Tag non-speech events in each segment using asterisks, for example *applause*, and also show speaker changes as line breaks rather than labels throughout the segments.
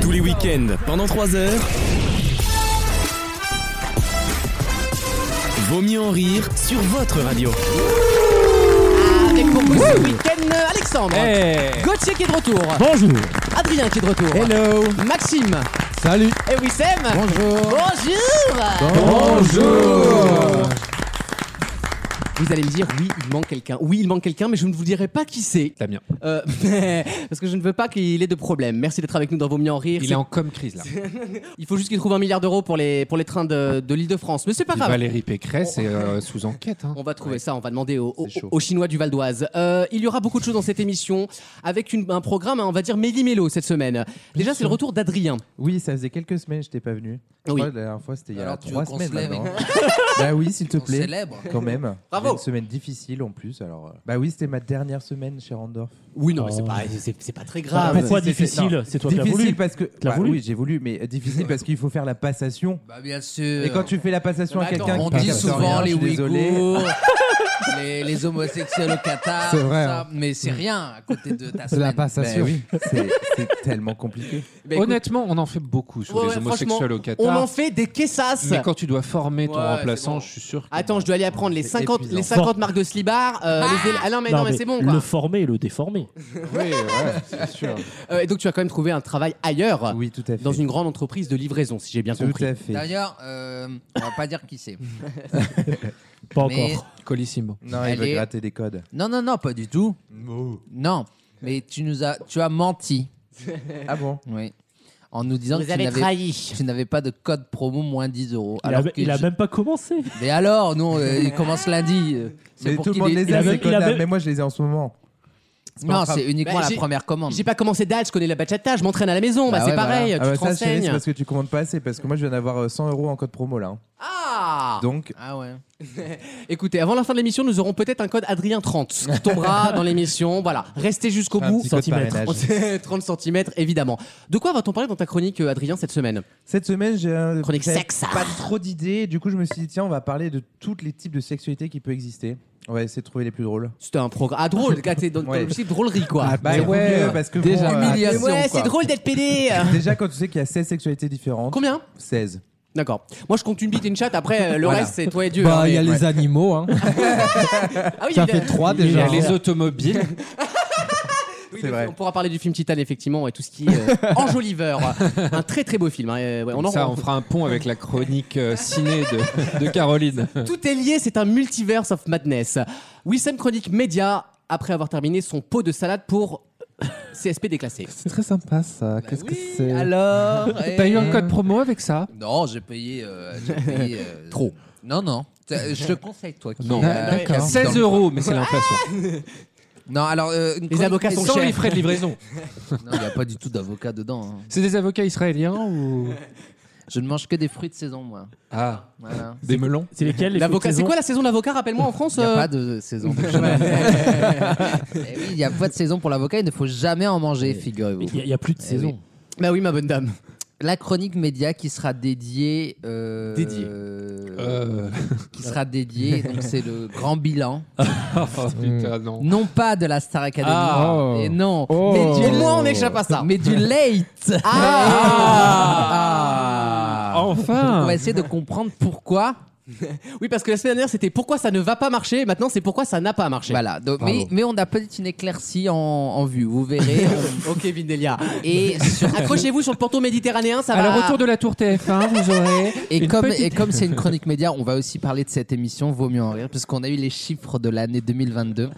Tous les week-ends, pendant 3 heures. Vaut mieux en rire sur votre radio.
Avec pour vous ce week-end euh, Alexandre,
Eh,
Gauthier qui est de retour,
Bonjour.
Adrien qui est de retour,
Hello.
Maxime
Salut.
et Wissem.
Bonjour.
Bonjour.
Bonjour.
Vous allez me dire oui, il manque quelqu'un. Oui, il manque quelqu'un, mais je ne vous dirai pas qui c'est.
Damien.
Euh, *laughs* parce que je ne veux pas qu'il ait de problème. Merci d'être avec nous dans Vos Mieux en Rire. *laughs*
Il
C'est-
est en com crise là.
Il faut juste qu'il trouve un milliard d'euros pour les, pour les trains de, de l'île de France. Mais c'est pas grave.
Valérie Pécresse est euh, sous enquête. hein.
On va trouver ça, on va demander aux, aux-
C'est chaud.
aux Chinois du Val d'Oise. Euh, il y aura beaucoup de choses dans cette émission, avec une- un programme, hein, on va dire, méli-mélo cette semaine. Déjà, c'est le retour d'Adrien.
Oui, ça faisait quelques semaines, je t'ai pas venu. Je
Oui.
crois que la dernière fois, c'était il y a
Alors, tu
trois
veux qu'on
semaines
se lève et *laughs*
maintenant. *laughs* bah oui, s'il te
On
plaît.
célèbre.
Quand
*laughs*
même.
Bravo.
Une semaine difficile en plus. Alors, euh, bah oui, c'était ma dernière semaine chez Randorf.
Oui, non,
Oh.
mais c'est pas, c'est- c'est pas très
Ah,
grave.
pourquoi
c'est- c'est-
difficile C'est toi qui as
difficile
voulu.
parce que.
l'as voulu.
Oui, j'ai voulu, mais euh, difficile parce qu'il faut faire la passation.
Bah bien sûr.
Et quand tu fais la passation
Mais
à
attends,
quelqu'un,
on
qui
dit
capte
souvent
rien, je
les
suis désolé. *laughs*
Ouïghours, les, les homosexuels au Qatar,
C'est vrai,
tout
hein.
ça, mais
Mm.
c'est rien à
*laughs*
côté de
C'est la
ta semaine. Ben
Bah
passation.
oui, c'est c'est *laughs* tellement compliqué.
*laughs* Bah, écoute,
Honnêtement, on en fait beaucoup sur
Ouais, ouais,
les homosexuels au
on en
Qatar.
fait des caissasses.
Mais quand tu dois former ton
Ouais,
remplaçant,
c'est bon.
je suis sûr. que-
Attends, je dois aller apprendre les
C'est
50,
épuisant.
les 50 marques de Slibar. euh, les éle- Ah non, mais, non, mais, c'est bon. Quoi.
Le former et le déformer.
Oui, ouais, c'est sûr.
Euh, et donc, tu as quand même trouvé un travail ailleurs,
Ah, Oui, tout à fait.
dans une grande entreprise de livraison, si j'ai bien
Tout
compris.
à fait.
D'ailleurs, euh, on va pas dire qui c'est.
*laughs* Pas
Mais-
encore.
Colissimo.
Non,
Elle
il veut
est-
gratter des codes.
Non, non, non, pas du tout. Non, mais tu nous as, tu as menti.
Ah bon
Oui. En nous disant que tu n'avais,
trahi.
tu n'avais pas de code promo moins 10 euros.
Il,
Alors
a,
que
il a
je-
même pas commencé.
Mais alors, non, euh, il commence lundi. euh,
Mais
pour
tout le
qu'il
monde
ait-
les
il a
a,
même-
ces
il a
codes-là.
même-
Mais moi, je les ai en ce moment. Bah,
Non, c'est uniquement
bah,
la
j'ai-
première commande.
J'ai pas commencé d'âge, je connais la bachata, je m'entraîne à la maison, bah,
Bah
c'est
ouais,
pareil,
Ah bah
tu te
ça, chérie,
renseignes.
c'est parce que tu commandes pas assez, parce que moi je viens d'avoir euh, 100 euros en code promo là. hein.
Ah
Donc,
Ah ouais.
Écoutez, avant la fin de l'émission, nous aurons peut-être un code Adrien30 qui tombera dans l'émission. Voilà, restez jusqu'au
un
bout.
petit code
centimètres.
parrainage.
*laughs* 30 cm, évidemment. De quoi va-t-on parler dans ta chronique, euh, Adrien, cette semaine
Cette semaine, j'ai euh,
Chronique
j'avais
sexe.
pas trop d'idées, du coup je me suis dit tiens, on va parler de tous les types de sexualité qui peut exister. On va essayer de trouver les plus drôles.
C'était un programme. Ah, drôle, gars, t'es dans dans
Ouais.
le style drôlerie, quoi.
bah
C'est
ouais,
drôle.
parce que
Déjà.
bon, euh,
Humilié.
Mais
humiliation,
ouais,
quoi.
c'est drôle d'être pédé. *laughs*
déjà quand tu sais qu'il y a 16 sexualités différentes.
Combien
16.
D'accord. Moi, je compte une bite et une chatte. Après, euh, le
Voilà.
reste, c'est toi et Dieu. hein,
Bah, il y a
mais-
les animaux,
*laughs*
hein.
Ah
ça
oui, il y a-
fait trois
Il y
déjà.
a les automobiles.
oui,
c'est
mais
vrai.
On pourra parler du film Titane, effectivement, et tout ce qui est euh, enjoliveur. Un très très beau film. hein, euh, ouais, *laughs* on en
ça,
rend-
on fera un pont avec la chronique euh, ciné de, de Caroline.
Tout est lié, c'est un multiverse of madness. Wissem Chronique Média, après avoir terminé son pot de salade pour *laughs* CSP déclassé.
*laughs* C'est très sympa ça. Ah, Euh, Qu'est-ce que
Oui,
Euh,
c'est
alors.
T'as eu un
eh.
code promo avec ça
Non, j'ai payé. euh, j'ai payé, *laughs* euh,
Trop.
Non, non. T'as- euh, Je te conseille, toi. Qui,
Non.
euh,
D'accord.
qui est dans
16
le-
Ah, euros, mais c'est
*laughs*
l'inflation.
Non, alors. euh, une chronique-
avocats sont
sans
chers.
les
frais de livraison.
frais- Non, il n'y a pas du tout d'avocat dedans. hein.
C'est des avocats israéliens ou
Je ne mange que des fruits de saison, moi.
Ah,
Voilà.
des melons
C'est lesquels les
L'avocat,
fruits de
c'est quoi
saison
la saison de l'avocat Rappelle-moi en France.
Il n'y a
euh,
pas de saison. pour *laughs* Eh oui, Il n'y a pas de saison pour l'avocat. Il ne faut jamais en manger, figurez-vous.
Il y a- il y a, plus de saison.
Bah oui, ma bonne dame.
La chronique média qui sera dédiée. euh,
Dédiée.
Euh.
Qui
*laughs*
sera dédiée. Donc, c'est le grand bilan.
Oh putain, non.
Non pas de la Star Academy.
Ah.
Et non.
Oh.
Mais du
Et moi, on échappe à ça.
Mais du late
Ah.
On
Enfin
va essayer de comprendre pourquoi.
Oui, parce que la semaine dernière, c'était pourquoi ça ne va pas marcher. et Maintenant, c'est pourquoi ça n'a pas marché.
Voilà. Donc,
Bravo.
mais, mais on a peut-être une éclaircie en, en vue, vous verrez.
*laughs* ok, Vindelia. *laughs*
et sur-
*laughs* Accrochez-vous sur le ponton méditerranéen, ça
À
va.
le retour de la tour TF1, vous aurez.
et
une
comme
petite-
et
*laughs*
comme c'est une chronique média, on va aussi parler de cette émission Vaut mieux en rire, puisqu'on a eu les chiffres de
*laughs*
l'année 2022.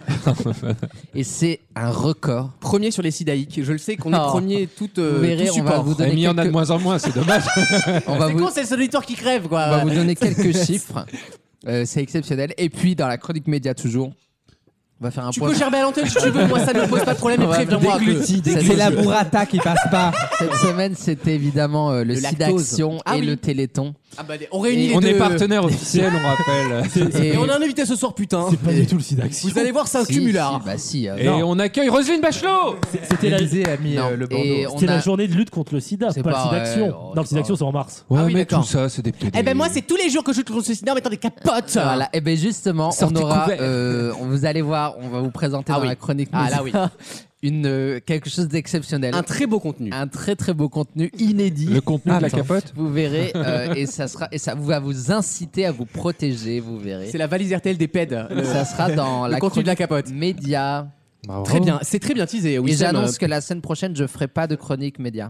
et c'est un record.
Premier sur les sidaïques. Je le sais qu'on est
Oh.
premier tout,
Vous
euh,
verrez,
tout
on va
support.
vous donner
Rémi en a de
quelques-
moins en moins, c'est dommage.
On va
C'est
Bah, vous,
con, c'est le solitaire qui crève, quoi.
on va vous donner
*laughs*
quelques chiffres. Euh, c'est exceptionnel. Et puis dans la chronique média toujours, on va faire un
Tu
point.
peux gerber à l'antenne si tu veux, moi ça ne me pose pas de problème, mais
On va
préviens-moi. que-
déglutir.
C'est la burrata qui passe pas.
Cette semaine, c'était évidemment euh, le,
Le
site
lactose.
d'action
Ah
et
oui.
le Téléthon.
Ah bah, on réunit les
on
deux.
est partenaire officiel, on rappelle.
Et,
Et on a un invité ce soir, putain.
C'est pas du tout le sida.
Vous allez voir, c'est un
Si,
cumulard.
si, bah si, euh,
Et on accueille Roselyne Bachelot
C'était la,
Élysée a mis
non.
euh, le bandeau.
Et on
c'était la
a-
journée de lutte contre le sida,
C'est
pas, le
pas,
sida
ouais,
action.
oh,
non, le
c'est
sida
pas-
action, c'est en mars.
Ouais,
Ah oui,
mais
d'accord.
tout ça, c'est des petits.
Eh ben moi, c'est tous les jours que je trouve ceci en mettant des capotes.
voilà. Et ben justement, on
Sortez
aura,
couvert.
euh, on vous allez voir, on va vous présenter
Ah
dans
oui.
la chronique
Ah là
média *laughs* une, euh, quelque chose d'exceptionnel.
Un très beau contenu.
Un très très beau contenu inédit.
Le contenu
Ah,
de la
attends.
capote
Vous verrez, euh, et ça sera, et ça va vous inciter à vous protéger. Vous verrez.
C'est la valise RTL des PED. Le,
Ça sera dans
le
la
contenu de la
chronique
capote.
média.
Très bien, c'est très bien teasé.
et
Wissem,
j'annonce
euh,
que la semaine prochaine, je ferai pas de chronique média,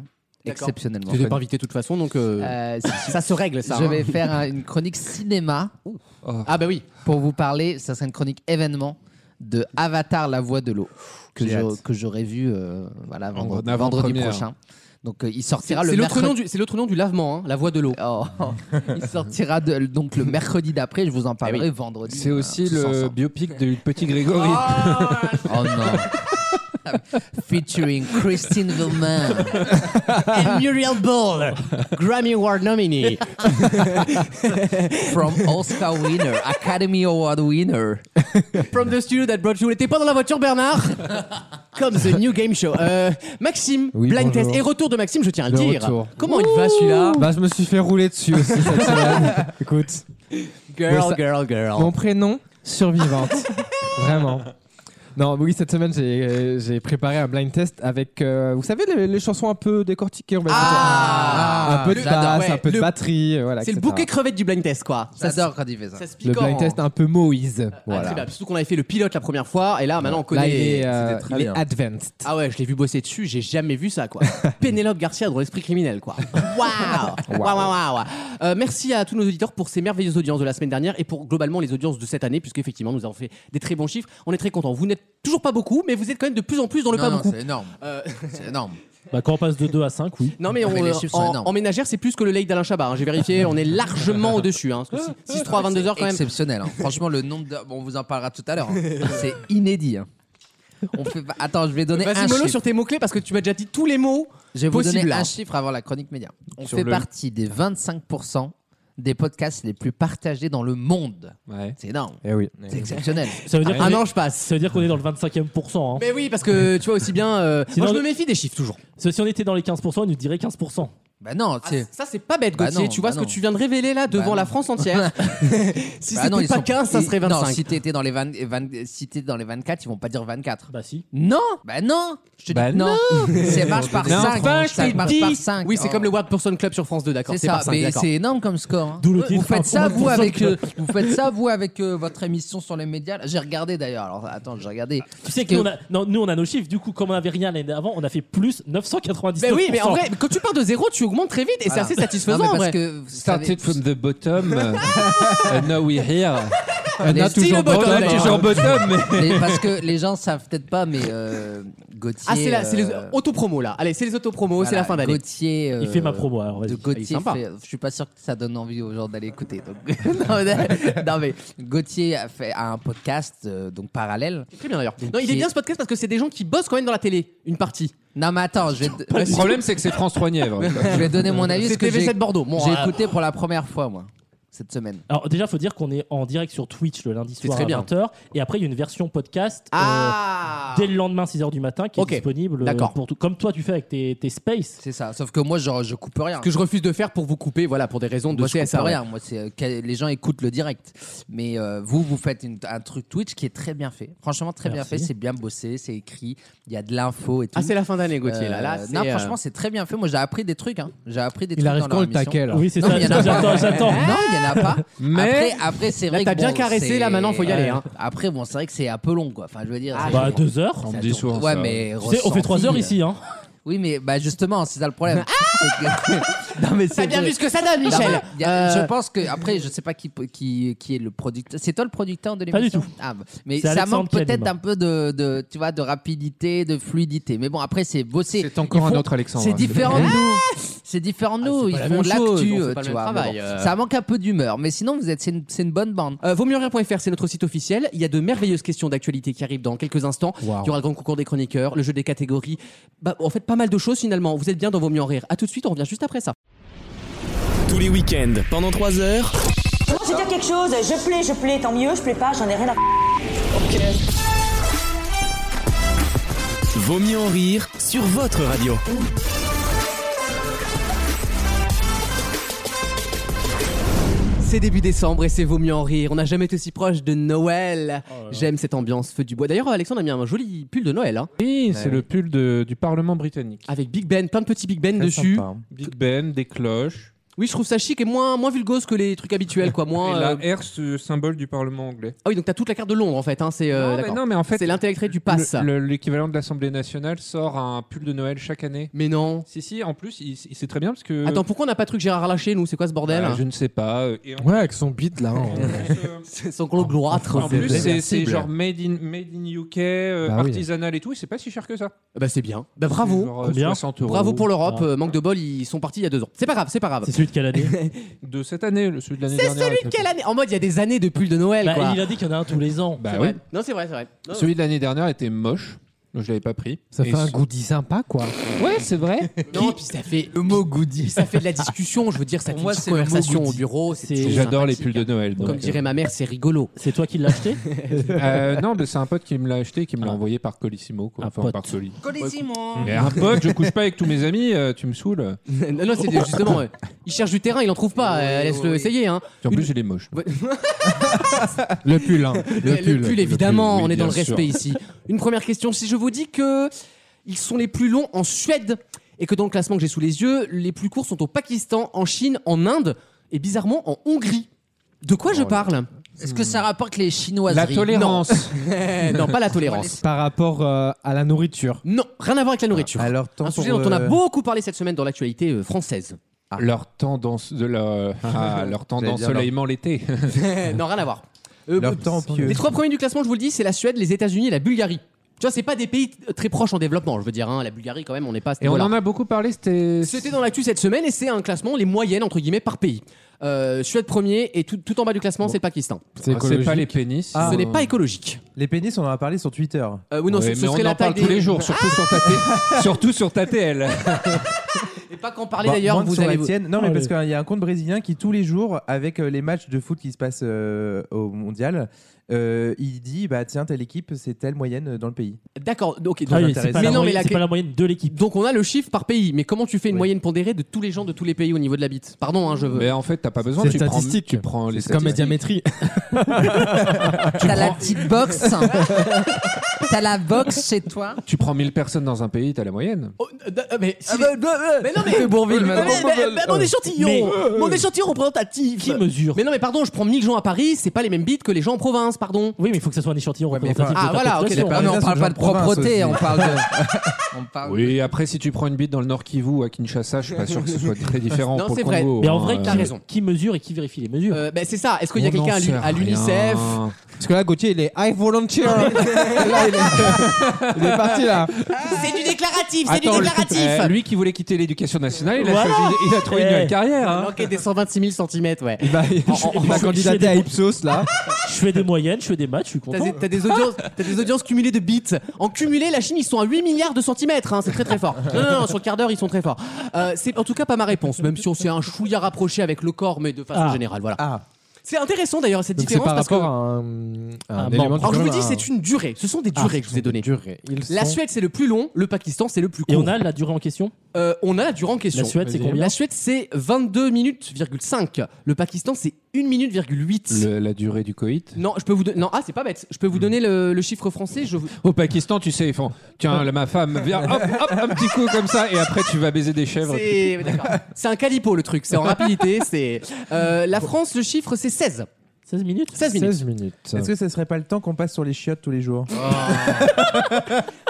D'accord.
exceptionnellement.
Tu n'es pas invité de toute façon, donc euh,
Euh, si-
ça se règle ça.
je
hein.
vais faire un- une chronique cinéma
Ah bah oui.
pour vous parler. Ça sera une chronique événement de Avatar, la voix de l'eau que
J'ai
je-
hâte.
que j'aurai vu euh, voilà
En
vendre- vendredi,
avant-première.
prochain. Donc euh, il
C'est
sortira
c'est
le
l'autre
mercredi.
nom du- c'est l'autre nom du lavement, hein, la voix de l'eau.
Oh, *laughs* il sortira de- donc le mercredi d'après. Je vous en
Eh
parlerai vendredi.
C'est
euh,
aussi *laughs*
tous
le
ensemble.
biopic de Petit Grégory.
Oh non. *laughs* Featuring Christine Villemain.
And Muriel Ball, Grammy Award nominee.
From Oscar winner, Academy Award winner.
From the studio that brought you. N'était pas dans la voiture, Bernard Comme The New Game Show. Euh, Maxime,
Oui,
blind
bonjour.
test. Et retour de Maxime, je tiens à le,
Le
dire.
retour.
Comment il va celui-là
Bah, je me suis fait rouler dessus aussi cette semaine. Écoute,
Girl,
ça-
girl, girl.
mon prénom, survivante. Vraiment. Non, oui, cette semaine, j'ai euh, j'ai préparé un blind test avec, euh, vous savez, les, les chansons un peu décortiquées, on va dire.
Ah,
un peu de
j'adore,
basse,
ouais.
un peu
Le-
de batterie, euh, voilà.
C'est le
etc.
bouquet crevette du blind test, quoi. Ça, se-
J'adore quand il fait ça.
ça se pique
Le blind
en-
test un peu Moïse.
Ah,
voilà.
très bien. Surtout qu'on avait fait le pilote la première fois, et là, maintenant, on
Là,
connaît.
il est, euh,
C'était très
il est
bien.
advanced.
Ah ouais, je l'ai vu bosser dessus, j'ai jamais vu
*laughs*
ça quoi. Pénélope Garcia dans l'esprit criminel quoi. Waouh Waouh waouh waouh. Euh, Merci à tous nos auditeurs pour ces merveilleuses audiences de la semaine dernière et pour globalement les audiences de cette année puisqu'effectivement nous avons fait des très bons chiffres. On est très contents. Vous n'êtes toujours pas beaucoup mais vous êtes quand même de plus en plus dans le pas
Non, non,
beaucoup.
c'est énorme.
Euh,
C'est énorme.
Bah, quand on passe de 2 à 5, oui.
non mais, on- euh,
Mais les chiffres sont
en,
énormes.
en ménagère c'est plus que le lake d'Alain Chabat. hein. J'ai vérifié, on est largement au-dessus. Hein, parce que si- 6-3 à 22h quand même.
Exceptionnel. hein. Franchement, le nombre de. Bon, on vous en parlera tout à l'heure. hein. C'est inédit. hein. On fait... pas- Attends, je vais donner un
Vas-y Molo
chiffre.
sur tes mots-clés parce que tu m'as déjà dit tous les mots.
Je vais vous
possible, hein.
donner
là.
un chiffre avant la chronique média. On
Sur
fait
le-
partie des 25% des podcasts les plus partagés dans le monde.
Ouais.
C'est énorme.
Eh oui.
C'est exceptionnel.
Ça veut dire qu'on
Un
est-
an Ah je passe.
ça veut dire qu'on est dans le 25e pourcent. hein.
Mais oui parce que tu vois aussi bien... euh,
Sinon,
moi je
le-
me méfie des chiffres toujours.
Parce que Si on était dans les 15%, on nous dirait 15%.
Bah non,
Ah,
tu sais.
ça c'est pas bête
Bah
Gauthier,
non,
tu vois
bah
ce que
non.
tu viens de révéler là devant
Bah
la
non.
France
*laughs*
entière. *laughs* si
Bah
c'était
non, ils
pas
sont-
15 ça
ils-
serait
Non,
25.
si t'étais dans les 20, et 20 si t'étais dans les 24, ils vont pas dire 24.
Bah si.
Non Bah non Je te
Bah
dis que non C'est
*laughs*
marche par
Non,
5
cinq,
Ça
c'est
marche
dix.
par 5
oui, c'est comme le World Person Club sur France 2, d'accord,
Oh.
c'est
C'est ça,
par 5,
mais
d'accord.
c'est énorme comme score. hein.
D'où le
Vous
titre,
faites ça, vous,
1%
avec,
de-
euh, vous faites ça, vous, avec euh, votre émission sur les médias. là. J'ai regardé d'ailleurs. Alors, attends, j'ai regardé.
Tu sais que
Que-
nous on, a, non, nous, on a nos chiffres. Du coup, comme on avait rien l'année avant, on a fait plus 999%.
Mais Ben oui, mais en vrai, quand tu pars de zéro, tu augmentes très vite et c'est
Voilà.
assez
Non, mais
satisfaisant en
parce
vrai.
que vous savez-
Started from the bottom,
Uh,
and now we're here.
On a
Still
Uh, toujours
bottom,
bottom,
d'ailleurs.
toujours
bottom, mais...
les- parce que les gens savent peut-être pas, mais euh, Gauthier.
Ah, c'est la-
euh,
c'est les autopromos là. Allez, c'est les autopromos, c'est
voilà,
la fin d'année.
Gauthier.
Il
euh,
fait ma promo. Alors, vas-y.
de
il est
Gauthier,
sympa.
fait- je suis pas sûr que ça donne envie aux gens d'aller écouter. donc. *laughs* non, mais, non, mais Gauthier a fait a un podcast euh, donc parallèle.
Très bien d'ailleurs. Non, il est
qui-
bien ce podcast parce que c'est des gens qui bossent quand même dans la télé, une partie.
Non mais attends, je vais,
Le problème, c'est que c'est France 3 Nièvre.
je vais donner mon avis
C'est
parce que j'ai
TV7 Bordeaux. Bon,
j'ai
euh,
écouté pour la première fois moi cette semaine.
Alors déjà, faut dire qu'on est en direct sur Twitch le lundi soir
très
à
bien.
20h. Et après, il y a une version podcast. euh,
Ah
Dès le lendemain, 6h du matin, qui
Ok.
est disponible euh,
D'accord.
pour tout. Comme toi, tu fais avec tes, tes spaces.
C'est ça. Sauf que moi genre je coupe rien.
Ce que je refuse de faire pour vous couper, voilà, pour des raisons de
moi je coupe
CSA.
rien. Moi c'est euh, que- les gens écoutent le direct. Mais euh, vous vous faites une- un truc Twitch qui est très bien fait. Franchement très
Merci.
bien fait. C'est bien bossé. C'est écrit. Il y a de l'info et tout.
Ah, c'est la fin d'année, Gauthier là.
Euh,
là c'est,
non,
euh,
franchement, c'est très bien fait. Moi, j'ai appris des trucs. hein. J'ai appris des
Il
trucs.
arrive
dans
quand
leur
le
émission.
taquet là
Oui, c'est
Non,
ça.
il y en a
J'attends,
pas.
j'attends.
Non, il n'y en a pas.
Mais-
après, après c'est
Là,
vrai.
t'as
que
bien
bon,
caressé,
c'est- euh,
là, maintenant, faut y aller, hein. Ah,
Après, bon, c'est vrai que c'est un peu long, quoi. Enfin, je veux dire. c'est-
Bah, 2h.
On me
ça
dit
tourne.
souvent
Ouais,
ça,
Tu
mais
sais, on fait
ressenti,
3 heures
euh,
ici. Hein.
Oui, mais bah justement, c'est ça le problème. C'est que- *laughs* non, mais
T'as
c'est
Ah bien
vrai.
vu ce que ça donne,
Non,
Michel
mais il y a-
Euh,
Je pense que après, je sais pas qui qui, qui est le producteur. C'est toi le producteur de
Pas du
l'émission.
tout.
Ah, mais
C'est
ça
Alexandre
manque
qui
peut-être
anime.
un peu de, de tu vois de rapidité, de fluidité. Mais bon, après c'est bossé.
C'est encore
Ils
un
font-
autre Alexandre.
hein.
C'est différent de nous. C'est différent de
hein. Ah,
nous.
c'est
Ils
pas la
font
même
de
chose,
l'actu,
on fait
euh,
pas le
tu
même
vois. mais
travail,
bon,
euh.
Ça manque un peu d'humeur. Mais sinon, vous êtes, c'est une, c'est une bonne bande.
Euh, vaut mieux rire.fr, c'est notre site officiel. Il y a de merveilleuses questions d'actualité qui arrivent dans quelques instants. Il y aura le grand concours des chroniqueurs, le jeu des catégories. Bah, en fait, pas mal de choses finalement. Vous êtes bien dans Vaut mieux en rire. À tout de suite, on revient juste après ça.
Tous les week-ends, pendant 3 heures.
Je vais dire quelque chose, je plais, je plais, tant mieux, je plais pas, j'en ai rien à
Vaut mieux en rire sur votre radio.
C'est C'est début décembre et c'est vaut mieux en rire. On n'a jamais été aussi proche de Noël.
Oh
J'aime cette ambiance feu du bois. D'ailleurs, Alexandre a mis un joli pull de Noël, hein,
Eh Oui, c'est le pull de- du Parlement britannique.
avec Big Ben, plein de petits Big Ben
Très
dessus.
sympa. hein.
Big Ben, des cloches.
Oui, je trouve ça chic et moins moins vulgose que les trucs habituels, quoi. Moins.
*laughs* et
euh,
la R, ce symbole du Parlement anglais.
Ah oui, donc t'as toute la carte de Londres en fait. Hein, c'est euh,
non, mais
d'accord.
non, mais en fait,
C'est l'intellectuel du pass. ça.
le- le- l'équivalent de l'Assemblée nationale sort un pull de Noël chaque année.
Mais non.
Si, si, en plus, il, il sait très bien parce que.
Attends, pourquoi on n'a pas de truc Gérard Lachey, nous C'est quoi ce bordel
Ah, je ne sais pas. euh, Et en
Ouais, avec son beat
*laughs*
là. *laughs* hein.
plus, euh,
*laughs* C'est son conglomérat.
en plus, c'est- c'est
réversible.
genre made in, made in UK, euh,
Bah oui.
artisanal et tout, et c'est pas si cher que ça.
Bah c'est bien. Bah
C'est
bravo.
genre, euh,
Combien
60 euros.
Bravo pour l'Europe.
Ah.
Euh, manque de bol, ils sont partis il y a deux ans. C'est pas grave, c'est pas grave.
C'est celui de quelle
*laughs*
année
De cette année, le- celui de l'année
C'est
dernière.
celui de
était-
quelle année En mode, il y a des années de pull de Noël,
Bah,
quoi.
Il a dit qu'il y en a un tous les ans.
Bah
C'est
oui.
vrai. Non, c'est vrai, c'est vrai. Non,
Celui de l'année dernière était moche. donc Je l'avais pas pris.
Ça
Et
fait un
ce-
goodie sympa quoi.
Ouais, c'est vrai.
non, puis ça fait,
Le mot goody.
ça *laughs* fait de la discussion. Je veux dire, ça fait
Pour
une
moi,
petite
c'est le mot
conversation au
goodie.
bureau. C'est
C'est-
toujours
J'adore les
sympathique.
pulls de Noël. donc,
Comme
euh,
dirait ma mère, c'est rigolo.
C'est toi qui l'as acheté
*laughs* euh, non, mais c'est un pote qui me l'a acheté, et qui me l'a
Ah.
envoyé par Colissimo, quoi.
Un
enfin,
pote.
par Coli.
Colissimo.
Mais un pote, je couche pas avec tous mes amis, euh, tu me saoules.
non, non, c'est justement, euh, il cherche du terrain, il en trouve pas. euh, Laisse-le essayer. Hein.
Puis en plus, il est moche.
Le
*laughs*
pull, hein.
Le, pull, évidemment,
le pull,
on
oui,
est dans le
bien sûr.
respect ici. Une première question. Si je vous dis que ils sont les plus longs en Suède et que dans le classement que j'ai sous les yeux, les plus courts sont au Pakistan, en Chine, en Inde et bizarrement en Hongrie. De quoi je parle
Est-ce que ça rapporte les chinoiseries
La tolérance.
Eh, Non, *laughs* pas la tolérance.
Par rapport euh, à la nourriture.
Non, rien à voir avec la nourriture.
Alors, tant
Un
pour,
sujet dont on a
euh,
beaucoup parlé cette semaine dans l'actualité euh, *laughs* française.
Leur tendance de la... *laughs* ah, leur temps
J'allais dire
d'ensoleillement l'été.
Eh, non, rien à voir. Euh,
Leur temps pieux.
*laughs* Les trois premiers du classement, je vous le dis, c'est la Suède, les États-Unis et la Bulgarie. Tu vois, c'est pas des pays t- très proches en développement, je veux dire. hein. La Bulgarie, quand même, on n'est pas. à ce
Et on
niveau-là.
en a beaucoup parlé, c'était.
C'était dans l'actu cette semaine et c'est un classement, les moyennes entre guillemets par pays. Euh, Suède premier et tout, tout en bas du classement, c'est le Pakistan.
C'est
Ah, C'est
écologique.
pas les pénis.
Ah.
Ce n'est pas écologique.
Les pénis, on en a parlé sur Twitter.
Euh, oui, non,
Ouais,
ce, ce
mais
serait
on en
l'attaque
parle
des... Ah.
tous les jours, surtout sur ta TL. surtout sur ta TL.
Et pas qu'en parler
Bah,
d'ailleurs,
moins que
vous
sur
allez.
la
vous-
tienne. Non, mais
Ah,
parce
le-
qu'il y a un compte brésilien qui, tous les jours, avec euh, les matchs de foot qui se passent euh, au mondial, euh, il dit bah tiens, telle équipe, c'est telle moyenne euh, dans le pays.
D'accord, ok. donc-
Ah oui,
intéressant.
C'est pas,
Mais
la
non, mais
moyenne-
la-
c'est pas la moyenne de l'équipe.
Donc on a le chiffre par pays, mais comment tu fais une
Oui.
moyenne pondérée de tous les gens de tous les pays au niveau de la bite Pardon, hein, je veux.
Mais en fait, t'as pas besoin.
C'est
Tu prends,
statistique.
tu prends les
C'est comme les
statistiques.
diamétries.
T'as la petite
*laughs*
box. T'as la box chez toi.
Tu prends 1000 personnes dans un pays, t'as la moyenne.
Oh, euh, euh, mais, si- mais non, mais. Mais-
Ah,
mais- mais- mon échantillon
Mais-
Mon échantillon représentatif
Qui mesure
Mais non, mais pardon, je prends 1000 gens à Paris, c'est pas les mêmes bites que les gens en province, pardon.
Oui, mais il faut que ça soit un échantillon
Ouais, mais
représentatif.
enfin-
de ta
Ah, voilà, ok,
population. hein.
d'accord.
Ah, mais on
Parisiens
parle
sont
pas
de
de
province
propreté,
aussi.
on parle de. On parle
Ah Oui, après, si tu prends une bite dans le Nord Kivu à Kinshasa, je suis pas sûr que ce soit très différent
Non,
pour
c'est
le
vrai.
Congo.
Mais en
hein,
vrai,
euh,
t'as
qui-
raison.
qui mesure et qui vérifie les mesures
Euh, ben, c'est ça. Est-ce qu'il y a
on n'en
quelqu'un à l'U-
sait
à l'UNICEF
rien.
Parce que là, Gauthier, il est I
*laughs*
volunteer. Là, il, est... il est parti là.
C'est du déclaratif, c'est du
Attends,
déclaratif.
euh, lui qui voulait quitter l'éducation nationale, il a,
Voilà.
choisi- il a trouvé une
Eh.
nouvelle carrière.
Il
hein.
manquait des 126 000 cm, ouais.
Il va, il va
je-
candidater
je-
à Ipsos là.
Je fais des moyennes, je fais des matchs, je suis
T'as
content.
des, t'as des audiences, t'as des audiences cumulées de bits. En cumulé, la Chine, ils sont à 8 milliards de centimètres. hein, c'est très très fort. Non, non, non, sur le quart d'heure, ils sont très forts. Euh, c'est en tout cas pas ma réponse, même si on s'est un chouïa rapproché avec le corps, mais de façon
Ah.
générale. Voilà.
Ah,
C'est intéressant d'ailleurs cette
Donc c'est
différence
par
parce que.
rapport à un, à un
Un
élément
membre.
du
Alors je vous
commun,
dis,
un-
c'est une durée. Ce sont des
Ah,
durées que je vous ai données.
durées. Ils
La
sont-
Suède, c'est le plus long. Le Pakistan, c'est le plus
Et
court.
on a la durée en question
Euh, on a la durée en question.
La Suède, c'est
Vas-y.
combien
La Suède, c'est 22 minutes,5. Le Pakistan, c'est 1 minute,8.
Le- la durée du coït.
Non, je peux vous don- non ah c'est pas bête. Je peux vous donner le, le chiffre français. Je vous-
Au Pakistan, tu sais, ils font Tiens, là, ma femme, viens, hop, hop, un petit coup comme ça, et après, tu vas baiser des chèvres.
C'est d'accord. C'est un calipo le truc. C'est en *laughs* rapidité. C'est euh, la France. Le chiffre c'est 16.
16 minutes
16 minutes.
16 minutes.
est-ce que ce serait pas le temps qu'on passe sur les chiottes tous les jours
Oh.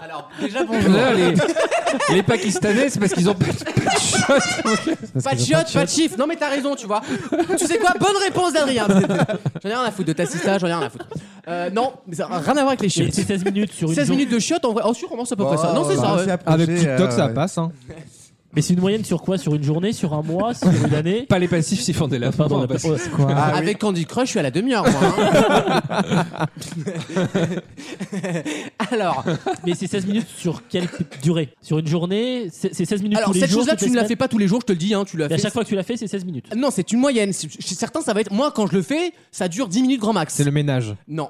Alors déjà
Là, les, les Pakistanais, c'est parce qu'ils ont pas de pas de shot.
Pas de chiottes, pas de chiffres. Non mais t'as raison, tu vois. tu sais quoi Bonne réponse d'Adrien. J'en ai rien à foutre de ta sista, J'en ai rien à foutre. Euh, non, mais ça n'a rien à voir avec les
Et
chiottes.
C'est 16 minutes sur une
16
journée.
minutes de chiottes en vrai. En sûr, on pense à peu près ça. Non Oh, bah, c'est ça. ouais.
Avec TikTok,
euh,
ça passe. Hein.
Mais c'est une moyenne sur quoi Sur une journée, sur un mois, sur une année
Pas les passifs s'ils font des laves.
Pardon, on a
Bon,
pas-
bah,
oh,
Ah, oui.
Avec Candy Crush, je suis à la demi-heure. moi, *laughs* hein. Alors,
Mais c'est 16 minutes sur quelle durée Sur une journée C'est c'est 16 minutes
alors
tous les
cette
jours
chose-là,
toutes
tu ne la
semaines
fais pas tous les jours, je te le dis. Hein, tu l'as
Et à
fait.
chaque fois que tu la fais, c'est 16 minutes.
Non, c'est une moyenne. C'est- Chez certains, ça va être. Moi, quand je le fais, ça dure 10 minutes grand max.
C'est le ménage.
Non.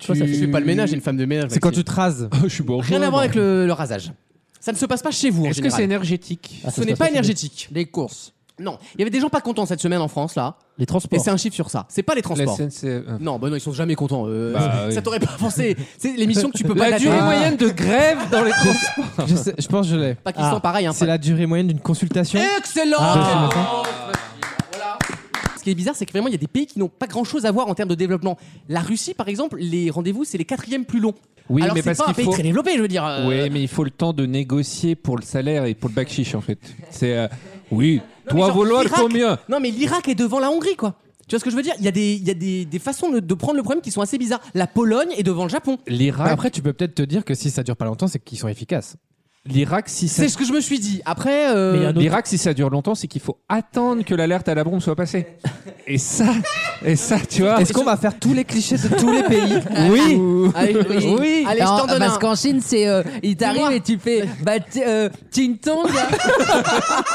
Tu vois, ça
Je
fait-
fais pas le ménage, j'ai une femme de ménage.
C'est quand tu
Maxime.
te rases.
je suis bourgeois.
Rien à voir avec le, le rasage. Ça ne se passe pas chez vous en
Est-ce que c'est
général.
énergétique
Ah, ça
Ce
se
n'est
passe
pas
chez nous.
énergétique.
Les courses.
Non, il y avait des gens pas contents cette semaine en France là.
Les
Et
transports.
c'est un chiffre sur ça. C'est pas les
La
transports.
SNCF.
Non, bah non, ils sont jamais contents. euh,
Bah,
ça-
oui.
Ça t'aurait pas pensé. C'est l'émission que tu peux pas
La
dater.
durée
Ah.
moyenne de grève dans les transports.
je, sais- je pense que je l'ai.
Pakistan,
Ah.
pareil. Hein,
C'est la durée moyenne d'une consultation.
Excellent Oh,
Ah.
Ce qui est bizarre, c'est que vraiment, il y a des pays qui n'ont pas grand-chose à voir en termes de développement. La Russie, par exemple, les rendez-vous, c'est les quatrièmes plus longs.
Oui,
Alors,
mais
c'est
parce
pas un
qu'il
pays
faut.
très développé, je veux dire. euh,
Oui, mais il faut le temps de négocier pour le salaire et pour le bac chiche en fait. C'est euh, oui,
mais
toi
genre,
vouloir
l'Irak-
combien
Non, mais l'Irak est devant la Hongrie, quoi. Tu vois ce que je veux dire Il y a des, il y a des, des façons de, de prendre le problème qui sont assez bizarres. La Pologne est devant le Japon.
Bah,
L'Irak,
Après, tu peux peut-être te dire que si ça dure pas longtemps, c'est qu'ils sont efficaces.
l'Irak si ça
C'est ce que je me suis dit. Après, euh,
Mais il y a un autre-
l'Irak si ça dure longtemps, c'est qu'il faut attendre que l'alerte à la bombe soit passée. Et ça et ça tu vois. Ah,
Est-ce qu'on va faire tous les clichés de tous les
*laughs*
pays
Ah, Oui.
allez, oui. allez, je t'en donne
Parce
un.
qu'en Chine, c'est euh, il t'arrive
Dis-moi.
et tu fais bah t- euh, ting tong.
*laughs*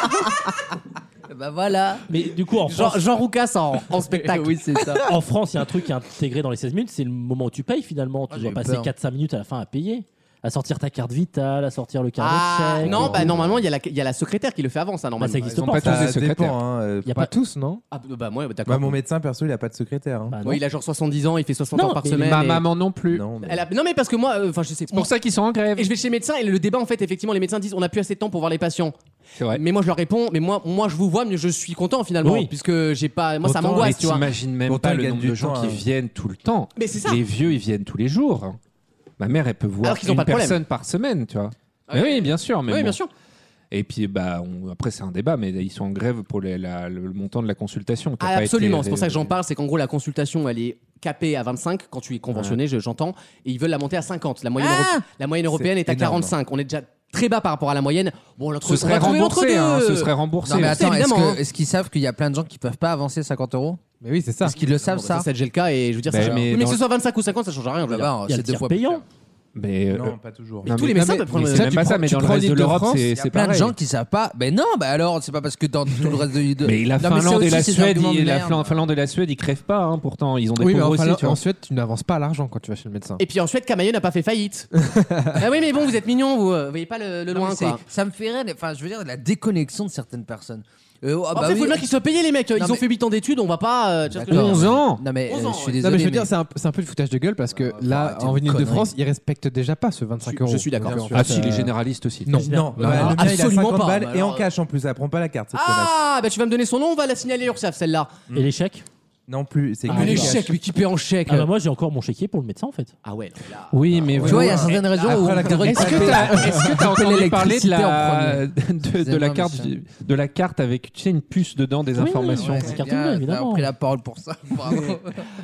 bah voilà.
Mais du coup, en
Jean,
France,
Jean Roucas en, en spectacle.
Oui, c'est ça.
en France, il y a un truc qui est intégré dans les 16 minutes, c'est le moment où tu payes finalement. Tu
Ah,
dois
j'ai
passer
peur.
4-5 minutes à la fin à payer, à sortir ta carte vitale, à sortir le carnet
Ah,
de chèque.
non,
et
bah
tout.
normalement, il y, a la- il y a la secrétaire qui le fait avant, ça,
Bah,
normalement.
ça existe
ont
pas.
pas
en France.
tous des
Ça
secrétaires.
dépend. hein, euh,
Il y a
Pas
pas.
tous, non
Ah, bah, moi, bah, d'accord.
Moi, mon médecin, perso, il a pas de secrétaire. hein.
Bah, non.
Oui, il a genre 70 ans, il fait 60
Non,
heures par
mais
semaine.
Ma
et-
maman non plus.
Non, mais-
Elle a- Non, mais parce que moi, euh, enfin, je sais.
C'est pour ça qu'ils sont en grève.
Et je vais chez le médecin et le débat, en fait, effectivement, les médecins disent on a plus assez de temps pour voir les patients.
C'est vrai.
Mais moi, je leur réponds mais moi, moi je vous vois, mais je suis content finalement,
Oui.
puisque j'ai pas. Moi, ça
Autant
m'angoisse,
Mais
tu vois.
t'imagines même
Pourtant,
pas
ils
le
gagnent
nombre
du
de gens
temps,
qui
hein.
viennent tout le temps.
Mais c'est ça.
Les vieux, ils viennent tous les jours. hein. Ma mère, elle peut voir
Alors qu'ils ont
une
pas de problème.
personne par semaine, tu vois.
Ah
Mais
oui.
oui, bien sûr. Mais
oui,
bon.
bien sûr.
Et puis, bah, on- après, c'est un débat, mais ils sont en grève pour les- la- le le montant de la consultation. qui a
Ah,
pas
absolument.
été-
C'est pour ça que j'en parle c'est qu'en gros, la consultation, elle est capée à 25 quand tu es conventionné, je- j'entends. Et ils veulent la monter à 50. La moyenne,
Ah
euro- la moyenne européenne est, à
énorme.
45. On est déjà très bas par rapport à la moyenne. Bon, l'entre-
Ce
on
serait
va trouver
remboursé.
entre
hein,
deux.
ce serait remboursé.
Non mais attends, est-ce
évidemment, hein.
que- est-ce qu'ils savent qu'il y a plein de gens qui peuvent pas avancer 50 euros
Mais oui, c'est ça.
Est-ce qu'ils le savent
Bon, bah,
ça Bah,
ça, c'est déjà le cas et je veux dire,
Mais-
ça change-
mais
mais, que
dans-
ce soit 25 ou 50, ça changera rien. Je veux dire.
Là-bas,
Il y a
c'est
le
deux
tiers
fois plus
payant.
cher.
Mais, euh,
Non, pas toujours.
tous les
non,
médecins
mais-
peuvent prendre-
mais
Ça,
C'est
tu
même pas
prends-
ça, mais
tu
dans le
prends
reste de l'Europe,
l'Île-de-France,
c'est
Il y a
c'est
plein de
pareil.
gens qui savent pas. Mais non, bah alors, c'est pas parce que dans tout le reste de.
Mais la
Non, c'est
Finlande et
aussi
la
ces
Suède,
arguments de
ils- la
merde.
Fla- Finlande et la Suède, ils crèvent pas, hein, pourtant. Ils ont des
Oui, mais
pauvres
en,
aussi,
Finlande-
tu vois.
en Suède, tu n'avances pas l'argent quand tu vas chez le médecin.
Et puis en Suède, Camailleux n'a pas fait
*laughs*
faillite. ah oui, mais bon, vous êtes mignons, vous, euh, voyez pas le,
Non,
le
mais
loin,
c'est-
quoi.
Ça me fait rire. les- Enfin, je veux dire, la déconnexion de certaines personnes. Euh, ah,
Après,
bah
il faut
oui.
bien qu'ils soient payés, les mecs. Ils
Non,
ont
mais-
fait 8 ans d'études, on va pas. euh, tu vois ce que je veux
D'accord.
dire.
11 ans
Non mais
Onze
euh,
ans,
je suis
ouais.
désolé.
Non, mais je veux
mais-
dire, c'est un, c'est un peu du foutage de gueule parce que
Ah,
Bah, faut
là,
arrêter
en
vos
ville de france
conneries.
ils respectent déjà pas ce 25
Je-
euros.
je suis d'accord.
Donc, en
Ah
fait,
si, les
euh,
généralistes aussi.
Non.
Non,
Non,
bah,
non,
le mien, il a
absolument
50
pas.
balles et
Alors,
en cash en plus, elle prend pas la carte. cette connasse.
Ah, bah tu vas me donner son nom, on va la signaler à l'URSSAF, celle-là.
Et les chèques
Non plus, c'est
Ah,
que
mais les
du cash.
chèques, mais qui paie en chèque
Ah bah moi j'ai encore mon chéquier pour le médecin en fait.
Ah ouais, non, là.
Oui, mais
Tu vois, il y a certaines régions où on devrait
Est-ce que
taper-
t'as est-ce que t'as entendu parler de la,
l'électricité
de, de la
énorme,
carte,
ça.
vi- de la carte avec tu sais, une puce dedans des
Oui,
informations
ouais. C'est carton bleu,
Bien,
évidemment.
T'as pris la parole pour
*laughs*
ça. Bravo.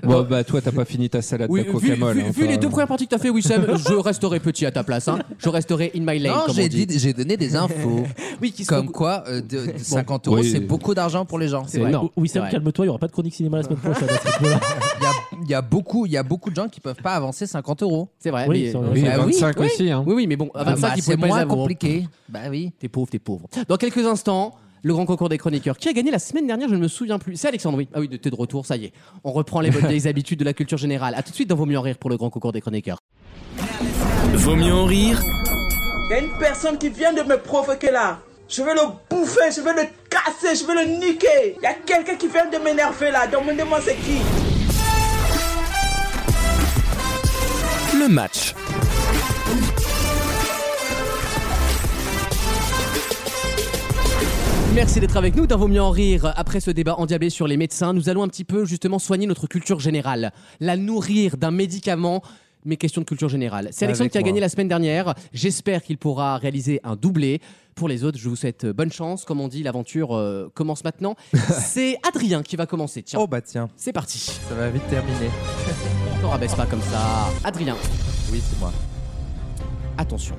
Bon, bah toi, t'as pas fini ta salade
Oui,
de
vu,
guacamole.
vu-
hein,
vu
toi.
les deux premières parties que t'as fait, *laughs* Wissem, je resterai petit à ta place. Hein. Je resterai in my lane.
Non,
comme on
j'ai
dit.
dit- j'ai donné des infos.
Oui, *laughs* qui
Comme quoi, euh, de, de 50 euros,
oui.
c'est beaucoup d'argent pour les gens.
C'est vrai.
O-
C'est
Wissam,
vrai.
calme-toi, il n'y aura pas de chronique cinéma la semaine prochaine. à ce rythme-là.
Il y a, il y a beaucoup, il y a beaucoup de gens qui peuvent pas avancer 50 euros.
C'est vrai.
Oui,
mais- euh,
c'est vrai.
Oui,
Bah oui,
25
oui.
aussi. hein.
Oui, oui, mais bon, à 25,
Bah,
Ah, il
c'est
pouvait pas les
moins
avoir.
compliqué. Bah oui.
T'es pauvre, t'es pauvre. Dans quelques instants, le grand concours des chroniqueurs. Qui a gagné la semaine dernière Je ne me souviens plus. C'est Alexandre, oui. Ah oui, t'es de retour, ça y est. On reprend les
*laughs*
bonnes vieilles habitudes de la culture générale. À tout de suite dans Vos mieux en rire pour le grand concours des chroniqueurs.
Vaut mieux en rire
Il y a une personne qui vient de me provoquer là. Je vais le bouffer, je vais le casser, je vais le niquer. Il y a quelqu'un qui vient de m'énerver là. Demandez-moi c'est qui.
le match.
Merci d'être avec nous dans Vos mieux en rire. Après ce débat endiablé sur les médecins, nous allons un petit peu justement soigner notre culture générale, la nourrir d'un médicament. Mes questions de culture générale. C'est Alexandre
Avec
qui a
moi.
gagné la semaine dernière. J'espère qu'il pourra réaliser un doublé. Pour les autres, je vous souhaite euh, bonne chance. Comme on dit, l'aventure euh, commence
*laughs*
maintenant. C'est Adrien qui va commencer. Tiens,
Oh bah tiens,
c'est parti.
ça va vite terminer.
Ne rabaisse pas comme ça. Adrien,
Oui, c'est moi.
attention.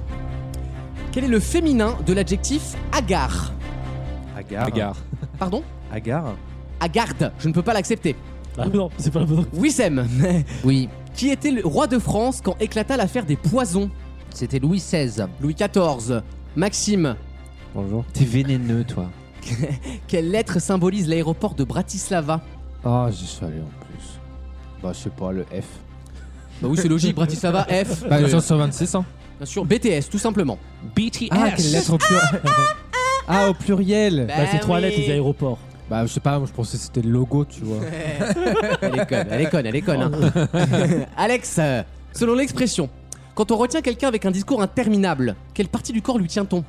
Quel est le féminin de l'adjectif agar
Agar.
Regarde.
Pardon
Agar.
Agarde, je ne peux pas l'accepter.
Ah non, c'est pas la bonne.
Wissem, *laughs*
Oui,
qui était le roi de France quand éclata l'affaire des poisons
c'était Louis XVI.
Louis XIV. Maxime,
Bonjour.
T'es vénéneux, toi.
quelle lettre symbolise l'aéroport de Bratislava
Ah, j'y suis allé en plus. Bah, je sais pas, le F.
Euh,
Bah oui, c'est logique, Bratislava F. euh,
Bah,
Oui,
sur 126, hein.
Bien sûr, BTS, tout simplement.
Ah, quelle lettre pure. Ah, au pluriel
Bah,
Bah, c'est trois
oui.
lettres, les aéroports.
Bah, je sais pas, moi, je pensais que c'était le logo, tu vois.
Elle est conne, elle est conne, elle est conne.
*laughs*
hein. *laughs* Alex, euh, selon l'expression, quand on retient quelqu'un avec un discours interminable, quelle partie du corps lui tient-on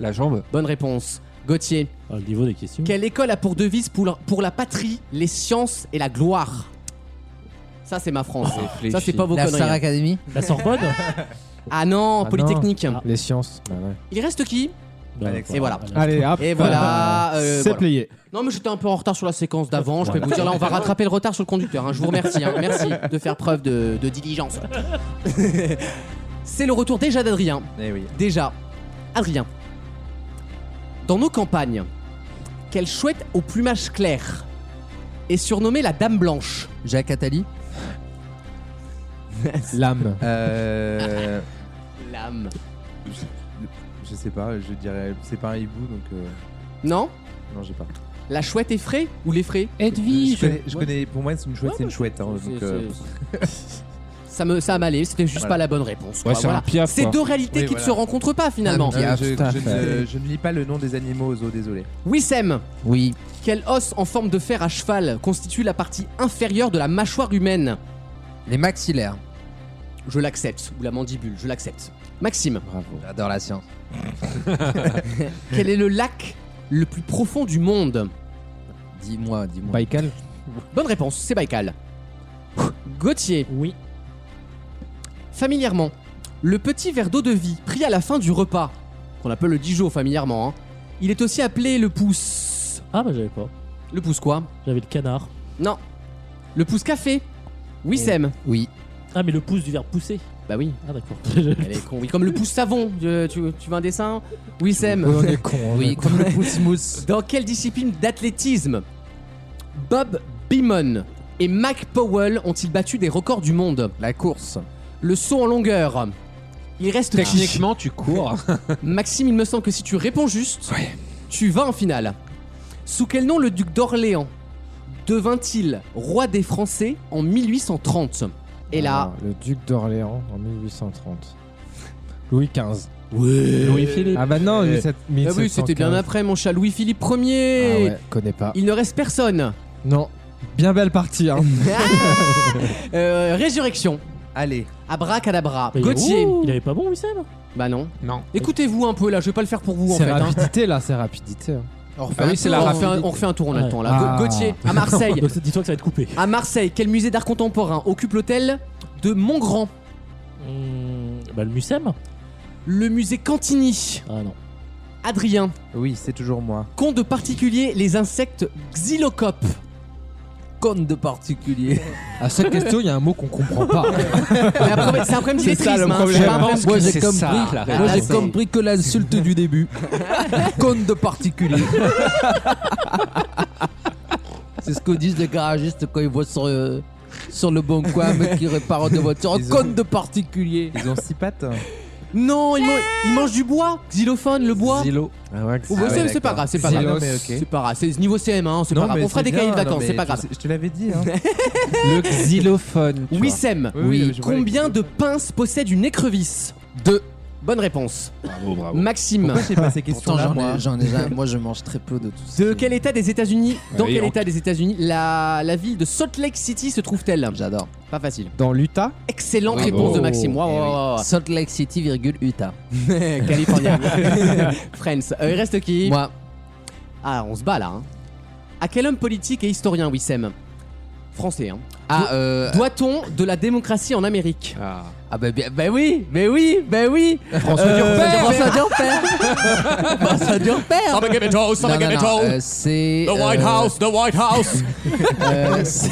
La jambe.
Bonne réponse. Gauthier,
Ah, le niveau des questions.
quelle école a pour devise pour la, pour la patrie, les sciences et la gloire Ça, c'est ma France.
Oh,
ça, c'est pas vos
La
conneries.
Star
hein.
Academy
La
*laughs*
Sorbonne Bah,
Ah non,
Ah
Polytechnique.
Les sciences. Bah, ouais.
Il reste qui
Bah,
Alex.
Et voilà.
Allez, hop.
Et
Ah.
voilà, euh,
c'est
voilà.
plié.
Non, mais j'étais un peu en retard sur la séquence d'avant. Je peux vous dire, là, on va rattraper le retard sur le conducteur. hein. Je vous remercie. hein. Merci de faire preuve de, de diligence. C'est le retour déjà d'Adrien.
*laughs* Eh oui.
Déjà, Adrien. Dans nos campagnes, quelle chouette au plumage clair est surnommée la Dame Blanche
Jacques Attali
L'âme.
Euh,
L'âme.
je sais pas, je dirais. C'est pas un hibou donc. euh,
Non
non, j'ai pas.
La chouette effraie ou l'effraie
Je connais, je connais- pour moi, c'est une chouette, c'est une chouette. hein,
C'est-
donc, euh,
c'est- *laughs* Ça me, ça m'allait, c'était juste
Voilà.
pas la bonne réponse. quoi.
Ouais, c'est
Voilà.
un piaf.
C'est
quoi.
deux réalités
Oui,
qui ne
voilà.
se rencontrent pas finalement.
Ah,
je,
tout à
je
fait.
ne, je ne lis pas le nom des animaux aux eaux, désolé.
Wissem,
Oui.
quel os en forme de fer à cheval constitue la partie inférieure de la mâchoire humaine
Les maxillaires.
Je l'accepte, ou la mandibule, je l'accepte. Maxime,
Bravo.
J'adore la science.
quel est le lac le plus profond du monde
Dis-moi, dis-moi.
Baïkal.
Bonne réponse, c'est Baïkal. Gauthier,
Oui.
familièrement, le petit verre d'eau de vie pris à la fin du repas, qu'on appelle le Dijon familièrement, hein, il est aussi appelé le pouce.
Ah, bah, j'avais pas.
Le pouce quoi
J'avais le canard.
Non. Le pouce café Wissem.
Oui.
Ah, mais le pouce du verbe pousser.
Bah oui.
Ah, d'accord. *laughs*
Elle est con. Oui, comme le pouce savon. Euh, Tu, tu veux un dessin Wissem.
on est con.
Oui, comme *laughs* le pouce mousse.
Dans quelle discipline d'athlétisme Bob Beamon et Mac Powell ont-ils battu des records du monde
La course.
Le saut en longueur. Il reste qui
Techniquement, tu cours.
Maxime, il me semble que si tu réponds juste, tu vas en finale. Sous quel nom le duc d'Orléans devint-il roi des Français en 1830 Et là,
Ah, Le duc d'Orléans en 1830. Louis XV.
Louis-Philippe.
Ah bah non,
Euh,
17- 1715.
Ah oui, c'était bien après, mon chat. Louis-Philippe
Ah
Ier
ouais, connais pas.
Il ne reste *laughs* personne.
Non, bien belle partie. Hein.
Euh, résurrection.
Allez,
Abracadabra.
Bah, il-
Gauthier.
Il avait pas bon, Wissem
Bah non.
Non.
Écoutez-vous un peu là, je vais pas le faire pour vous en
C'est
fait. hein.
rapidité là, c'est rapidité. hein.
On refait
Ah oui,
un
c'est
tour,
la
on, refait un, on refait un tour, on a le
Ouais.
temps là.
Ah.
Ga- Gauthier, *laughs* à Marseille.
Donc, bah, dis-toi que ça va être coupé.
à Marseille, quel musée d'art contemporain occupe l'hôtel de Montgrand
Hum, bah, le Mucem
Le musée Cantini.
Ah, non.
Adrien,
oui, c'est toujours moi.
qu'ont de particulier les insectes xylocopes
Cône de particulier.
À chaque question, il y a un mot qu'on comprend pas.
Mais après, C'est un problème
C'est ça, le
d'illettrisme, hein,
problème.
c'est pas un problème- Ah,
Moi
c'est
j'ai compris.
ça, la
Moi j'ai
réponse.
compris que l'insulte du
*laughs*
début. Cône de particulier. C'est ce que disent les garagistes quand ils voient sur, euh, sur le bon coin un mec qui répare des voitures.
Ils ont-
Cône de particulier.
Ils ont six pattes.
Non, ils, man- ils mangent du bois, xylophone, le bois.
Zillow.
Ou
Ah ouais,
c'est- c'est pas
d'accord.
grave, c'est pas grave.
Non, non, mais ok.
C'est pas grave, c'est niveau CM1, c'est
Non,
pas grave.
mais
On fera
c'est
des cahiers de
bien, non,
vacances,
mais
c'est pas
tu
grave.
sais- Je te l'avais dit. Hein.
Le xylophone. tu vois.
Wissem,
Oui, oui, je vois les
combien de
xylophones.
pinces possède une écrevisse Deux. Bonne réponse.
Bravo, bravo.
Maxime,
Pourquoi j'ai pas ces
Pourtant
questions-là,
j'en
moi
ai, j'en ai un. Moi je mange très peu de tout ça.
de quel état des États-Unis Dans
Oui,
quel
on-
état des États-Unis la, la ville de Salt Lake City se trouve-t-elle
J'adore.
Pas facile.
Dans l'Utah,
Excellente
Oui.
réponse de
Oh.
Maxime. Waouh,
Eh oui.
waouh, waouh, waouh.
Salt Lake City, virgule Utah.
Californien.
*laughs*
Friends. Euh, il reste qui
Moi,
Ah, on se bat là. hein. À quel homme politique et historien, Wissem Français, hein.
ah, euh,
Doit-on de la démocratie en Amérique
Ah.
ah bah, bien- bah oui, mais oui, mais oui.
François
Euh,
Durper.
François Durper.
Ah,
François
hein.
Durper. Non, non, non, euh, c'est. euh,
the White House.
*laughs* euh, c'est.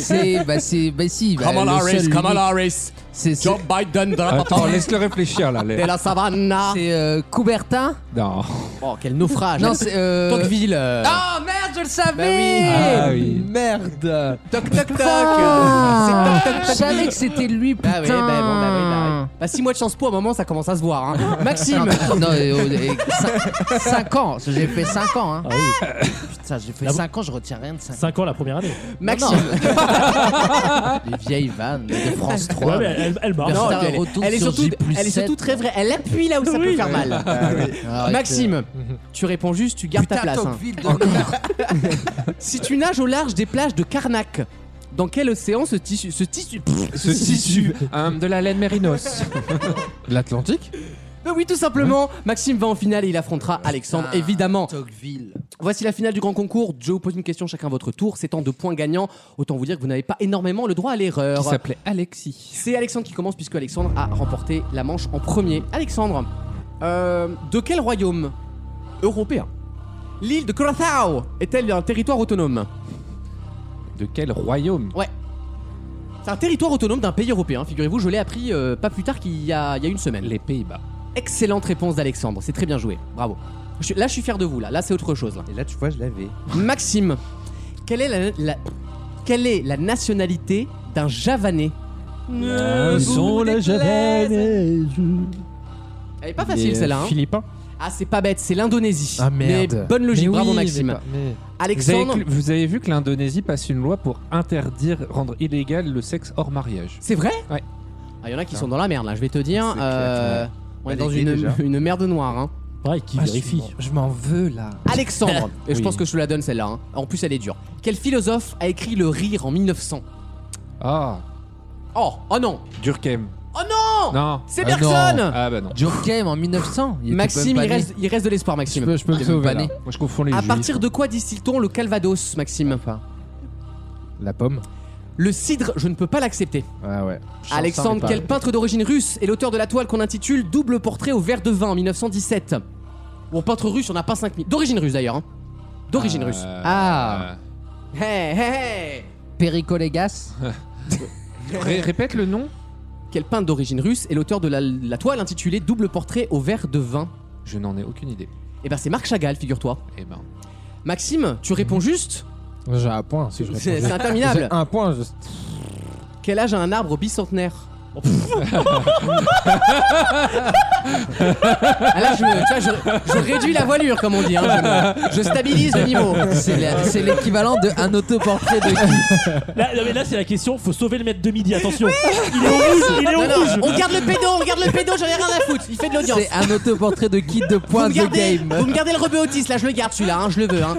c'est. Bah, c'est. Bah, si. Bah, le seul, l'unique,
Harris,
C'est. C'est.
Biden,
Attends, laisse-le réfléchir là.
*laughs*
les-
de la savane.
c'est, euh, Coubertin
Non.
Oh, quel naufrage.
Non, c'est. Euh...
Tocqueville. euh, Bah
Ah merde, je le savais
Eh,
Ah oui.
*laughs*
Merde
Toc toc toc
Ah,
C'est toc toc
Je
toc
savais que c'était lui, putain
Bah oui, bah bon, bah oui, bah oui. Bah 6 mois de chance pour, à un moment, ça commence à se voir.
*laughs*
Hein. Maxime
Non, oh, 5 ans, j'ai fait 5 ans. Hein.
Ah
Putain, j'ai fait
Ah bon
5 ans, je retiens rien de 5 ans.
5 Ah ans la première année.
Maxime *laughs*
Les vieilles vannes de
Ah,
France
Ouais,
3.
mais elle, elle marche.
Non,
Non,
Star
elle, est-
retourne
elle est
sur
surtout,
J plus
elle est surtout
sept.
très vraie. Elle appuie là où ça peut faire mal.
Arrête.
Ah,
Mhm.
Maxime, tu réponds juste, tu gardes ta place. hein. Si tu nages au large des plages de Karnak, dans quel océan ce tissu, ce tissu, pff,
Ce tissu hein, de la laine mérinos.
*laughs* L'Atlantique
Euh, oui, tout simplement. Maxime va en finale et il affrontera Alexandre,
Ah,
évidemment.
Tocqueville.
Voici la finale du grand concours. Je vous pose une question chacun à votre tour. C'est en deux points gagnants. Autant vous dire que vous n'avez pas énormément le droit à l'erreur.
Qui s'appelait Alexis.
C'est Alexandre qui commence puisque Alexandre a remporté la manche en premier. Alexandre, euh, de quel royaume européen l'île de Curaçao est-elle un territoire autonome
De quel royaume
C'est un territoire autonome d'un pays européen, figurez-vous, je l'ai appris euh, pas plus tard qu'il y a, il y a une semaine.
Les Pays-Bas.
Excellente réponse d'Alexandre, c'est très bien joué, bravo. Je suis- là je suis fier de vous, là, là c'est autre chose. là.
Et là, tu vois, je l'avais.
Maxime, quelle est la, la- quelle est la nationalité d'un javanais
Ils sont la
Elle est pas facile celle-là. hein.
euh, Philippin
Ah c'est pas bête, c'est l'Indonésie.
Ah, merde.
Mais bonne logique, bravo Maxime.
Vous avez,
Alexandre,
cl- vous avez vu que l'Indonésie passe une loi pour interdire, rendre illégal le sexe hors mariage.
c'est vrai
Ouais.
Il y en a qui sont dans la merde là, je vais te dire.
C'est
euh,
clair,
on est
Bah,
dans
les gays,
une,
déjà.
une merde noire. hein.
Pareil, qui vérifie.
Je m'en veux là.
Alexandre, et je
Oui.
pense que je te la donne celle-là. hein. En plus, elle est dure. Quel philosophe a écrit Le Rire en 1900
Ah,
Oh, oh non
Durkheim.
Oh non
Non.
C'est
Ah non.
Bergson
Ah bah non.
Durkheim en 1900. il était même
Maxime, il
pas né.
reste, il reste de l'espoir,
Je
Maxime.
peux, je peux me
Il est même
sauver
pas
là.
né.
Moi je confonds les
À
juifs.
partir de quoi distille-t-on le Calvados, Maxime
La pomme
Le cidre, je ne peux pas l'accepter.
Ah ouais. Je sens
Alexandre,
ça, mais
quel
pas-
peintre d'origine russe est l'auteur de la toile qu'on intitule Double portrait au verre de vin en 1917 Bon, peintre russe, on n'a pas 5000. D'origine russe d'ailleurs. hein. D'origine russe.
Euh,
Ah.
Hey, hey, hey.
Péricolégas.
euh, Ré- répète le nom
Quel peintre d'origine russe est l'auteur de la, la toile intitulée Double portrait au verre de vin
Je n'en ai aucune idée.
Eh ben c'est Marc Chagall, figure-toi.
Eh ben.
Maxime, tu
Mhm.
réponds juste
J'ai un point si je réponds.
C'est c'est
*laughs*
J'ai
interminable.
un point juste.
Quel âge a un
*laughs*
arbre bicentenaire Ah là, je, tu vois, je- je réduis la voilure, comme on dit. hein, je, je stabilise le niveau. Ah.
C'est la- c'est l'équivalent d'un autoportrait de
*laughs*
qui
Là, là, mais là, c'est la question. Faut sauver le maître de midi. Attention. Il est au rouge. Il est au
Non, non,
rouge.
on garde le pédo, on garde le pédo, j'en ai rien à foutre. Il fait de l'audience.
C'est un autoportrait de qui de
Vous
point de
me, gardez,
game.
vous me gardez le rebeu autiste, là, je le garde celui-là, hein, je le veux. Hein.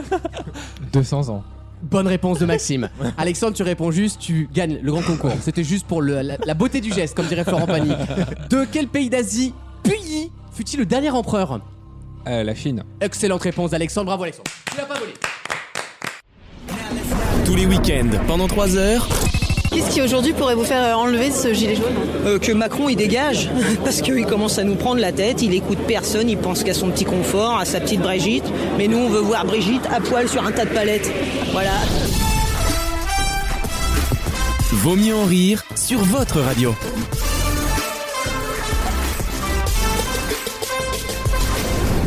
200 ans.
Bonne réponse de Maxime. Alexandre, tu réponds juste, tu gagnes le grand concours. C'était juste pour le- la, la beauté du geste, comme dirait Florent Pagny. De quel pays d'Asie Puyi fut-il le dernier empereur
Euh, la Chine.
Excellente réponse d'Alexandre, bravo Alexandre. Tu l'as pas volé.
Tous les week-ends, pendant 3 heures,
Qu'est-ce qui aujourd'hui pourrait vous faire euh, enlever ce gilet jaune
Euh, que Macron, il dégage. *laughs* Parce qu'il commence à nous prendre la tête, il écoute personne, il pense qu'à son petit confort, à sa petite Brigitte. Mais nous, on veut voir Brigitte à poil sur un tas de palettes. Voilà.
Vaut mieux en rire sur votre radio.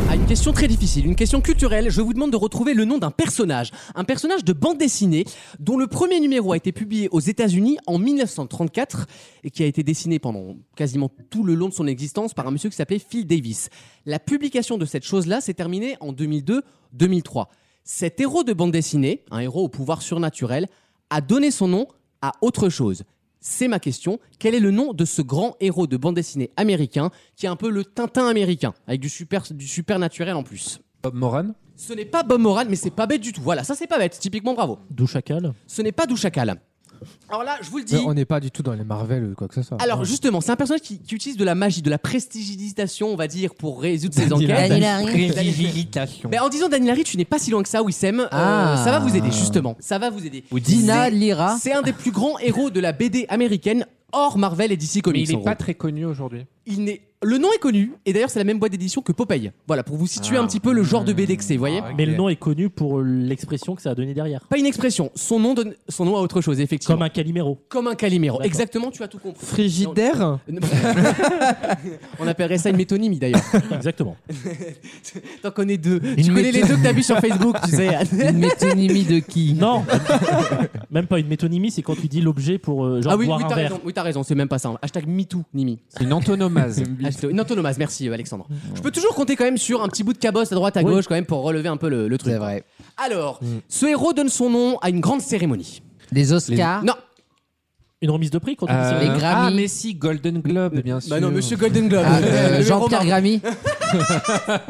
À Ah, une question très difficile, une question culturelle, je vous demande de retrouver le nom d'un personnage. Un personnage de bande dessinée dont le premier numéro a été publié aux États-Unis en 1934 et qui a été dessiné pendant quasiment tout le long de son existence par un monsieur qui s'appelait Phil Davis. La publication de cette chose-là s'est terminée en 2002-2003. Cet héros de bande dessinée, un héros au pouvoir surnaturel, a donné son nom à autre chose. C'est ma question. Quel est le nom de ce grand héros de bande dessinée américain qui est un peu le Tintin américain, avec du super, du super naturel en plus
Bob Euh, Moran
Ce n'est pas Bob Moran, mais c'est pas bête du tout. Voilà, ça c'est pas bête. Typiquement, bravo.
D'où chacal.
Ce n'est pas Douchacal. Alors là, je vous le dis.
Mais on n'est pas du tout dans les Marvel ou quoi que ce soit.
Alors justement, c'est un personnage qui, qui utilise de la magie, de la prestidigitation, on va dire, pour résoudre ses enquêtes.
Daniel Harry.
Mais en disant Daniel Harry, tu n'es pas si loin que ça, Wissem. Euh,
Ah.
ça va vous aider, justement. Ça va vous aider.
Dina Lira.
C'est un des plus grands héros de la BD américaine hors Marvel et DC Comics.
Mais il
en
n'est
gros.
pas très connu aujourd'hui.
Il n'est Le nom est connu, et d'ailleurs c'est la même boîte d'édition que Popeye. Voilà, pour vous situer
Ah.
un petit peu le genre de BD que c'est, vous voyez
Mais le nom est connu pour l'expression que ça a donné derrière.
Pas une expression, son nom donne son nom à autre chose, effectivement.
Comme un caliméro.
Comme un Calimero, exactement, tu as tout compris.
Frigidaire
On appellerait ça une métonymie d'ailleurs.
*laughs*
Exactement.
T'en connais deux. tu connais les deux que t'as vu sur Facebook,
*laughs*
tu sais.
Une métonymie de qui
Non Même pas une métonymie, c'est quand tu dis l'objet pour euh, genre
ah oui,
boire
oui,
un
t'as
verre.
raison, oui, t'as raison, c'est même pas ça. hein. Hashtag MeToo, Nimi.
C'est une antonomase.
Hashtag- Non, Thomas, merci euh, Alexandre. Je peux toujours compter quand même sur un petit bout de cabosse à droite à gauche quand même pour relever un peu le, le truc.
C'est vrai.
Alors, ce héros donne son nom à une grande cérémonie.
Les
Ah.
Oscars.
Non,
Une remise de prix quand on
Euh,
dit
Les Grammys.
Ah, mais si, Golden Globe, bien sûr.
bah non, Monsieur Golden Globe. *laughs*
Ah,
Le
euh,
héros
Jean-Pierre
marqué. *laughs*
Grammy.
ça.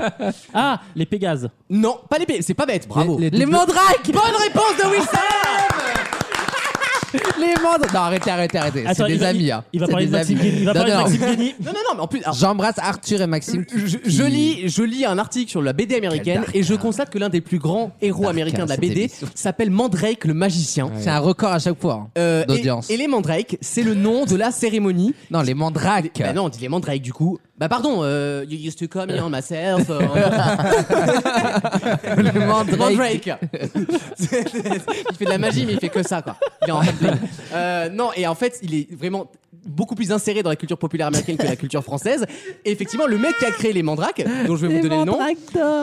Ah, les Pégases.
Non, pas les baies, c'est pas bête, bravo.
Les- les
Les Mandrake
Bonne réponse de Wilson *laughs*
Les Mandrake Non, arrêtez, arrêtez, arrêtez.
Attends,
C'est
il
des
va-
amis.
il-
hein.
il va
C'est
parler de
des
Maxime
amis.
Guéni. Il va
Non,
parler de
non. *laughs*
Maxime Guéni.
Non, non, non, mais en plus. alors,
J'embrasse Arthur et Maxime.
je, je lis, je lis un article sur la BD américaine
dark,
et je constate que l'un des plus grands héros
Dark,
américains de la
cette
BD
Ah, émission.
s'appelle Mandrake le magicien.
C'est un record à chaque fois. hein.
Euh, et-
D'audience.
Et, les Mandrake, c'est le nom de la cérémonie.
Non, les Mandrake.
Bah non, on dit les Mandrake du coup. Bah pardon, euh, you used to come here myself.
*laughs*
euh,
les Mandrake.
Mandrake. il fait de la magie, mais il fait que ça, quoi. Il est en rappelé. Euh, non, et en fait, il est vraiment beaucoup plus inséré dans la culture populaire américaine que la culture française. Et effectivement, le mec qui a créé les Mandrakes, dont je vais vous donner le nom,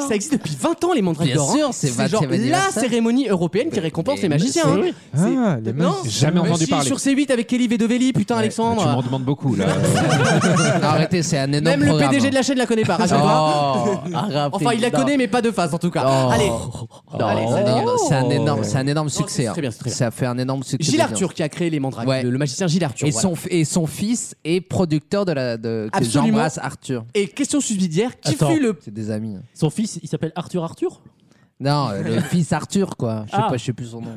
ça existe depuis 20 ans, les Mandrakes
Bien
d'or. hein.
sûr, c'est
C'est genre
20e
la
anniversaire.
cérémonie européenne qui récompense les magiciens. hein.
Ah, les
Non,
magiciens.
Jamais
mais
entendu
si,
parler.
Sur C8 avec Kelly Vedovelli, putain,
Ah, Tu m'en
Alexandre.
demandes beaucoup, là.
Non, Arrêtez, c'est un énorme
Même le
programme. hein.
PDG de la chaîne la connaît *laughs* pas, rassure-toi.
Oh,
Enfin, il la connaît, mais pas de face en tout cas.
Oh.
Allez,
Non,
Allez,
non,
ça
non,
y est.
non, c'est un énorme, c'est un énorme
c'est
succès.
très
hein.
bien, c'est très bien.
Ça fait un énorme succès.
Gilles
d'audience.
Arthur qui a créé les Mandrakes,
Ouais.
le, le magicien Gilles Arthur.
Et
voilà.
son, et son fils est producteur de la de que
Absolument.
j'embrasse Arthur.
Et question subsidiaire, qui
Attends.
fut le
C'est des amis. hein.
Son fils, il s'appelle Arthur Arthur
Non,
*laughs*
euh, le fils Arthur quoi. Je sais
Ah.
pas, je sais plus son nom.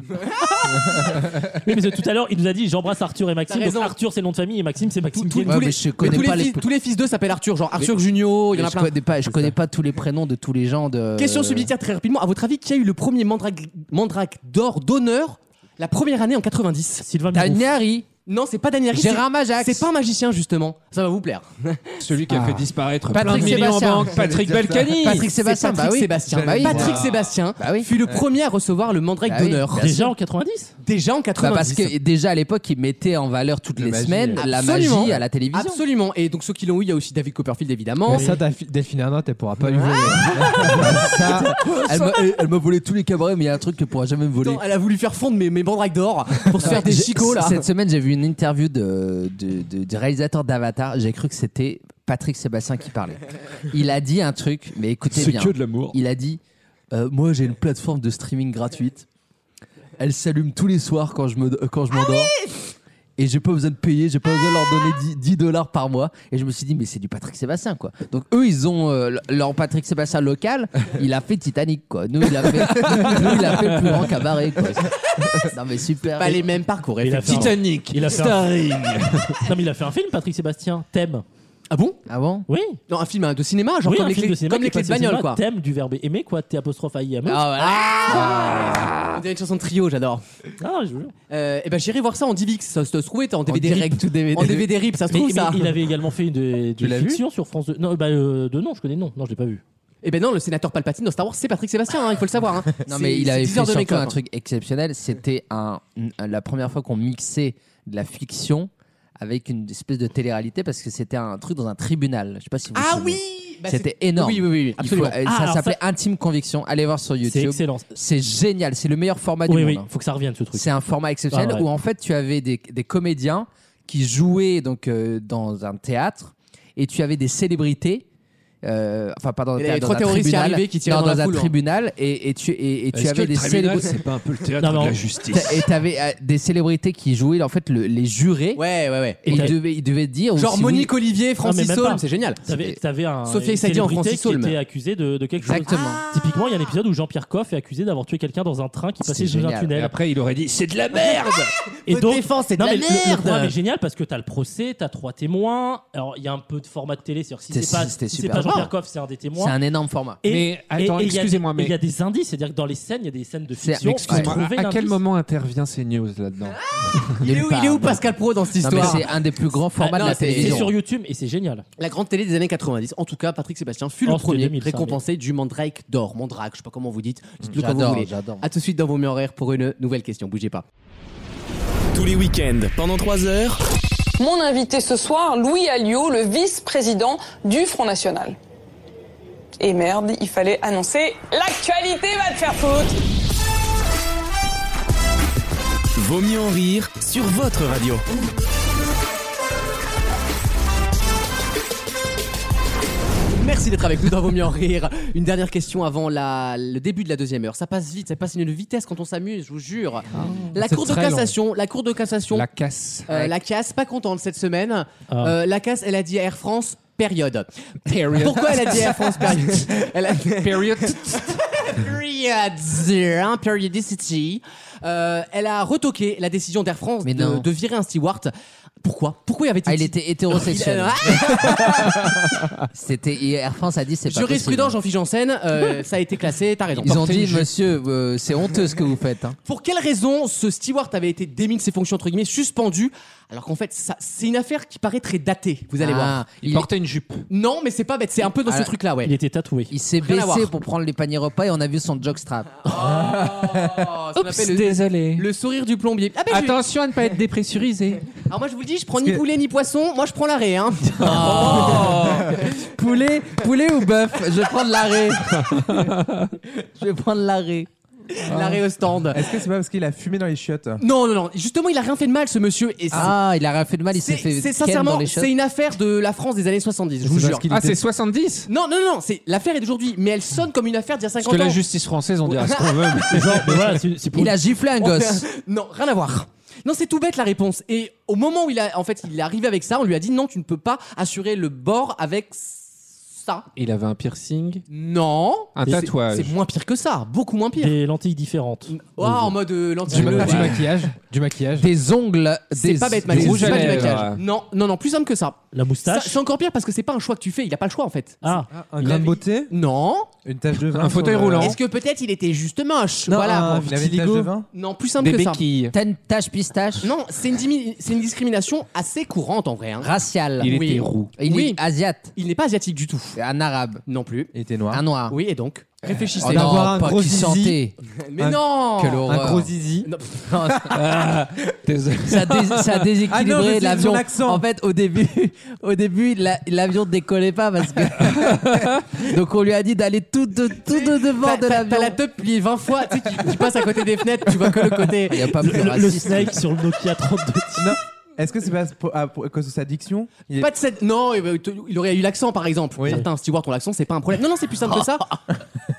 Oui, mais tout à l'heure, il nous a dit j'embrasse Arthur et Maxime.
T'as
Donc
raison.
Arthur, c'est le nom de famille et Maxime, c'est Maxime
Tout-
Guéni.
Ouais,
les-
mais je
mais
connais
tous,
pas
les
les
fils, tous les fils d'eux s'appellent Arthur, genre Arthur Junio, Oh, il y en a
je
plein.
connais pas, je connais pas tous les prénoms de tous les gens de.
Question subsidiaire très rapidement, à votre avis, qui a eu le premier Mandrake, mandrake d'or d'honneur la première année en 90
Sylvain Mirouf.
Daniari,
Non, c'est pas Daniel Harris,
Gérard Majax.
c'est- C'est pas un magicien justement, ça va vous plaire.
Celui qui a fait disparaître
Patrick
plein de millions en
Sébastien.
banque, Patrick Balkany.
Patrick
C'est
Sébastien,
Patrick
bah oui.
Sébastien.
Bah oui.
Patrick Sébastien
Bah oui.
fut le premier à recevoir le Mandrake
Bah oui.
d'honneur
Bien
Déjà
sûr.
en 90
déjà en 90.
Bah, parce que déjà à l'époque, ils mettaient en valeur toutes les
magie.
semaines la
euh, Absolument.
magie à la télévision.
Absolument. Et donc ceux qui l'ont eu, il y a aussi David Copperfield évidemment.
Mais ça, Delphi- Delphine Ernotte, elle pourra pas
Ah,
lui voler. Ça,
Elle m'a- Elle elle m'a volé tous les cabarets, mais il y a un truc qu'elle pourra jamais me voler.
Attends, elle a voulu faire fondre mes, mes Mandrake d'or pour se faire des
J'ai-
chicots là.
Cette semaine, j'ai vu une interview de, de- de- du réalisateur d'Avatar. J'ai cru que c'était Patrick Sébastien qui parlait. Il a dit un truc, mais écoutez
C'est
bien.
que de l'amour.
Il a dit euh, Moi, j'ai une plateforme de streaming gratuite. Elle s'allume tous les soirs quand je me- euh, quand je m'endors. et j'ai pas besoin de payer, j'ai pas besoin de leur donner 10 10 dollars par mois. Et je me suis dit, mais c'est du Patrick Sébastien, quoi. Donc eux, ils ont euh, le- leur Patrick Sébastien local, il a fait Titanic, quoi. Nous, il a fait, nous, il a fait le plus grand cabaret, quoi. Non, mais super.
Pas les mêmes parcours.
Il a fait un-
effectivement.
Il a fait un... *laughs* Non, mais il a fait un film, Patrick Sébastien. Thème.
Ah bon
Ah bon
Oui.
Non, un film hein, de cinéma, genre
oui,
comme,
un
les
film
clés,
de cinéma
comme
qui
les
est
clés de
passé au
bagnole,
cinéma.
quoi.
Thème du verbe aimer, quoi. T apostrophe I M. E.
Ah, voilà.
On dirait une chanson de trio, j'adore.
Ah, je vous jure.
Euh, et ben j'irai voir ça en DivX, ça se trouve, t'es en DVD rip.
tout DVD.
En DVD rip, ça se
Mais-
trouve
mais
ça.
il avait également fait une de,
l'as
de
vu
fiction sur France 2. Non, bah, euh, de nom, je connais le nom. Non, je l'ai pas vu.
Et ben non, le sénateur Palpatine dans Star Wars, c'est Patrick Sébastien, hein, il faut le savoir. hein.
Non,
C'est-
mais il
c'est
avait
10
fait
heures de
surtout
make-up.
un truc exceptionnel. C'était un, un- la première fois qu'on mixait de la fiction avec une espèce de télé-réalité parce que c'était un truc dans un tribunal. Je sais pas si vous vous
Ah
souvenez.
oui Bah,
C'était énorme.
Oui, oui, oui, oui,
Il
absolument.
faut- euh,
Ah, alors
ça s'appelait Intime Conviction. Allez voir sur
C'est
YouTube.
excellent.
C'est génial. C'est le meilleur format du
Oui, oui,
hein.
monde. hein.
faut que ça revienne ce truc.
C'est un format exceptionnel
Ah, ouais.
où en fait tu avais des, des comédiens qui jouaient donc euh, dans un théâtre et tu avais des célébrités. euh, enfin, pardon,
Il y avait
dans
trois
un
terroristes qui
tribunal,
arrivaient, qui tiraient
non,
dans la
un
foule, hein.
tribunal et, et tu, et, et tu
Est-ce que
avais
le
des
tribunal,
célébrités.
c'est pas un peu le théâtre
Non, mais
de
on-
la justice
Et t'avais euh, des célébrités qui jouaient en fait le- les jurés.
Ouais, ouais, ouais.
Et ils
t'avais-
devaient, ils devaient dire.
Genre
si
Monique
oui-
Olivier,
mais
Francis
même
Holm,
pas.
c'est génial.
T'avais, t'avais un
Sophia
une
Saidi en
célébrité
Francis
qui
Holm.
était accusé de, de quelque
Exactement.
chose. Ah. Typiquement, il y a un épisode où Jean-Pierre Coff est accusé d'avoir tué quelqu'un dans un train qui
C'est
passait sous un
génial.
Et
tunnel.
après, il aurait dit c'est de la merde
Et
Votre défense, c'est de
non,
la
mais le- le,
merde.
programme est génial parce que t'as le procès, t'as trois témoins. Alors il y a un peu de format de télé, c'est-à-dire si
C'était-
c'est pas,
c'était
si c'est
super
pas
drôle.
fort.
Kirchhoff, c'est un des témoins.
C'est un énorme format.
Et,
Mais attends,
et- et il y a des-
excusez-moi, mais-
Il y a des indices, c'est-à-dire que dans les scènes, il y a des scènes de
C'est-
fiction.
excusez-moi,
faut trouver
à quel
l'indice.
moment intervient ces news là-dedans
Il est, où,
Nulle part.
il est où Pascal Pro dans cette
Non, mais
histoire
c'est un des plus grands formats
Ah, non,
de la
c'est- c'est
C'est
télévision.
sur YouTube et c'est génial.
La grande télé des années 90. En tout cas, Patrick Sébastien fut
Oh,
le
c'était
premier
2000, ça,
récompensé du Mandrake d'or. Mandrake, je sais pas comment vous dites. Dites-le comme vous
J'adore,
voulez.
j'adore.
À tout de suite dans vos murs horaires pour une nouvelle question. Bougez pas.
Tous les week-ends, pendant 3 heures,
Mon invité ce soir, Louis Alliot, le vice-président du Front National. Et merde, il fallait annoncer l'actualité va te faire foutre.
Vaut mieux en rire sur votre radio.
Merci d'être avec nous dans Vos mieux en rire. Une dernière question avant la- le début de la deuxième heure. Ça passe vite, ça passe une vitesse quand on s'amuse, je vous jure. La
Ah. C'est
cour, de
très long.
cassation, la cour de cassation,
La casse.
euh, la casse, pas contente cette semaine.
Ah.
Euh, la casse, elle a dit à Air France, période. Pourquoi elle a dit Air France,
*laughs*
période Elle a-
Period.
Periods, hein, periodicity. Euh, elle a retoqué la décision d'Air France
Mais
de,
non.
de virer un steward. Pourquoi Pourquoi y avait-il
Ah, il était
*laughs*
hétérosexuel.
Ah,
C'était Air France a dit c'est pas possible.
Jurisprudent Jean-Philippe Janssen,
*laughs*
euh, ça a été classé, t'as raison.
Ils ont
Portez
dit
une jupe.
monsieur euh, c'est honteux ce que vous faites. hein.
Pour quelle raison ce steward avait été démis de ses fonctions, entre guillemets, suspendu Alors qu'en fait, ça- c'est une affaire qui paraît très datée, vous allez
Ah,
voir.
Il
Il,
portait une jupe.
Non, mais c'est pas bête, c'est un peu dans ce
Ah,
truc-là, ouais.
Il était tatoué.
il s'est
Rien à
baissé
voir.
pour prendre les paniers repas et on a vu son jockstrap.
Oh, ça m'appelle le,
désolé.
le sourire du plombier. Ah, ben, je-
Attention à ne pas être dépressurisé.
Alors moi, je vous le dis, je prends ni poulet ni poisson, moi je prends l'arrêt,
*laughs*
hein.
Oh. poulet, poulet ou bœuf Je vais prendre l'arrêt. Je vais prendre
*laughs*
l'arrêt.
*laughs* L'arrêt au stand.
Est-ce que c'est pas parce qu'il a fumé dans les chiottes
Non, non, non. Justement, il a rien fait de mal, ce monsieur. Et c'est-
Ah, il a rien fait de mal, il s'est fait
c'est, c'est
ken dans
sincèrement,
les choses.
c'est une affaire de la France des années 70, je vous
parce
jure.
qu'il
Ah,
était-
c'est 70
Non, non, non, c'est l'affaire est d'aujourd'hui, mais elle sonne comme une affaire d'il y a
Parce que
50 ans.
la justice française, on dirait ce qu'on veut. mais-
C'est genre, mais voilà, c'est c'est pour.
Il a giflé un gosse.
*laughs* non, rien à voir. Non, c'est tout bête la réponse. Et au moment où il a, en fait, il est arrivé avec ça, on lui a dit non, tu ne peux pas assurer le bord avec ça.
Il avait un piercing.
Non.
Un
Mais c'est-
tatouage.
C'est moins pire que ça, beaucoup moins pire.
Des lentilles différentes.
Oh, en mode euh,
Du, ma-
l'anti-bleu.
du maquillage. Du maquillage.
Des ongles.
C'est
des-
pas bête,
des-
Manu,
rouges
c'est
à
pas du
lèvres.
maquillage. Non, non, non, plus simple que ça.
La
Ça,
moustache.
C'est encore pire parce que c'est pas un choix que tu fais, il a pas le choix en fait.
Ah,
Un
Un grain de beauté
Non.
Une tache de vin
Un
sur
fauteuil
le-
roulant.
Est-ce que peut-être il était juste moche
Non,
Voilà.
un
bon.
Il avait une tache de
vitiligo.
vin
Non, plus simple
Des
que
béquilles.
Ten tache pistache.
ça. Non, c'est une, dimi- c'est une discrimination assez courante en vrai. hein.
Racial.
Il
Oui.
était roux.
Il
Oui.
est asiate.
Il n'est pas asiatique du tout.
Un arabe.
Non plus.
Il était noir.
Un
Ah.
noir.
Oui, et donc Réfléchissez.
Oh
D'avoir
non,
un
pas
gros
qui
zizi.
sentait.
Mais non
Quelle horreur.
Un gros zizi.
Non,
ça, dé- ça a
Ah non, mais
déséquilibré
c'est
l'avion.
son accent.
En fait, au début, *laughs* au début, la- l'avion décollait pas parce que. *laughs* Donc on lui a dit d'aller tout de, tout de devant
T'as
de
t'as-
l'avion.
t'as la teub pliée 20 fois, tu sais, qui, qui passe à côté des fenêtres, tu vois que le
*laughs*
côté.
Il y a pas
le,
plus
le- le
raciste.
Snake sur le Nokia 32.
Non. Est-ce que c'est pas pour- à pour- à cause de sa diction Il est-
Pas de cette- Non, eh ben, te- il aurait eu l'accent par exemple.
Oui.
Certains stewards ont l'accent, c'est pas un problème. Non, non, c'est plus simple que ça.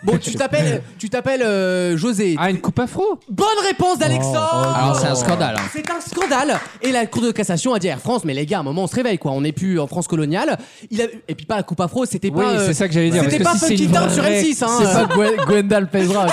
Bon, tu t'appelles, tu t'appelles euh, José.
Ah, Oh, une coupe afro
Bonne réponse d'Alexandre.
Alors c'est un
Oh.
scandale. hein.
Ah, C'est un scandale Et la Cour de cassation a dit à Air France, mais les gars, à un moment on se réveille quoi, on n'est plus en France coloniale. Il a... Et puis pas la coupe afro, c'était
Oui,
pas. euh,
c'est ça que j'allais dire.
C'était pas
parce que si c'est
Funky
une
Town sur
vraie-
M6, hein.
C'est pas Gwen- Gwendal Pesra.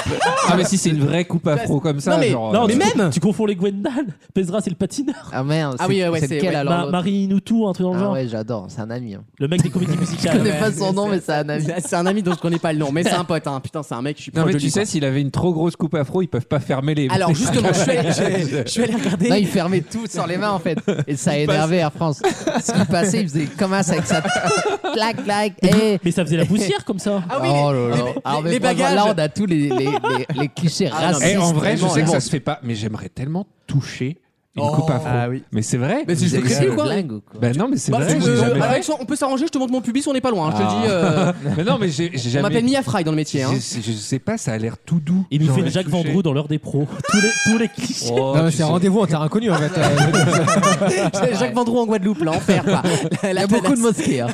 Ah, mais si c'est une vraie coupe afro comme ça,
Non, mais-
genre.
Oh,
euh,
Non,
mais
tu-
même-
Tu confonds les Gwendal. Pesra, c'est le patineur.
Ah merde.
Ah
c'est-
oui, ouais, ouais,
c'est
c'est-
lequel
ouais.
alors
Ma-
l'autre
Marie Inoutou, un truc dans le
Ah
genre.
ouais, j'adore. C'est un *laughs* ami. hein.
Le mec des comédies
Je
musicales.
connais pas son nom, mais c'est un ami.
Bah, C'est un ami dont je connais pas le nom, mais c'est un pote. Hein. Putain, c'est un mec, je suis
Non,
proche
mais
de
tu
lui,
sais,
quoi.
s'il avait une trop grosse coupe afro, ils peuvent pas fermer les.
Alors justement, je suis allé,
*laughs*
je- je suis allé regarder.
Non, il fermait tout sur les mains en fait. Et ça a énervé Air France. Ce qui passait, il faisait comme ça avec sa. *laughs* Clac, clac. eh.
Mais ça faisait la poussière comme ça.
Ah oui,
oh là
les-
là.
les-
Alors, mais
les
franchement,
bagages.
Là, on a tous les, les, les, les clichés
Ah, non,
racistes.
mais-
Eh, en vrai, je
vraiment,
sais que
vraiment.
ça se fait pas, mais j'aimerais tellement toucher une
Oh.
coupe afro.
Ah oui.
Mais c'est vrai.
Mais c'est
Vous
juste
êtes
crédit ou quoi
dingue ou quoi
Ben non, mais c'est
Bah,
vrai.
tu
j'ai
veux-
jamais fait.
Alex, on peut s'arranger, je te montre mon pubis, on n'est pas loin. hein, Je te
Ah.
dis, euh,
*laughs* Mais non, mais j'ai j'ai
on
jamais.
m'appelle Mia Fry dans le métier. hein.
Je, sais- je sais pas, ça a l'air tout doux.
Il nous
Genre,
fait
le
Jacques
toucher.
Vendroux dans l'heure des pros. Tous les, tous les clichés.
Oh,
Non, mais
tu
c'est un
sais.
rendez-vous en terre inconnue en fait. Euh,
*laughs* Jacques Vendroux en Guadeloupe, l'enfer. quoi.
*laughs*
La-
Il y
la-
a beaucoup de mosquées. Hein.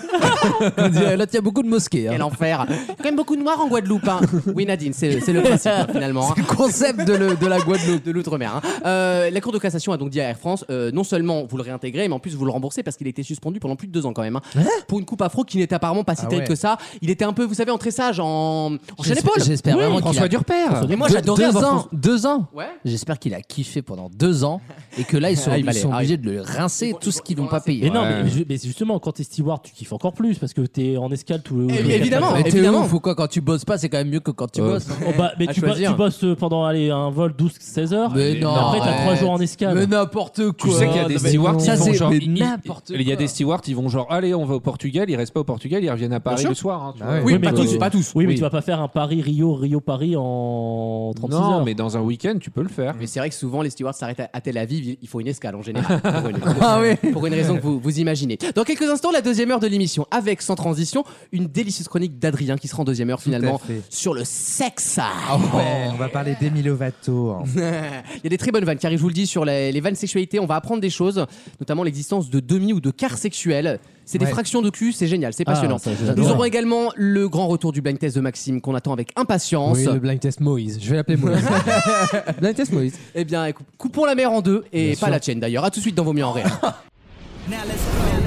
On dirait, Là, il y a beaucoup de mosquées.
Quel
Hein.
enfer. Quand même beaucoup de noirs en Guadeloupe. hein. Oui, Nadine, c'est c'est le principe hein, finalement. hein.
Concept de, le- de la Guadeloupe.
de l'outre-mer. hein. Euh, la Cour de cassation a donc donc dit à Air France, euh, non seulement vous le réintégrez, mais en plus vous le remboursez parce qu'il a été suspendu pendant plus de deux ans quand même. hein. pour une coupe afro qui n'était apparemment pas si
Ah
terrible
ouais.
que ça. Il était un peu, vous savez, en tressage, en, en chaîne
J'espère-
épaule.
J'espère
Oui,
vraiment
François
qu'il a-
Durper. Mais moi
Deux-
j'adorais
deux
avoir
ans.
François-
Deux ans.
Ouais.
J'espère qu'il a kiffé pendant deux ans et que là ils sont,
Ah, il
ils
va aller,
sont
ah,
obligés
il-
de le rincer tout ce qu'ils n'ont pas
Mais
payé.
non, mais, ju- mais justement, quand t'es steward, tu kiffes encore plus parce que t'es en escale tout le.
Mais t'es
évidemment.
ouf ou quoi quand tu bosses pas, c'est quand même mieux que quand tu bosses. hein.
*laughs* Oh, bah, mais
À
tu, bo-
choisir.
tu bosses euh, pendant allez, un vol 12-16 heures.
Mais
et
non,
Après, t'as
arrête.
3 jours en escale.
Mais n'importe quoi.
Tu sais qu'il y a des stewards qui
Ça,
font
c'est-
genre.
mais
ils- ils-
n'importe
Il y a des stewards, ils vont genre, allez, on va au Portugal, ils restent pas au Portugal, ils reviennent à Paris
sûr.
le soir. hein, tu
Bah
vois.
ouais. Oui, mais tu- Oui, mais tu vas pas faire un Paris-Rio, Rio-Paris en 36
Non,
heures.
mais dans un week-end, tu peux le faire.
Mais c'est vrai que souvent les stewards s'arrêtent à, à Tel Aviv, il faut une escale en
*laughs*
général. Pour une,
Ah oui.
pour une raison que vous, vous imaginez. Dans quelques instants, la deuxième heure de l'émission, avec sans transition, une délicieuse chronique d'Adrien qui sera en deuxième heure finalement
fait.
sur le sexe.
Ah ouais, on va parler d'Emi Lovato. hein.
*laughs* Il y a des très bonnes vannes, car je vous le dis, sur les, les vannes sexualité, on va apprendre des choses, notamment l'existence de demi ou de quarts sexuels. C'est des
Ouais.
fractions de cul, c'est génial, c'est
Ah,
passionnant.
ça,
Nous
j'adore.
aurons également le grand retour du blind test de Maxime qu'on attend avec impatience.
Oui, le blind test Moïse. Je vais l'appeler Moïse.
*laughs*
blind test Moïse.
Eh bien, écoute, coupons la mer en deux, et
Bien
pas
sûr.
la tienne d'ailleurs. À tout de suite dans Vos mieux en rire.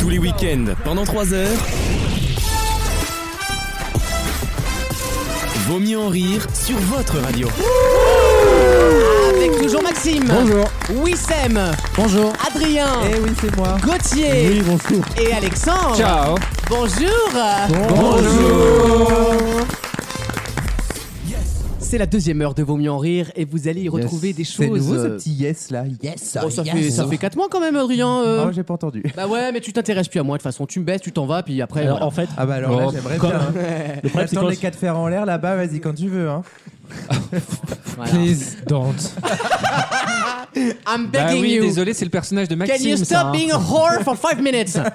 Tous les week-ends, pendant 3 heures. Vaut mieux en rire sur votre radio.
Avec toujours Maxime.
Bonjour.
Wissem. Bonjour. Adrien.
Eh oui, c'est moi.
Gauthier.
Oui,
bonjour.
Et Alexandre.
Ciao.
Bonjour. C'est la deuxième heure de Vaut mieux en rire et vous allez y retrouver des
C'est
choses.
nouveau ce
euh,
petit yes là. Yes.
Oh, ça, fait, ça fait 4 mois quand même, Adrien. euh.
Ah, j'ai pas entendu.
Bah ouais, mais tu t'intéresses plus à moi de toute façon. Tu me baisses, tu t'en vas, puis après.
Alors,
voilà.
en fait- Ah bah alors là, j'aimerais bien, hein.
Le problème, c'est
Attends
quand-
les quatre fers en l'air là-bas, vas-y quand tu veux. Hein.
Voilà.
Please don't.
I'm begging
Bah oui,
you.
désolé, c'est le personnage de Maxime.
Can you stop
ça, hein.
being a whore for 5
*laughs*
minutes *laughs*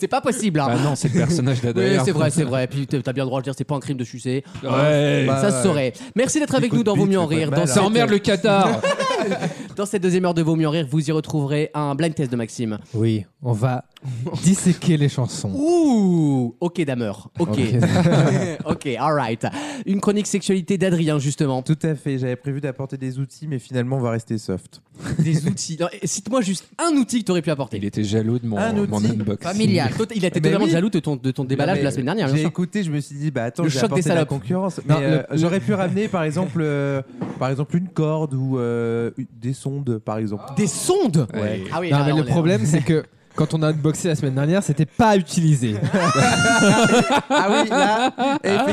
C'est pas possible. Hein.
Bah non, c'est le personnage d'Adrien.
Oui, c'est vrai, c'est vrai. Puis t'as bien le droit de dire c'est pas un crime de sucer.
*laughs* Ouais.
Bah,
ça se
Ouais.
saurait. Merci d'être avec nous dans Vaut mieux en rire. Dans
Ça emmerde le Qatar.
dans cette deuxième heure de Vaut mieux en rire, vous y retrouverez un blind test de Maxime.
Oui, on va disséquer les chansons.
Ouh, ok dameur, ok,
Ok.
*laughs* ok, alright. Une chronique sexualité d'Adrien justement.
Tout à fait. J'avais prévu d'apporter des outils, mais finalement on va rester soft.
Des outils. Non, et Cite-moi juste un outil que t'aurais pu apporter.
Il était jaloux de mon,
Un outil
mon unboxing.
Familial. Toi, Il a été
Mais
totalement
oui.
jaloux de ton, de ton déballage
Non, mais
de la semaine dernière. bien
J'ai
sûr.
écouté, je me suis dit, bah attends,
Le
j'ai
choc des
apporté de la
salopes.
concurrence. Mais
Non,
euh,
le-
j'aurais pu ramener, par exemple, euh, par exemple une corde ou euh, une- des sondes, par exemple.
Des sondes
Ouais.
Ah oui,
non,
là,
mais
on
le
est-
problème, c'est
*laughs*
que quand on a unboxé la semaine dernière, c'était pas utilisé.
ah oui, là,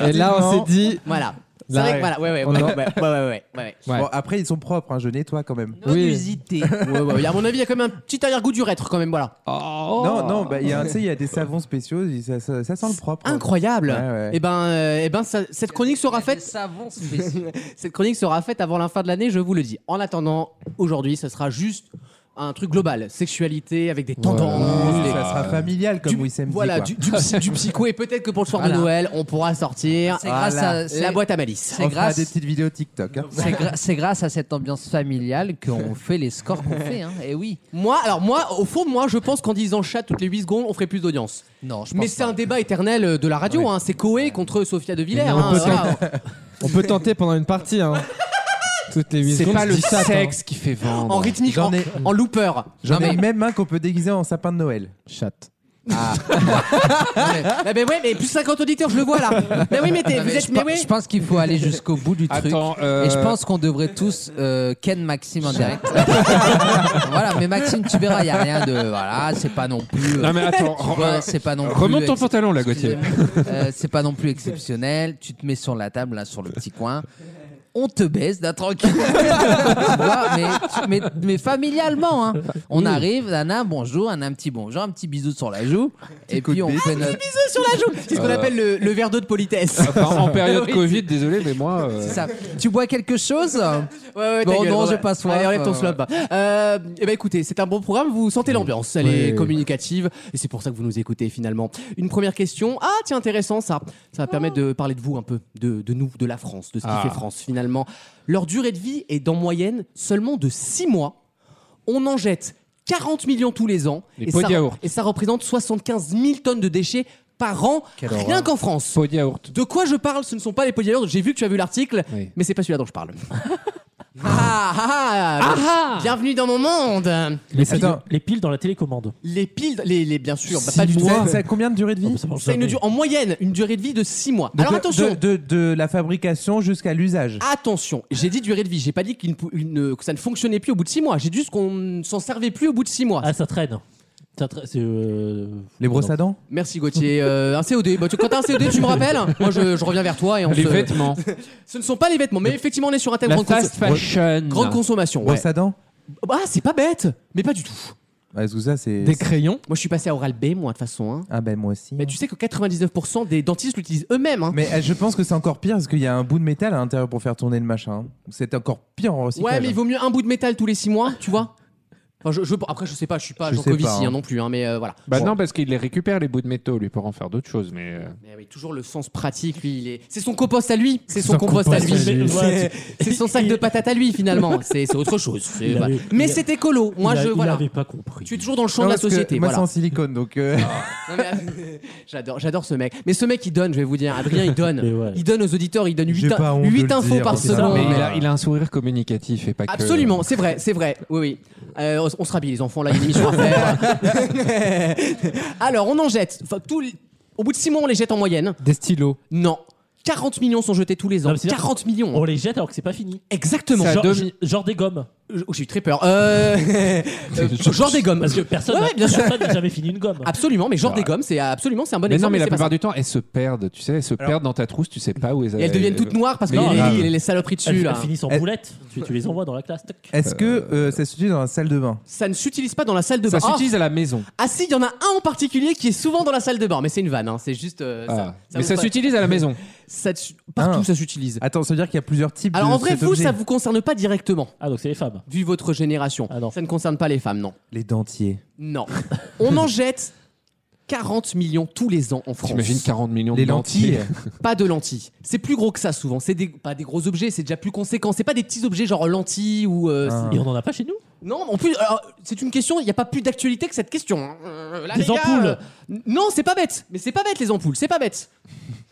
Et là, on s'est dit.
Voilà. C'est
Là,
vrai que
ouais.
voilà, ouais, ouais,
On
ouais,
en-
ouais, ouais, ouais, ouais, ouais.
Ouais.
Bon, après, ils sont propres, hein, je nettoie quand même.
Nudité. Ouais, ouais, ouais. À mon avis, il y a quand même un petit arrière-goût d'urètre quand même, voilà.
oh,
Non, non, bah, il y a, un- tu sais, il y a des savons spéciaux, il- ça, ça- ça sent le propre. hein.
Incroyable.
Ouais, ouais.
Et ben, euh, eh ben, ça- cette chronique sera faite. cette chronique sera faite avant la fin de l'année, je vous le dis. En attendant, aujourd'hui, ce sera juste un truc global, sexualité avec des tendances. des-
Ça sera familial comme Wissem dit,
Voilà,
quoi.
du, du psy- du psycho et peut-être que pour le soir de
Voilà.
Noël, on pourra sortir
C'est grâce
Voilà.
à- c'est-
la boîte à malice.
C'est
On fera
grâce-
des petites vidéos TikTok. hein.
C'est gra- c'est grâce à cette ambiance familiale qu'on fait les scores qu'on fait. Hein. Et oui.
Moi, alors moi, au fond, moi, je pense qu'en disant chat toutes les 8 secondes, on ferait plus d'audience.
Non, je pense
Mais c'est un débat éternel euh, de la radio, hein. c'est Coé contre Sofia de Villers.
Mais non,
hein,
on peut
voilà.
On peut tenter pendant une partie.
*laughs*
Hein. Toutes les huit
C'est
secondes.
pas
je
le
dis ça,
sexe
hein.
qui fait vendre.
en rythmique, en,
J'en ai-
en looper.
J'en
Non,
ai
mais-
même un qu'on peut déguiser en sapin de Noël.
Chat.
Ah, mais ouais, mais plus 50 auditeurs, je le vois là. Mais oui, mais t'es-
Non, mais
vous êtes.
je,
Mais
pe-
oui.
je pense qu'il faut aller jusqu'au bout du truc.
Attends, euh,
Et je pense qu'on devrait tous euh, Ken Maxime en *laughs* direct. voilà, mais Maxime, tu verras, il n'y a rien de. Voilà, c'est pas non plus. euh,
Non, mais attends,
*laughs* tu
re-
vois, c'est pas non plus.
Remonte ton
ex-
pantalon là, Gauthier.
euh, c'est pas non plus exceptionnel. Tu te mets sur la table, là, sur le petit coin. On te baisse, là, tranquille. *laughs* Tu vois, mais, tu- mais, mais familialement. hein. On arrive, Anna, bonjour, un, un petit bonjour, un petit bisou sur la joue. et puis on fait notre.
Bisous sur la joue. C'est ce qu'on
Euh.
appelle le, le verre d'eau de politesse.
Enfin, en *laughs* période
*laughs*
Ah
Oui,
Covid, désolé, mais
*laughs*
moi. euh,
C'est ça. Tu bois quelque chose
Ouais, ouais, ta
Bon,
gueule,
non,
bon,
j'ai
ouais.
pas soif.
Allez, enlève ton
Euh,
slob. Euh, eh ben, écoutez, c'est un bon programme. Vous sentez l'ambiance. Elle est
Ouais.
communicative. Et c'est pour ça que vous nous écoutez finalement. Une première question. Ah, tiens, intéressant ça. Ça va permettre de parler de vous un peu, de, de nous, de la France, de ce qui
Ah.
fait France finalement. Leur durée de vie est en moyenne seulement de 6 mois. On en jette 40 millions tous les ans.
Les
et,
pots de
ça,
yaourt.
et ça représente 75 000 tonnes de déchets par an, rien
horreur.
qu'en France.
pot de yaourt.
De quoi je parle Ce ne sont pas les polyvalents. J'ai vu que tu as vu l'article,
Oui.
mais c'est pas celui-là dont je parle. Ah, ah, ah,
Ah, ah.
Bienvenue dans mon monde.
Les piles, les piles dans la télécommande.
Les piles, les, les- bien sûr, bah,
Six
pas du tout.
mois. Ça- ça a
combien de durée de vie
Ça a une du- en moyenne une durée de vie de 6 mois.
Donc, euh,
Alors
de-
attention.
De, de- de la fabrication jusqu'à l'usage.
Attention, j'ai dit durée de vie, j'ai pas dit qu'une pou- une- que ça ne fonctionnait plus au bout de 6 mois, j'ai dit juste qu'on ne s'en servait plus au bout de 6 mois.
Ah, ça traîne. Ça traîne, c'est, euh,
Les brosses à dents
Merci Gauthier. Euh, un COD, bah, tu- quand t'as un COD, tu me rappelles Moi je, je reviens vers toi et on
Les
se-
vêtements.
Ce ne sont pas les vêtements, mais effectivement on est sur un thème
La
grande, cons-
fast fashion.
grande consommation. ouais.
Brosse à dents
Ah, c'est pas bête, mais pas du tout.
Ouais, Parce que ça, c'est.
crayons Moi je suis passé à Oral B, moi de toute façon. hein.
Ah ben moi aussi.
Mais tu sais que 99% des dentistes l'utilisent eux-mêmes. hein.
Mais euh, je pense que c'est encore pire parce qu'il y a un bout de métal à l'intérieur pour faire tourner le machin. hein. C'est encore pire en recyclage.
Ouais, mais il vaut mieux un bout de métal tous les 6 mois, tu vois Enfin, je, je- Après, je sais pas, je suis pas
Je
Jean
sais pas,
Covici hein,
hein.
non plus, hein, mais euh, voilà.
Bah
Bon.
non, parce qu'il les récupère, les bouts de métaux, lui, pour en faire d'autres choses. Mais. euh,
Mais oui, toujours le sens pratique, lui, il est. C'est son compost à lui, c'est son,
Son
compost à lui.
compost à lui.
C'est- C'est son sac de patates à lui, finalement. C'est c'est autre chose. C'est-
Il
voilà.
avait-
Mais
il a-
c'est écolo. Moi,
il a-
je.
il
Voilà.
avait pas compris.
Tu es toujours dans le champ
Non,
de la
parce que
société.
Moi,
voilà. Ah.
c'est en silicone donc. euh,
Non, mais- euh, *laughs* J'adore, j'adore ce mec. Mais ce mec, il donne, je vais vous dire. Adrien, il donne. Il donne aux auditeurs, il donne 8,
pas honte de le
infos
dire,
par
c'est ça.
seconde.
Oh.
Mais il a, il a un sourire communicatif et pas que-
Absolument, c'est vrai, c'est vrai. Oui, oui. Euh, on- on se rhabille, les enfants, là, il y a une émission à faire. Alors, on en jette. Enfin, tout l- Au bout de 6 mois, on les jette en moyenne.
Des stylos.
Non. 40 millions sont jetés tous les ans.
mais c'est-à-dire
40 millions.
On les jette alors que c'est pas fini.
Exactement.
Genre,
Genre-
genre des gommes.
je- oh, J'ai eu très peur. Euh, euh, genre des gommes.
Parce que personne
Ouais, ouais,
n'a-
bien sûr. Ah,
personne n'a jamais fini une gomme.
Absolument, mais genre des gommes, c'est absolument, c'est un bon
Mais non,
exemple.
mais la
c'est pas
plupart
ça.
du temps, elles se perdent, tu sais, elles se perdent dans ta trousse, tu sais pas où elles euh,
Et elles deviennent toutes noires parce qu'il y
Non,
a les,
grave.
les- les saloperies dessus.
Elles,
là.
elles finissent en
Elles-
boulettes. Tu, tu les envoies dans la classe. Tac.
*laughs* Est-ce que euh, ça s'utilise dans la salle de bain
Ça ne s'utilise pas dans la salle de
Ça
bain.
s'utilise
Oh.
à la maison.
Ah si, il y en a un en particulier qui est souvent dans la salle de bain, mais c'est une vanne, hein, c'est juste. euh,
Ah.
ça,
Mais
vous
ça
fait-
s'utilise à la maison.
Ça, dessus- partout
Hein
ça s'utilise.
Attends, ça veut dire qu'il y a plusieurs types
Alors
de
en vrai,
cet
vous,
objet.
ça vous concerne pas directement.
Ah donc c'est les femmes.
Vu votre génération, ça ne concerne pas les femmes, non.
Les dentiers.
Non. *laughs* On en jette 40 millions tous les ans en France.
T'imagines 40 millions
Les
de lentilles.
lentilles.
Pas de lentilles. C'est plus gros que ça souvent. C'est des- pas des gros objets, c'est déjà plus conséquent. C'est pas des petits objets genre lentilles ou. euh,
Ah.
c'est-
Et on en a pas chez nous
Non, en plus, alors, c'est une question. Il n'y a pas plus d'actualité que cette question. hein. Euh, là,
Des
les gars,
ampoules.
euh, n- non, c'est pas bête. Mais c'est pas bête les ampoules. C'est pas bête.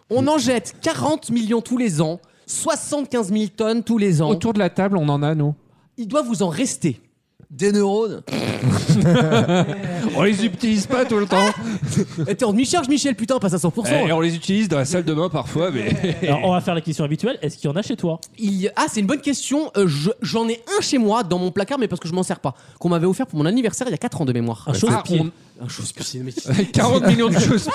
On en jette 40 millions tous les ans, 75 000 tonnes tous les ans.
Autour de la table, on en a, nous.
Il doit vous en rester.
Des neurones
on les utilise pas tout le *laughs* temps.
Et T'es en demi-charge, Michel, putain, on passe à 100%.
Et Eh, on les utilise dans la salle de bain parfois, *laughs* mais.
Alors on va faire la question habituelle. Est-ce qu'il y en a chez toi
Il y a- Ah, c'est une bonne question. Euh, je- J'en ai un chez moi dans mon placard, mais parce que je m'en sers pas. Qu'on m'avait offert pour mon anniversaire il y a 4 ans de mémoire.
Bah,
Un chausse-pied.
*laughs*
Un chausse-pied. mais-
40 millions de choses.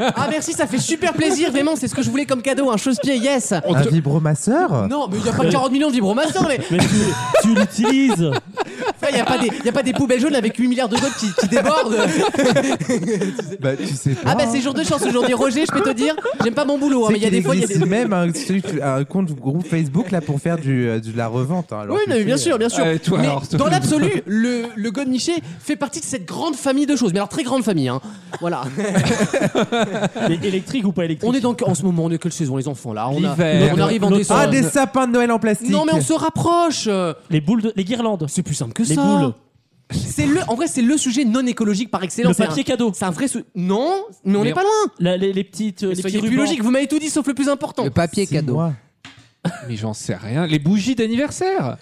Ah, merci, ça fait super plaisir, vraiment. C'est ce que je voulais comme cadeau, un chausse-pied, yes.
Un vibromasseur
Non, mais il n'y a pas 40 millions de vibromasseurs, mais
Mais tu, tu l'utilises.
il n'y a, pas des- y a pas des poubelles jaunes avec 8 milliards de gouttes qui, qui débordent.
Bah tu sais pas.
Ah, bah, c'est jour de chance aujourd'hui, Roger, je peux te dire. J'aime pas mon boulot, hein,
Tu
mais
sais
il y a
qu'il
des fois, il y a des.
existe même un, un compte groupe Facebook là pour faire du, euh, de la revente. hein, alors
oui,
que
non, mais
c'est-
bien sûr, bien sûr.
Allez, toi,
mais
alors, toi.
dans l'absolu, le, le God Miché fait partie de cette grande famille de choses. Mais alors, très grande famille. Hein. Voilà.
Mais électrique ou pas électrique
On est donc en ce moment, on est quelle saison, les enfants là On, a-
L'hiver.
on arrive en
L'automne.
décembre.
Ah, des sapins de Noël en plastique.
non, mais on se rapproche. euh,
Les boules, de- les guirlandes.
C'est plus simple que
Les
ça.
boules.
C'est le, en vrai, c'est le sujet non écologique par
Le
excellence. C'est
papier cadeau.
un- C'est un vrai. sou- Non, mais on
Mais
n'est pas loin.
La- les, les petites. euh, Les petits
Soyez plus
rubans.
logique. Vous m'avez tout dit sauf le plus important.
Le papier
Six
cadeau.
mois.
*laughs* Mais j'en sais rien. Les bougies d'anniversaire.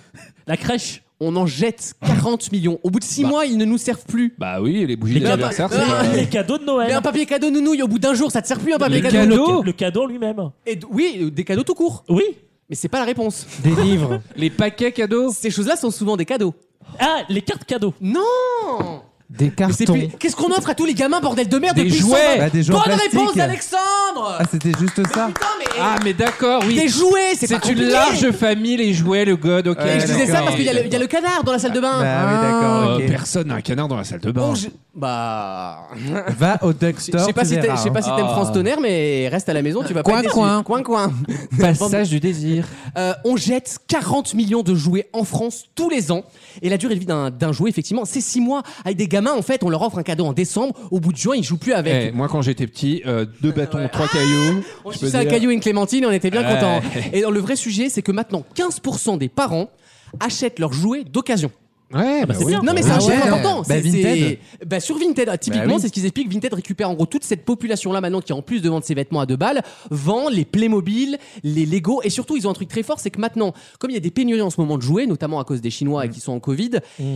La crèche.
On en jette 40 millions. Au bout de 6
Bah.
mois, ils ne nous servent plus.
Bah oui, les bougies
Les
d'anniversaire, c'est.
Ah,
euh,
Les cadeaux de
Mais
Noël.
un papier cadeau nounouille, au bout d'un jour, ça te sert plus un papier
Les
cadeau.
cadeaux
Le cadeau lui-même.
Et, d- oui, euh, des cadeaux tout court.
Oui.
Mais c'est pas la réponse.
Des livres.
Les paquets cadeaux.
Ces choses-là sont souvent des cadeaux.
Ah, les cartes cadeaux.
Non
Des
Mais c'est
cartons.
plus- Qu'est-ce qu'on offre à tous les gamins, bordel de merde,
Des
depuis
jouets.
120
Bah, des jeux en
Bonne
plastique.
réponse, Alexandre
Ah, c'était juste ça.
Putain, mais.
Ah, mais d'accord, oui.
Des jouets, c'est pas
C'est une
compliqué.
large famille, les jouets, le god, ok.
Et je disais ça
d'accord.
parce qu'il y, a le- il y a le canard dans la salle de bain.
Bah
Euh,
oui, d'accord. ok.
Personne n'a un canard dans la salle de bain.
Bon, je- Bah.
Va au Duck
Je
Store.
sais pas,
tu
si t'aimes
verras, hein.
si t'aimes
Ah.
France Tonnerre, mais reste à la maison, tu vas
Coin,
pas être déçu.
coin.
coin, coin.
Passage du désir.
Euh, on jette 40 millions de jouets en France tous les ans. Et la durée de vie d'un d'un jouet, effectivement, c'est 6 mois. Avec des gamins, en fait, on leur offre un cadeau en décembre. Au bout de juin, ils jouent plus avec.
Eh, moi, quand j'étais petit, euh, deux bâtons, trois cailloux.
On
je
suçait
peux
un
dire.
caillou et une clémentine, on était bien
Ouais. *laughs*
contents. Et le vrai sujet, c'est que maintenant, 15% des parents achètent leurs jouets d'occasion.
Ouais,
bah
bah oui.
c'est- Non mais c'est
Ah
un
ouais.
chiffre important.
Bah,
C'est-
Vinted.
c'est- Bah, sur Vinted, ah, typiquement,
Bah oui.
c'est ce qu'ils expliquent. Vinted récupère en gros toute cette population-là maintenant qui en plus de vendre ses vêtements à deux balles, vend les Playmobil, les Lego et surtout ils ont un truc très fort, c'est que maintenant, comme il y a des pénuries en ce moment de jouets, notamment à cause des
Mm.
Chinois et qui sont en Covid,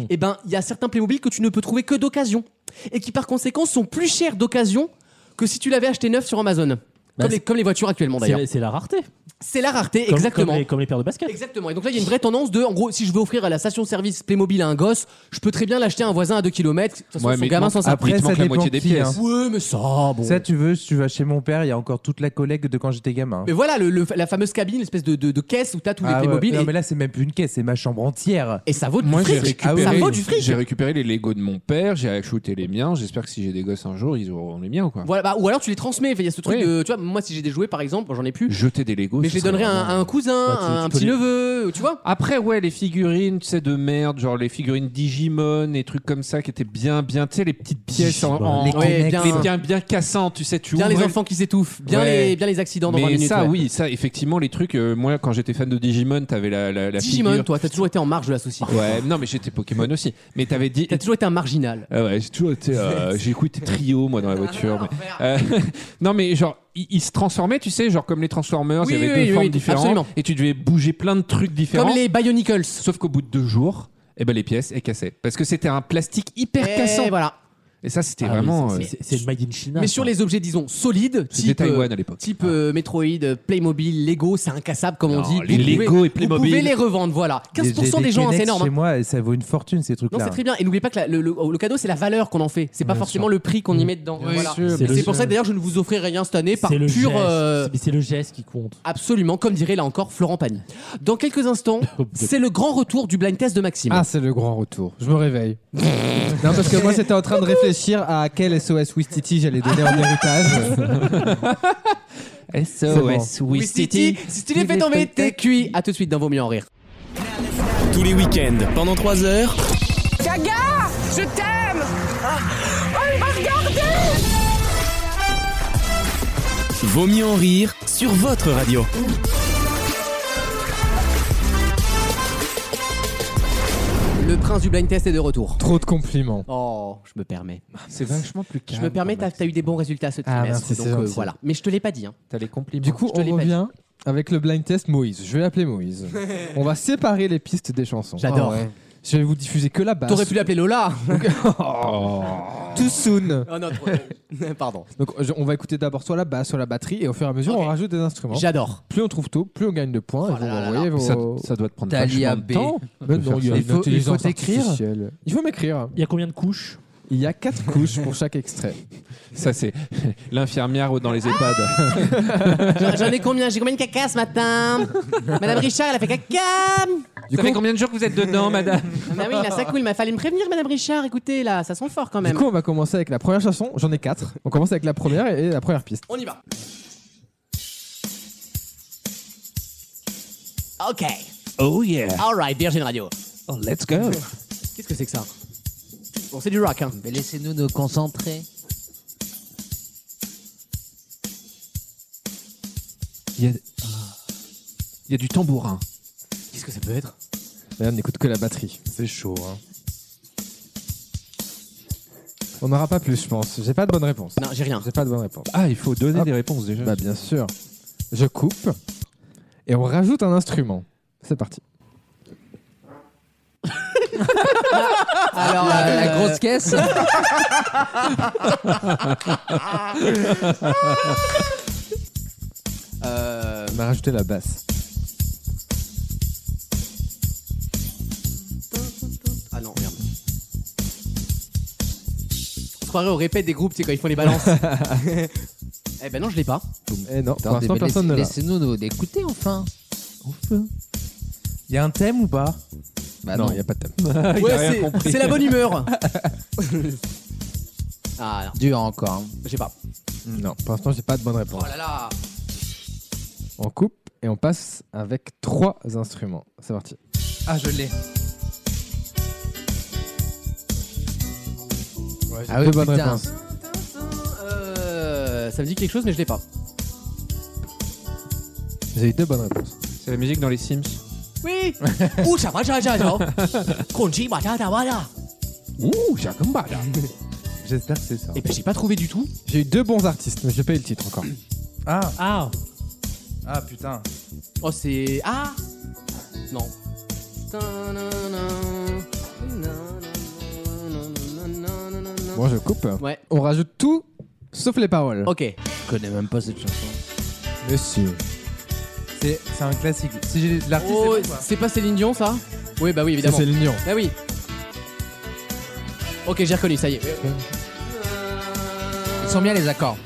et ben il y a certains Playmobil que tu ne peux trouver que d'occasion et qui par conséquent sont plus chers d'occasion que si tu l'avais acheté neuf sur Amazon.
Bah,
comme, les, comme les voitures actuellement
c'est-
d'ailleurs.
c'est la rareté.
C'est la rareté,
Comme-
exactement.
Comme les, comme les paires de basket.
Exactement. Et donc là, il y a une vraie tendance de, en gros, si je veux offrir à la station-service Playmobil à un gosse, je peux très bien l'acheter à un voisin à 2 km. De toute façon,
Ouais,
son
mais
gamin
il te
s'en
manque- après,
sert.
ça dépend qui, hein.
Ouais, mais ça, bon.
Ça, tu veux, si tu vas chez mon père, il y a encore toute la collègue de quand j'étais gamin.
Mais voilà, le- le- la fameuse cabine, l'espèce de, de- de caisse où t'as tous les
Ah ouais.
Playmobil.
Non,
et-
mais là, c'est même plus une caisse, c'est ma chambre entière.
Et ça vaut du
Moi,
fric.
j'ai
Ah oui, ça vaut du fric.
J'ai récupéré les Lego de mon père, j'ai achouté les miens. J'espère que si j'ai des gosses un jour, ils auront les miens quoi.
Voilà, bah, ou alors tu les transmets. Il y a ce truc
Oui.
de, tu vois, moi, si j'ai des jouets, par exemple, j'en ai plus.
Jeter des Lego.
mais
ce
je les
serait
donnerai à un,
vraiment-
à un cousin,
Bah, tu-
à un
tu peux
petit
les-
neveu, tu vois.
Après, ouais, les figurines, tu sais, de merde, genre les figurines Digimon et trucs comme ça qui étaient bien, bien, tu sais, les petites pièces en, en-
Les
en-
connexes.
bien, mais bien, bien cassantes, tu sais, tu
Bien les
ouvrais-
enfants qui s'étouffent, bien,
Ouais.
les, bien les accidents dans
Mais
20 minutes.
ça,
ouais.
oui, ça, effectivement, les trucs, euh, moi, quand j'étais fan de Digimon, t'avais la, la, la
Digimon,
figure.
toi, t'as toujours été en marge de la société.
*laughs* Ouais, non, mais j'étais Pokémon aussi. Mais t'avais dit.
T'as toujours été un marginal.
Ah ouais, j'ai toujours été.
*laughs*
euh, j'ai écouté trio, moi, dans la voiture.
Ah,
mais- Euh, *laughs* non, mais genre, ils ils se transformaient, tu sais, genre comme les Transformers,
Oui,
il y avait
oui,
deux
oui,
formes
oui,
différentes.
absolument.
Et tu devais bouger plein de trucs différents.
Comme les Bionicles.
Eh,
Sauf qu'au bout de deux jours, eh ben, les pièces, elles cassaient. Parce que c'était un plastique hyper
Et
cassant.
Eh, voilà.
Et ça, c'était
Ah oui,
vraiment.
c'est-
euh,
c'est- C'est le Made in China.
Mais sur les objets, disons, solides,
C'était
type,
Taïwan
euh,
à l'époque.
type euh, Metroid, euh, Playmobil, Lego, c'est incassable comme on
Non,
dit.
les
Vous
Lego
pouvez-
et Playmobil.
Vous pouvez les revendre, voilà. 15% des, gens, hein, c'est
Kleenex
énorme.
Chez
hein.
moi, et ça vaut une fortune ces trucs-là.
Non, c'est très bien. Et n'oubliez pas que la- le, le- le cadeau, c'est la valeur qu'on en fait. C'est pas forcément le prix
Mm.
qu'on y met dedans.
Bien
Voilà.
sûr, bien
C'est
sûr.
pour ça que d'ailleurs, je ne vous offrirai rien cette année par
C'est le
pur.
geste.
euh,
C'est- C'est le geste qui compte.
Absolument, comme dirait là encore Florent Pagny. Dans quelques
*laughs*
instants, c'est le grand retour du blind test de Maxime.
Ah, c'est le grand retour. Je me
*laughs*
réveille. non, parce que moi, j'étais en train de réfléchir à quel SOS Wistiti j'allais donner en
*laughs*
héritage.
SOS
Oui, Stiti, si tu les fais tomber, t'es cuit. À tout de suite dans Vos mieux en rire.
Tous les week-ends, pendant 3 heures.
Gaga, je t'aime. Oh, il m'a regardé.
Vaut mieux en rire sur votre radio.
Le prince du blind test est de retour.
Trop de compliments.
Oh, je me permets.
C'est vachement plus
Je
calme.
me permets, t'as t'as eu des bons résultats ce
Ah,
trimestre.
merci,
donc
c'est
euh,
gentil.
voilà. Mais je te l'ai pas dit. hein.
T'as les compliments.
Du coup,
Je te
on
l'ai pas dit.
revient avec le blind test Moïse. Je vais l'appeler Moïse. on va séparer les pistes des chansons.
J'adore.
Ah ouais. Je vais vous diffuser que la basse.
T'aurais pu l'appeler Lola.
Too soon.
Oh non, trop... *laughs* Pardon.
Donc je- on va écouter d'abord soit la basse, soit la batterie, et au fur et à mesure on rajoute des instruments.
J'adore.
Plus on trouve tôt, plus on gagne de points.
Oh
et vous m'envoyez
Ça,
Oh.
vos-
ça doit te prendre
Dahlia
vachement de
B.
temps.
Mais non, il y a
Il
une
faut- il
intelligence
faut t'écrire
artificielle. Il faut m'écrire.
Il y a combien de couches
Il y a quatre couches pour chaque extrait. *laughs*
Ça, c'est l'infirmière dans les EHPAD.
J'en j'en ai combien J'ai combien de caca ce matin Madame Richard, elle a fait caca
Ça fait combien de jours que vous
*laughs*
êtes dedans, madame
Bah oui, la sacoule, il m'a fallu me prévenir, Madame Richard. Écoutez, là, ça sent fort quand
Du
même.
coup, on va commencer avec la première chanson. J'en ai quatre. On commence avec la première et la première piste.
On y va. Ok.
Oh yeah. Oh,
Alright, Virgin Radio.
let's go.
Qu'est-ce que c'est que ça Bon, c'est du rock, hein.
Mais laissez-nous nous concentrer.
Il y a, il y a du tambourin.
Qu'est-ce que ça peut être
Là, on n'écoute que la batterie. C'est chaud. Hein. On n'aura pas plus, je pense. J'ai pas de bonne réponse.
Non, j'ai rien.
J'ai pas de bonne réponse.
Ah, il faut donner
Hop.
des réponses déjà.
Bah bien sûr. Je coupe et on rajoute un instrument. C'est parti. Ah,
Alors,
La,
euh,
la grosse caisse.
euh,
On a rajouté la basse.
Ah non, merde. On se croirait au répète des groupes, tu sais, quand ils font les balances. eh ben non, je l'ai pas.
Et Eh non, pour
Attendez,
l'instant
mais
personne ne l'a.
laissez- Laissez-nous nous l'écouter enfin.
Il y a un thème ou pas
Bah
non,
non.
il n'y a pas
*laughs*
de thème.
Ouais, c'est- c'est la
*laughs*
bonne humeur. ah non,
Dur encore. hein.
j'ai pas.
Non, pour l'instant j'ai pas de bonne réponse.
Oh là là
On coupe et on passe avec trois instruments. C'est parti.
Ah, je l'ai.
ah oui, bonne
putain.
réponse.
Euh, ça me dit quelque chose, mais je l'ai pas.
J'ai eu deux bonnes réponses.
C'est la musique dans les Sims. *laughs*
Oui Ouh, ça va, ça va, ça va. Conchi, bata, ta, bata.
Ouh, Jacambada.
J'espère que c'est ça.
Et ben j'ai pas trouvé du tout.
J'ai eu deux bons artistes, mais j'ai pas eu le titre encore.
Ah
Ah
Ah putain.
Oh, c'est. Ah Non.
Bon, je coupe.
Ouais.
On rajoute tout sauf les paroles.
Ok.
Je connais même pas cette chanson. Monsieur.
C'est c'est un classique. Si j'ai l'artiste,
Oh,
c'est bon, quoi.
c'est pas Céline Dion ça Oui, bah oui, évidemment.
C'est Céline Dion.
Bah oui. Ok, j'ai reconnu, ça y est.
Ils sont bien les accords.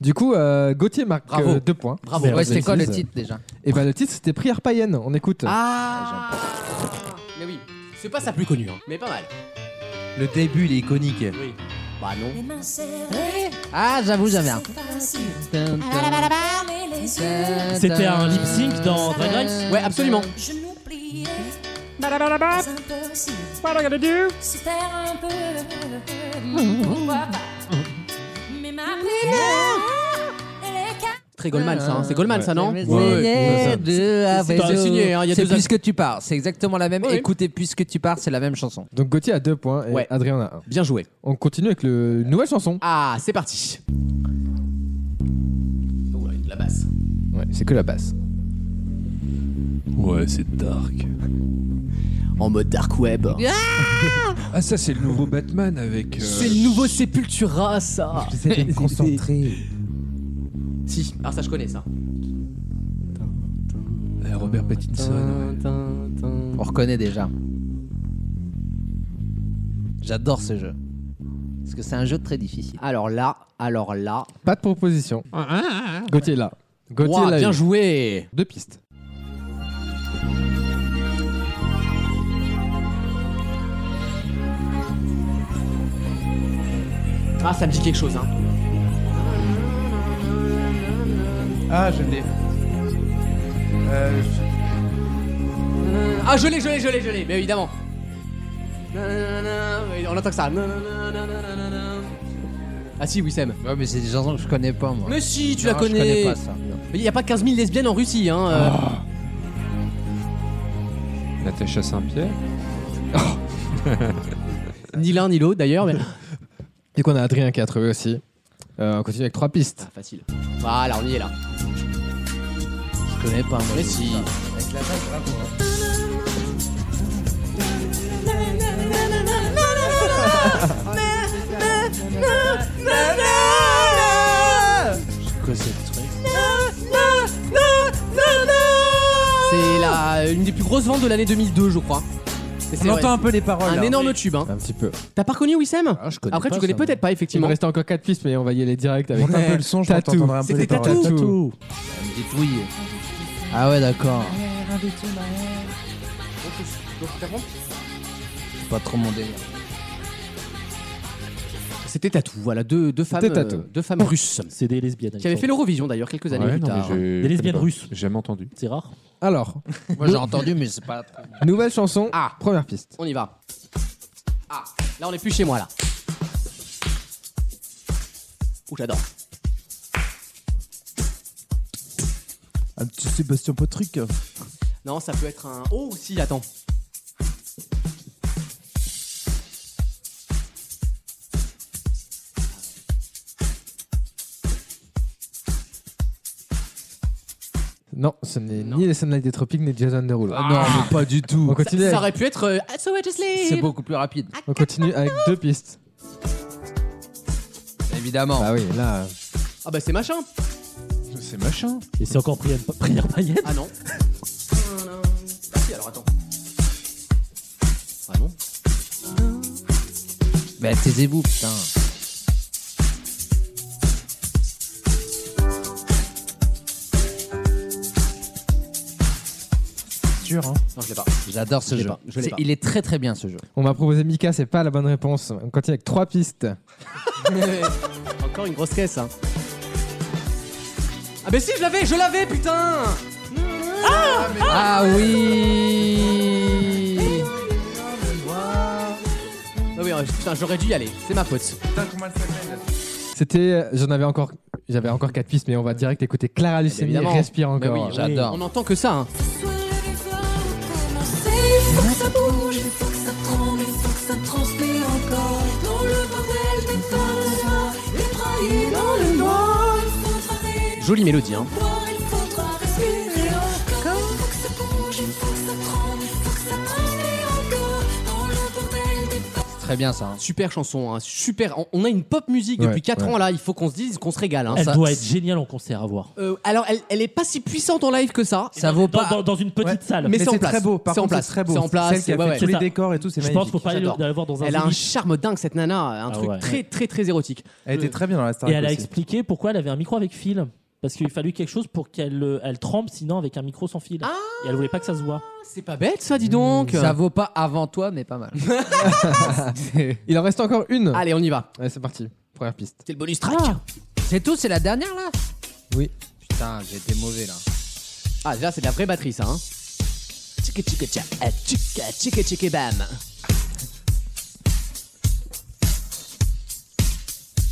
Du coup, euh, Gauthier marque
Bravo.
euh, deux points.
Bravo. Ah Ouais, c'était quoi le titre, déjà
Et bah, le titre c'était Prière païenne. On écoute.
Ah Mais oui, c'est pas sa plus connue, hein. mais pas mal.
Le début, il est iconique.
Oui. Bah non.
Ah, j'avoue, j'aime bien. Euh,
C'était un lip sync dans Drag Race
Ouais, absolument.
What
are you gonna do?
Se taire un peu, pourquoi pas? Mais ma prière, elle est calme.
Très Goldman ça, hein. c'est Goldman ça non
Ouais,
Ouais,
c'est de
ça.
Avezo.
C'est signé, hein, il y a
C'est
deux ans.
puisque tu pars. C'est exactement la même. Écoutez, puisque tu pars, c'est la même chanson.
Donc Gauthier a deux points et
Ouais.
Adrien a un.
Bien joué.
On continue avec le une nouvelle chanson.
Ah, c'est parti. Oula, la basse.
Ouais, c'est que la basse.
Ouais, c'est dark.
En mode dark web.
Ah, ça, c'est le nouveau Batman avec. euh,
C'est le nouveau Sepultura ça. *laughs*
J'essaie de me concentrer.
Si, alors ça je connais ça.
euh, Robert Pattinson.
On reconnaît déjà. J'adore ce jeu. Parce que c'est un jeu très difficile.
Alors là, alors là.
*laughs* Pas de proposition.
Ah,
Gauthier là. Gauthier
Ouah,
l'a
bien
eu.
joué.
Deux pistes.
Ah, ça me dit quelque chose hein.
Ah, je l'ai. Euh, je-
Ah, je l'ai, je l'ai, je l'ai, je l'ai, mais évidemment. Nanana, oui, On entend que ça. Nanana. Ah si, Wissem.
Ouais, mais c'est des chansons que je connais pas, moi.
Mais si, tu
Non,
la
Ah, je
connais.
connais pas ça.
Il n'y a pas 15 000 lesbiennes en Russie, hein. euh.
Natacha Saint-Pierre.
Ni l'un ni l'autre d'ailleurs. Mais...
Et qu'on a Adrien qui a trouvé aussi. Euh, on continue avec trois pistes.
Facile. Voilà, on y est là.
Je connais pas, moi.
Mais si.
Avec la basse, bravo.
hein.
C'est quoi ce truc
C'est la une des plus grosses ventes de l'année 2002, je crois. Mais c'est
Ah,
On
vrai,
entend un peu les paroles.
Un
là.
énorme tube, hein.
Un petit peu. Ah,
T'as pas reconnu Wissem
connais
Après,
pas
tu connais
ça,
peut-être pas,
Il me
effectivement.
restait encore quatre pistes, mais on va y aller direct avec
Monte un peu le son, je crois que
Tatou.
t'entendras un peu
C'était
les paroles.
Tatou.
Tatou.
Ah ouais, d'accord. C'est Pas trop mon délire.
C'était Tatou, voilà, deux, deux femmes.
C'était Tatou.
euh, Deux femmes russes.
C'est des lesbiennes.
Qui avaient fait l'Eurovision d'ailleurs quelques années
Ouais,
plus
non, mais
tard.
je- je
Des lesbiennes
connais pas.
russes.
J'ai jamais entendu.
C'est rare.
Alors,
Moi, j'ai entendu, mais c'est pas.
nouvelle chanson.
Ah.
Première piste.
On y va. Ah, là on est plus chez moi là. Ouh, j'adore.
Ah,
Un petit Sébastien
hein.
Potruc.
Non, ça peut être un. Oh, si, attends.
Non, ce n'est
Non.
ni les Sunlight des Tropiques ni Jason Derulo.
Bah,
Ah,
Non, mais pas du tout.
On continue.
Ça
avec-
aurait pu être. euh, Ah, so I just leave.
C'est beaucoup plus rapide.
On continue avec deux pistes.
Évidemment.
Bah oui, là.
Ah, bah c'est machin.
C'est machin.
Et c'est encore prière, prière païenne.
Ah non. Ah, si, alors attends. Ah non.
Bah, taisez-vous, putain.
Dur, hein.
Non, je l'ai pas.
J'adore ce
Je l'ai
jeu.
pas, je l'ai
C'est-
pas.
Il est très très bien ce jeu.
On m'a proposé Mika, c'est pas la bonne réponse. On continue avec trois pistes.
*laughs* Encore une grosse caisse, hein. Ah, bah si, je l'avais, je l'avais, putain
Ah oui
Ah oui, euh, putain, j'aurais dû y aller. C'est ma faute.
Putain, comment elle s'appelle
C'était, j'en avais encore, j'avais encore quatre pistes, mais on va direct écouter Clara Luciani.
Évidemment.
Respire
Mais
encore.
Bah oui, j'adore. On entend que ça. hein.
Faut que ça bouge, faut que ça tremble, faut que ça transpire encore. Dans le bordel des femmes, les trahis dans le noir. Il faudra rire,
Jolie mélodie. Hein.
boire, il faudra respirer encore. Faut que ça bouge, faut que ça tremble, faut que ça transpire encore. Dans le bordel des femmes.
Très bien ça.
Super chanson, hein. super. On- On a une pop musique
Ouais,
depuis 4
ouais.
ans là, il faut qu'on se dise qu'on se régale. hein.
Elle
Ça-
doit être géniale en concert à voir.
Euh, alors, elle, elle est pas si puissante en live que ça.
Ça vaut Dans- pas- dans- dans une petite salle.
Mais,
Mais
c'est en
c'est
place.
très beau, par
C'est en
contre,
place.
c'est très beau.
C'est en place.
Celle qui a
ouais,
fait
ouais.
tous les C'est ça. décors et tout, c'est Je pense magnifique. qu'il faut pas aller-
J'adore.
aller voir dans un
Elle a un
Zénith.
charme dingue cette nana, un truc
ouais.
très très très érotique.
Elle était très bien dans
hein,
la star.
Et elle a expliqué pourquoi elle avait un micro avec fil. Parce qu'il fallait quelque chose pour qu'elle euh, elle trempe, sinon avec un micro sans fil.
Ah.
et elle voulait pas que ça se voit.
C'est pas bête ça, dis donc.
Ça vaut pas avant toi, mais pas mal.
Il en reste encore une.
Allez, on y va. Ah.
Allez, c'est parti. Première piste.
C'est le bonus track.
C'est tout, c'est la dernière là
Oui.
Putain, j'étais mauvais là.
Ah, déjà, c'est de la vraie batterie ça. Hein. Tchika tchika tcha, ah, tchika tchika tchika bam.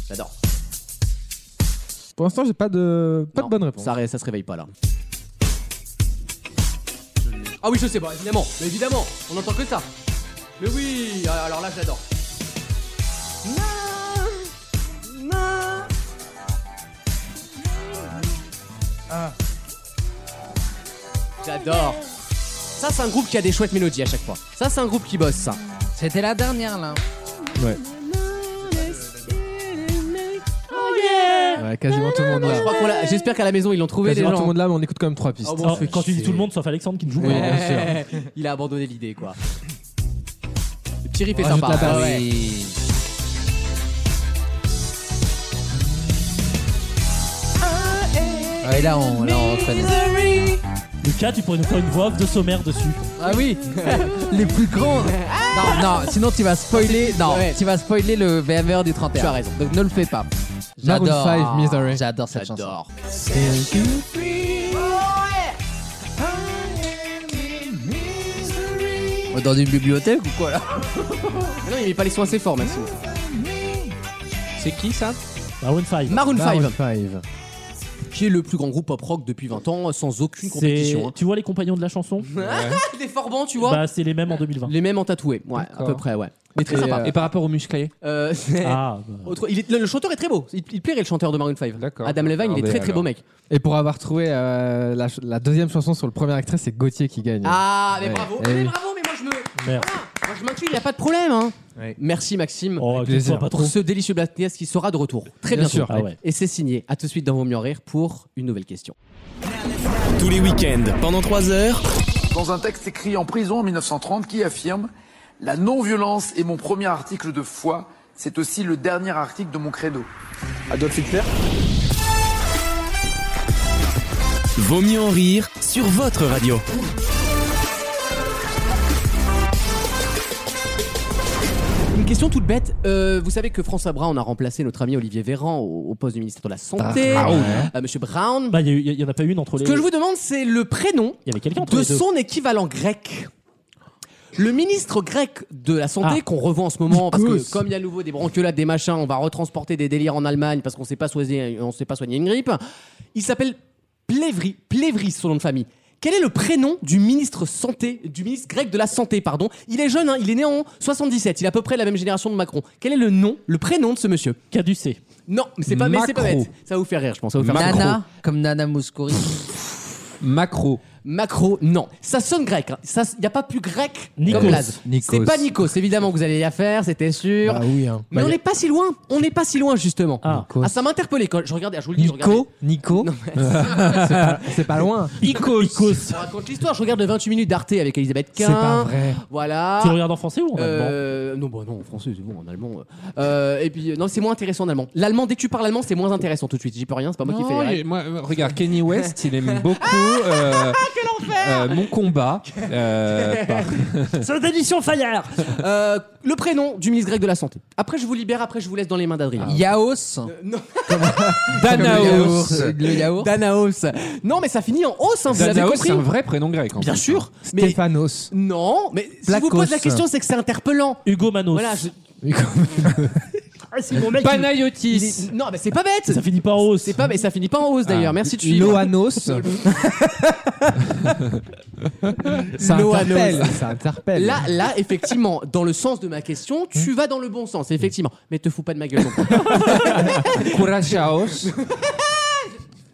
J'adore.
Pour l'instant, j'ai pas de, pas de bonne réponse.
Ça, ré- ça se réveille pas là. Ah oui, je sais pas, évidemment, mais évidemment, on entend que ça. Mais oui, euh, alors là, j'adore. J'adore. Ça, c'est un groupe qui a des chouettes mélodies à chaque fois. Ça, c'est un groupe qui bosse, ça.
C'était la dernière là.
Ouais. Ouais, quasiment tout le monde
Je crois qu'on l'a-
là.
J'espère qu'à la maison, ils l'ont trouvé, les
Quasiment
gens.
tout le monde là, mais on écoute quand même trois pistes.
Oh, bon,
Ah,
c'est-
Quand tu dis
c'est-
tout le monde sauf Alexandre qui ne joue
Oui,
pas.
bien sûr.
Eh, Il a abandonné l'idée, quoi. Le petit riff est
Rajoute
sympa.
la basse.
Ah ouais.
Ouais, là, on, là, on reconnaît.
Lucas, tu pourrais nous faire une voix off de sommaire dessus.
Ah oui *laughs* Les plus grands Non, non, sinon tu vas spoiler. Non, tu vas spoiler le VMR du 31.
Tu as raison.
Donc ne le fais pas.
Maroon
J'adore.
5, Misery.
J'adore cette chanson. On est Dans une bibliothèque ou quoi là
Mais non, il met pas les soins assez forts, Maxime. C'est qui ça
Maroon 5.
Maroon 5.
Maroon five.
Qui est le plus grand groupe pop rock depuis 20 ans, sans aucune
C'est- *laughs*
compétition. hein.
Tu vois les compagnons de la chanson
Des forbans, tu vois
Bah, c'est les mêmes en 2020.
Les mêmes en tatoué, ouais, à peu près, ouais. Mais très
Et,
sympa.
euh, et par rapport au musclé
Euh, *laughs* c'est-
Ah, bah.
Autre- il est- le, le chanteur est très beau. Il, il plairait le chanteur de Maroon 5.
D'accord.
Adam Levine, il est
Regardez,
très très beau
alors.
mec.
Et pour avoir trouvé euh, la, ch- la deuxième chanson sur le premier actrice, c'est Gauthier qui gagne.
Ah, mais
Ouais.
bravo.
Eh
Mais
oui.
bravo, mais moi je me.
Merde.
Moi je m'inclus, il n'y a pas de problème. hein. Merci Maxime
Oh,
plaisir.
dis-toi pas trop.
pour ce délicieux Blackness qui sera de retour très
Bien
bientôt.
sûr.
Ah ouais.
Et c'est signé. À tout de suite dans Vos Mieux en Rire pour une nouvelle question.
Tous les week-ends, pendant 3 heures,
dans un texte écrit en prison en 1930 qui affirme La non-violence est mon premier article de foi, c'est aussi le dernier article de mon credo. Adolf Hitler
Vaut mieux en rire sur votre radio.
Une question toute bête. Euh, vous savez que François Brown a remplacé notre ami Olivier Véran au, au poste du ministère de la Santé.
Ah, Brown.
Euh, Monsieur Brown.
Bah, il y a eu- il y, en a pas une entre
Ce
les.
que je vous demande, c'est le prénom
Il y avait quelqu'un entre
de
les deux.
son équivalent grec. Le ministre grec de la Santé,
Ah.
qu'on revoit en ce moment, parce
Nikos.
que comme il y a à nouveau des branculades, des machins, on va retransporter des délires en Allemagne parce qu'on ne sait pas soigner on sait pas soigner une grippe. Il s'appelle Plevri, Plevris, son nom de famille. Quel est le prénom du ministre santé, du ministre grec de la santé, pardon Il est jeune, hein, il est né en 77, il est à peu près la même génération de Macron. Quel est le nom, le prénom de ce monsieur
Caducé.
Non, mais c'est pas, mais c'est pas
Macro.
bête. Ça va vous faire rire, je pense. Ça va vous faire rire.
Nana, comme Nana Mouskouri.
Macro.
Macro, non. Ça sonne grec. Il n'y a pas plus grec
Nikos.
comme blaze.
Nikos.
C'est pas Nikos, évidemment, que vous allez la faire, c'était sûr.
Ah oui, hein.
Mais
Bah,
on
y a-
n'est pas si loin. On n'est pas si loin, justement.
Ah.
Nikos.
ça m'a interpellé quand je regardais. ah, Je vous le dis, je regardais.
Nico, Nico, *laughs* c'est pas loin.
Icos.
Je vous raconte l'histoire. Je regarde le 28 minutes d'Arte avec Elisabeth Quint.
C'est pas vrai.
Voilà.
Tu le regardes en français ou en allemand
ah. Euh, non, bah non, en français, c'est bon, en allemand. euh. Euh, et puis, euh, non, c'est moins intéressant en allemand. L'allemand, dès que tu parles allemand, c'est moins intéressant tout de suite. J'y peux rien, c'est pas moi qui
Ah
fais
Non,
les
il-
règles.
moi, euh, regarde, Kenny West, il
*laughs*
aime beaucoup. euh,
Ah,
euh, Mon combat. euh,
*laughs*
par-
C'est d'édition Fire
Euh, le prénom du ministre grec de la Santé. Après, je vous libère, après, je vous laisse dans les mains d'Adrien.
Ah.
Yaos.
non.
Danaos.
Le yaourt.
Danaos. Non, mais ça finit en hausse, hein, vous l'avez
Danaos,
compris.
c'est un vrai prénom grec. hein. en
Bien
plus.
sûr. Mais
Stéphanos.
non, mais si je vous
Placos.
pose la question, c'est que c'est interpellant.
Hugo Manos.
Voilà, je- *laughs* Ah, c'est mon mec qui-
Panayotis.
il est- Non, mais c'est pas bête.
Ça finit pas en hausse.
C'est pas, mais ça finit pas en hausse d'ailleurs.
Ah.
Merci de suivre.
Loanos. Ça
Loanos.
interpelle, ça interpelle.
Là, là, effectivement, dans le sens de ma question, tu vas dans le bon sens, effectivement. Mais te fous pas de ma gueule. non plus.
Courageos.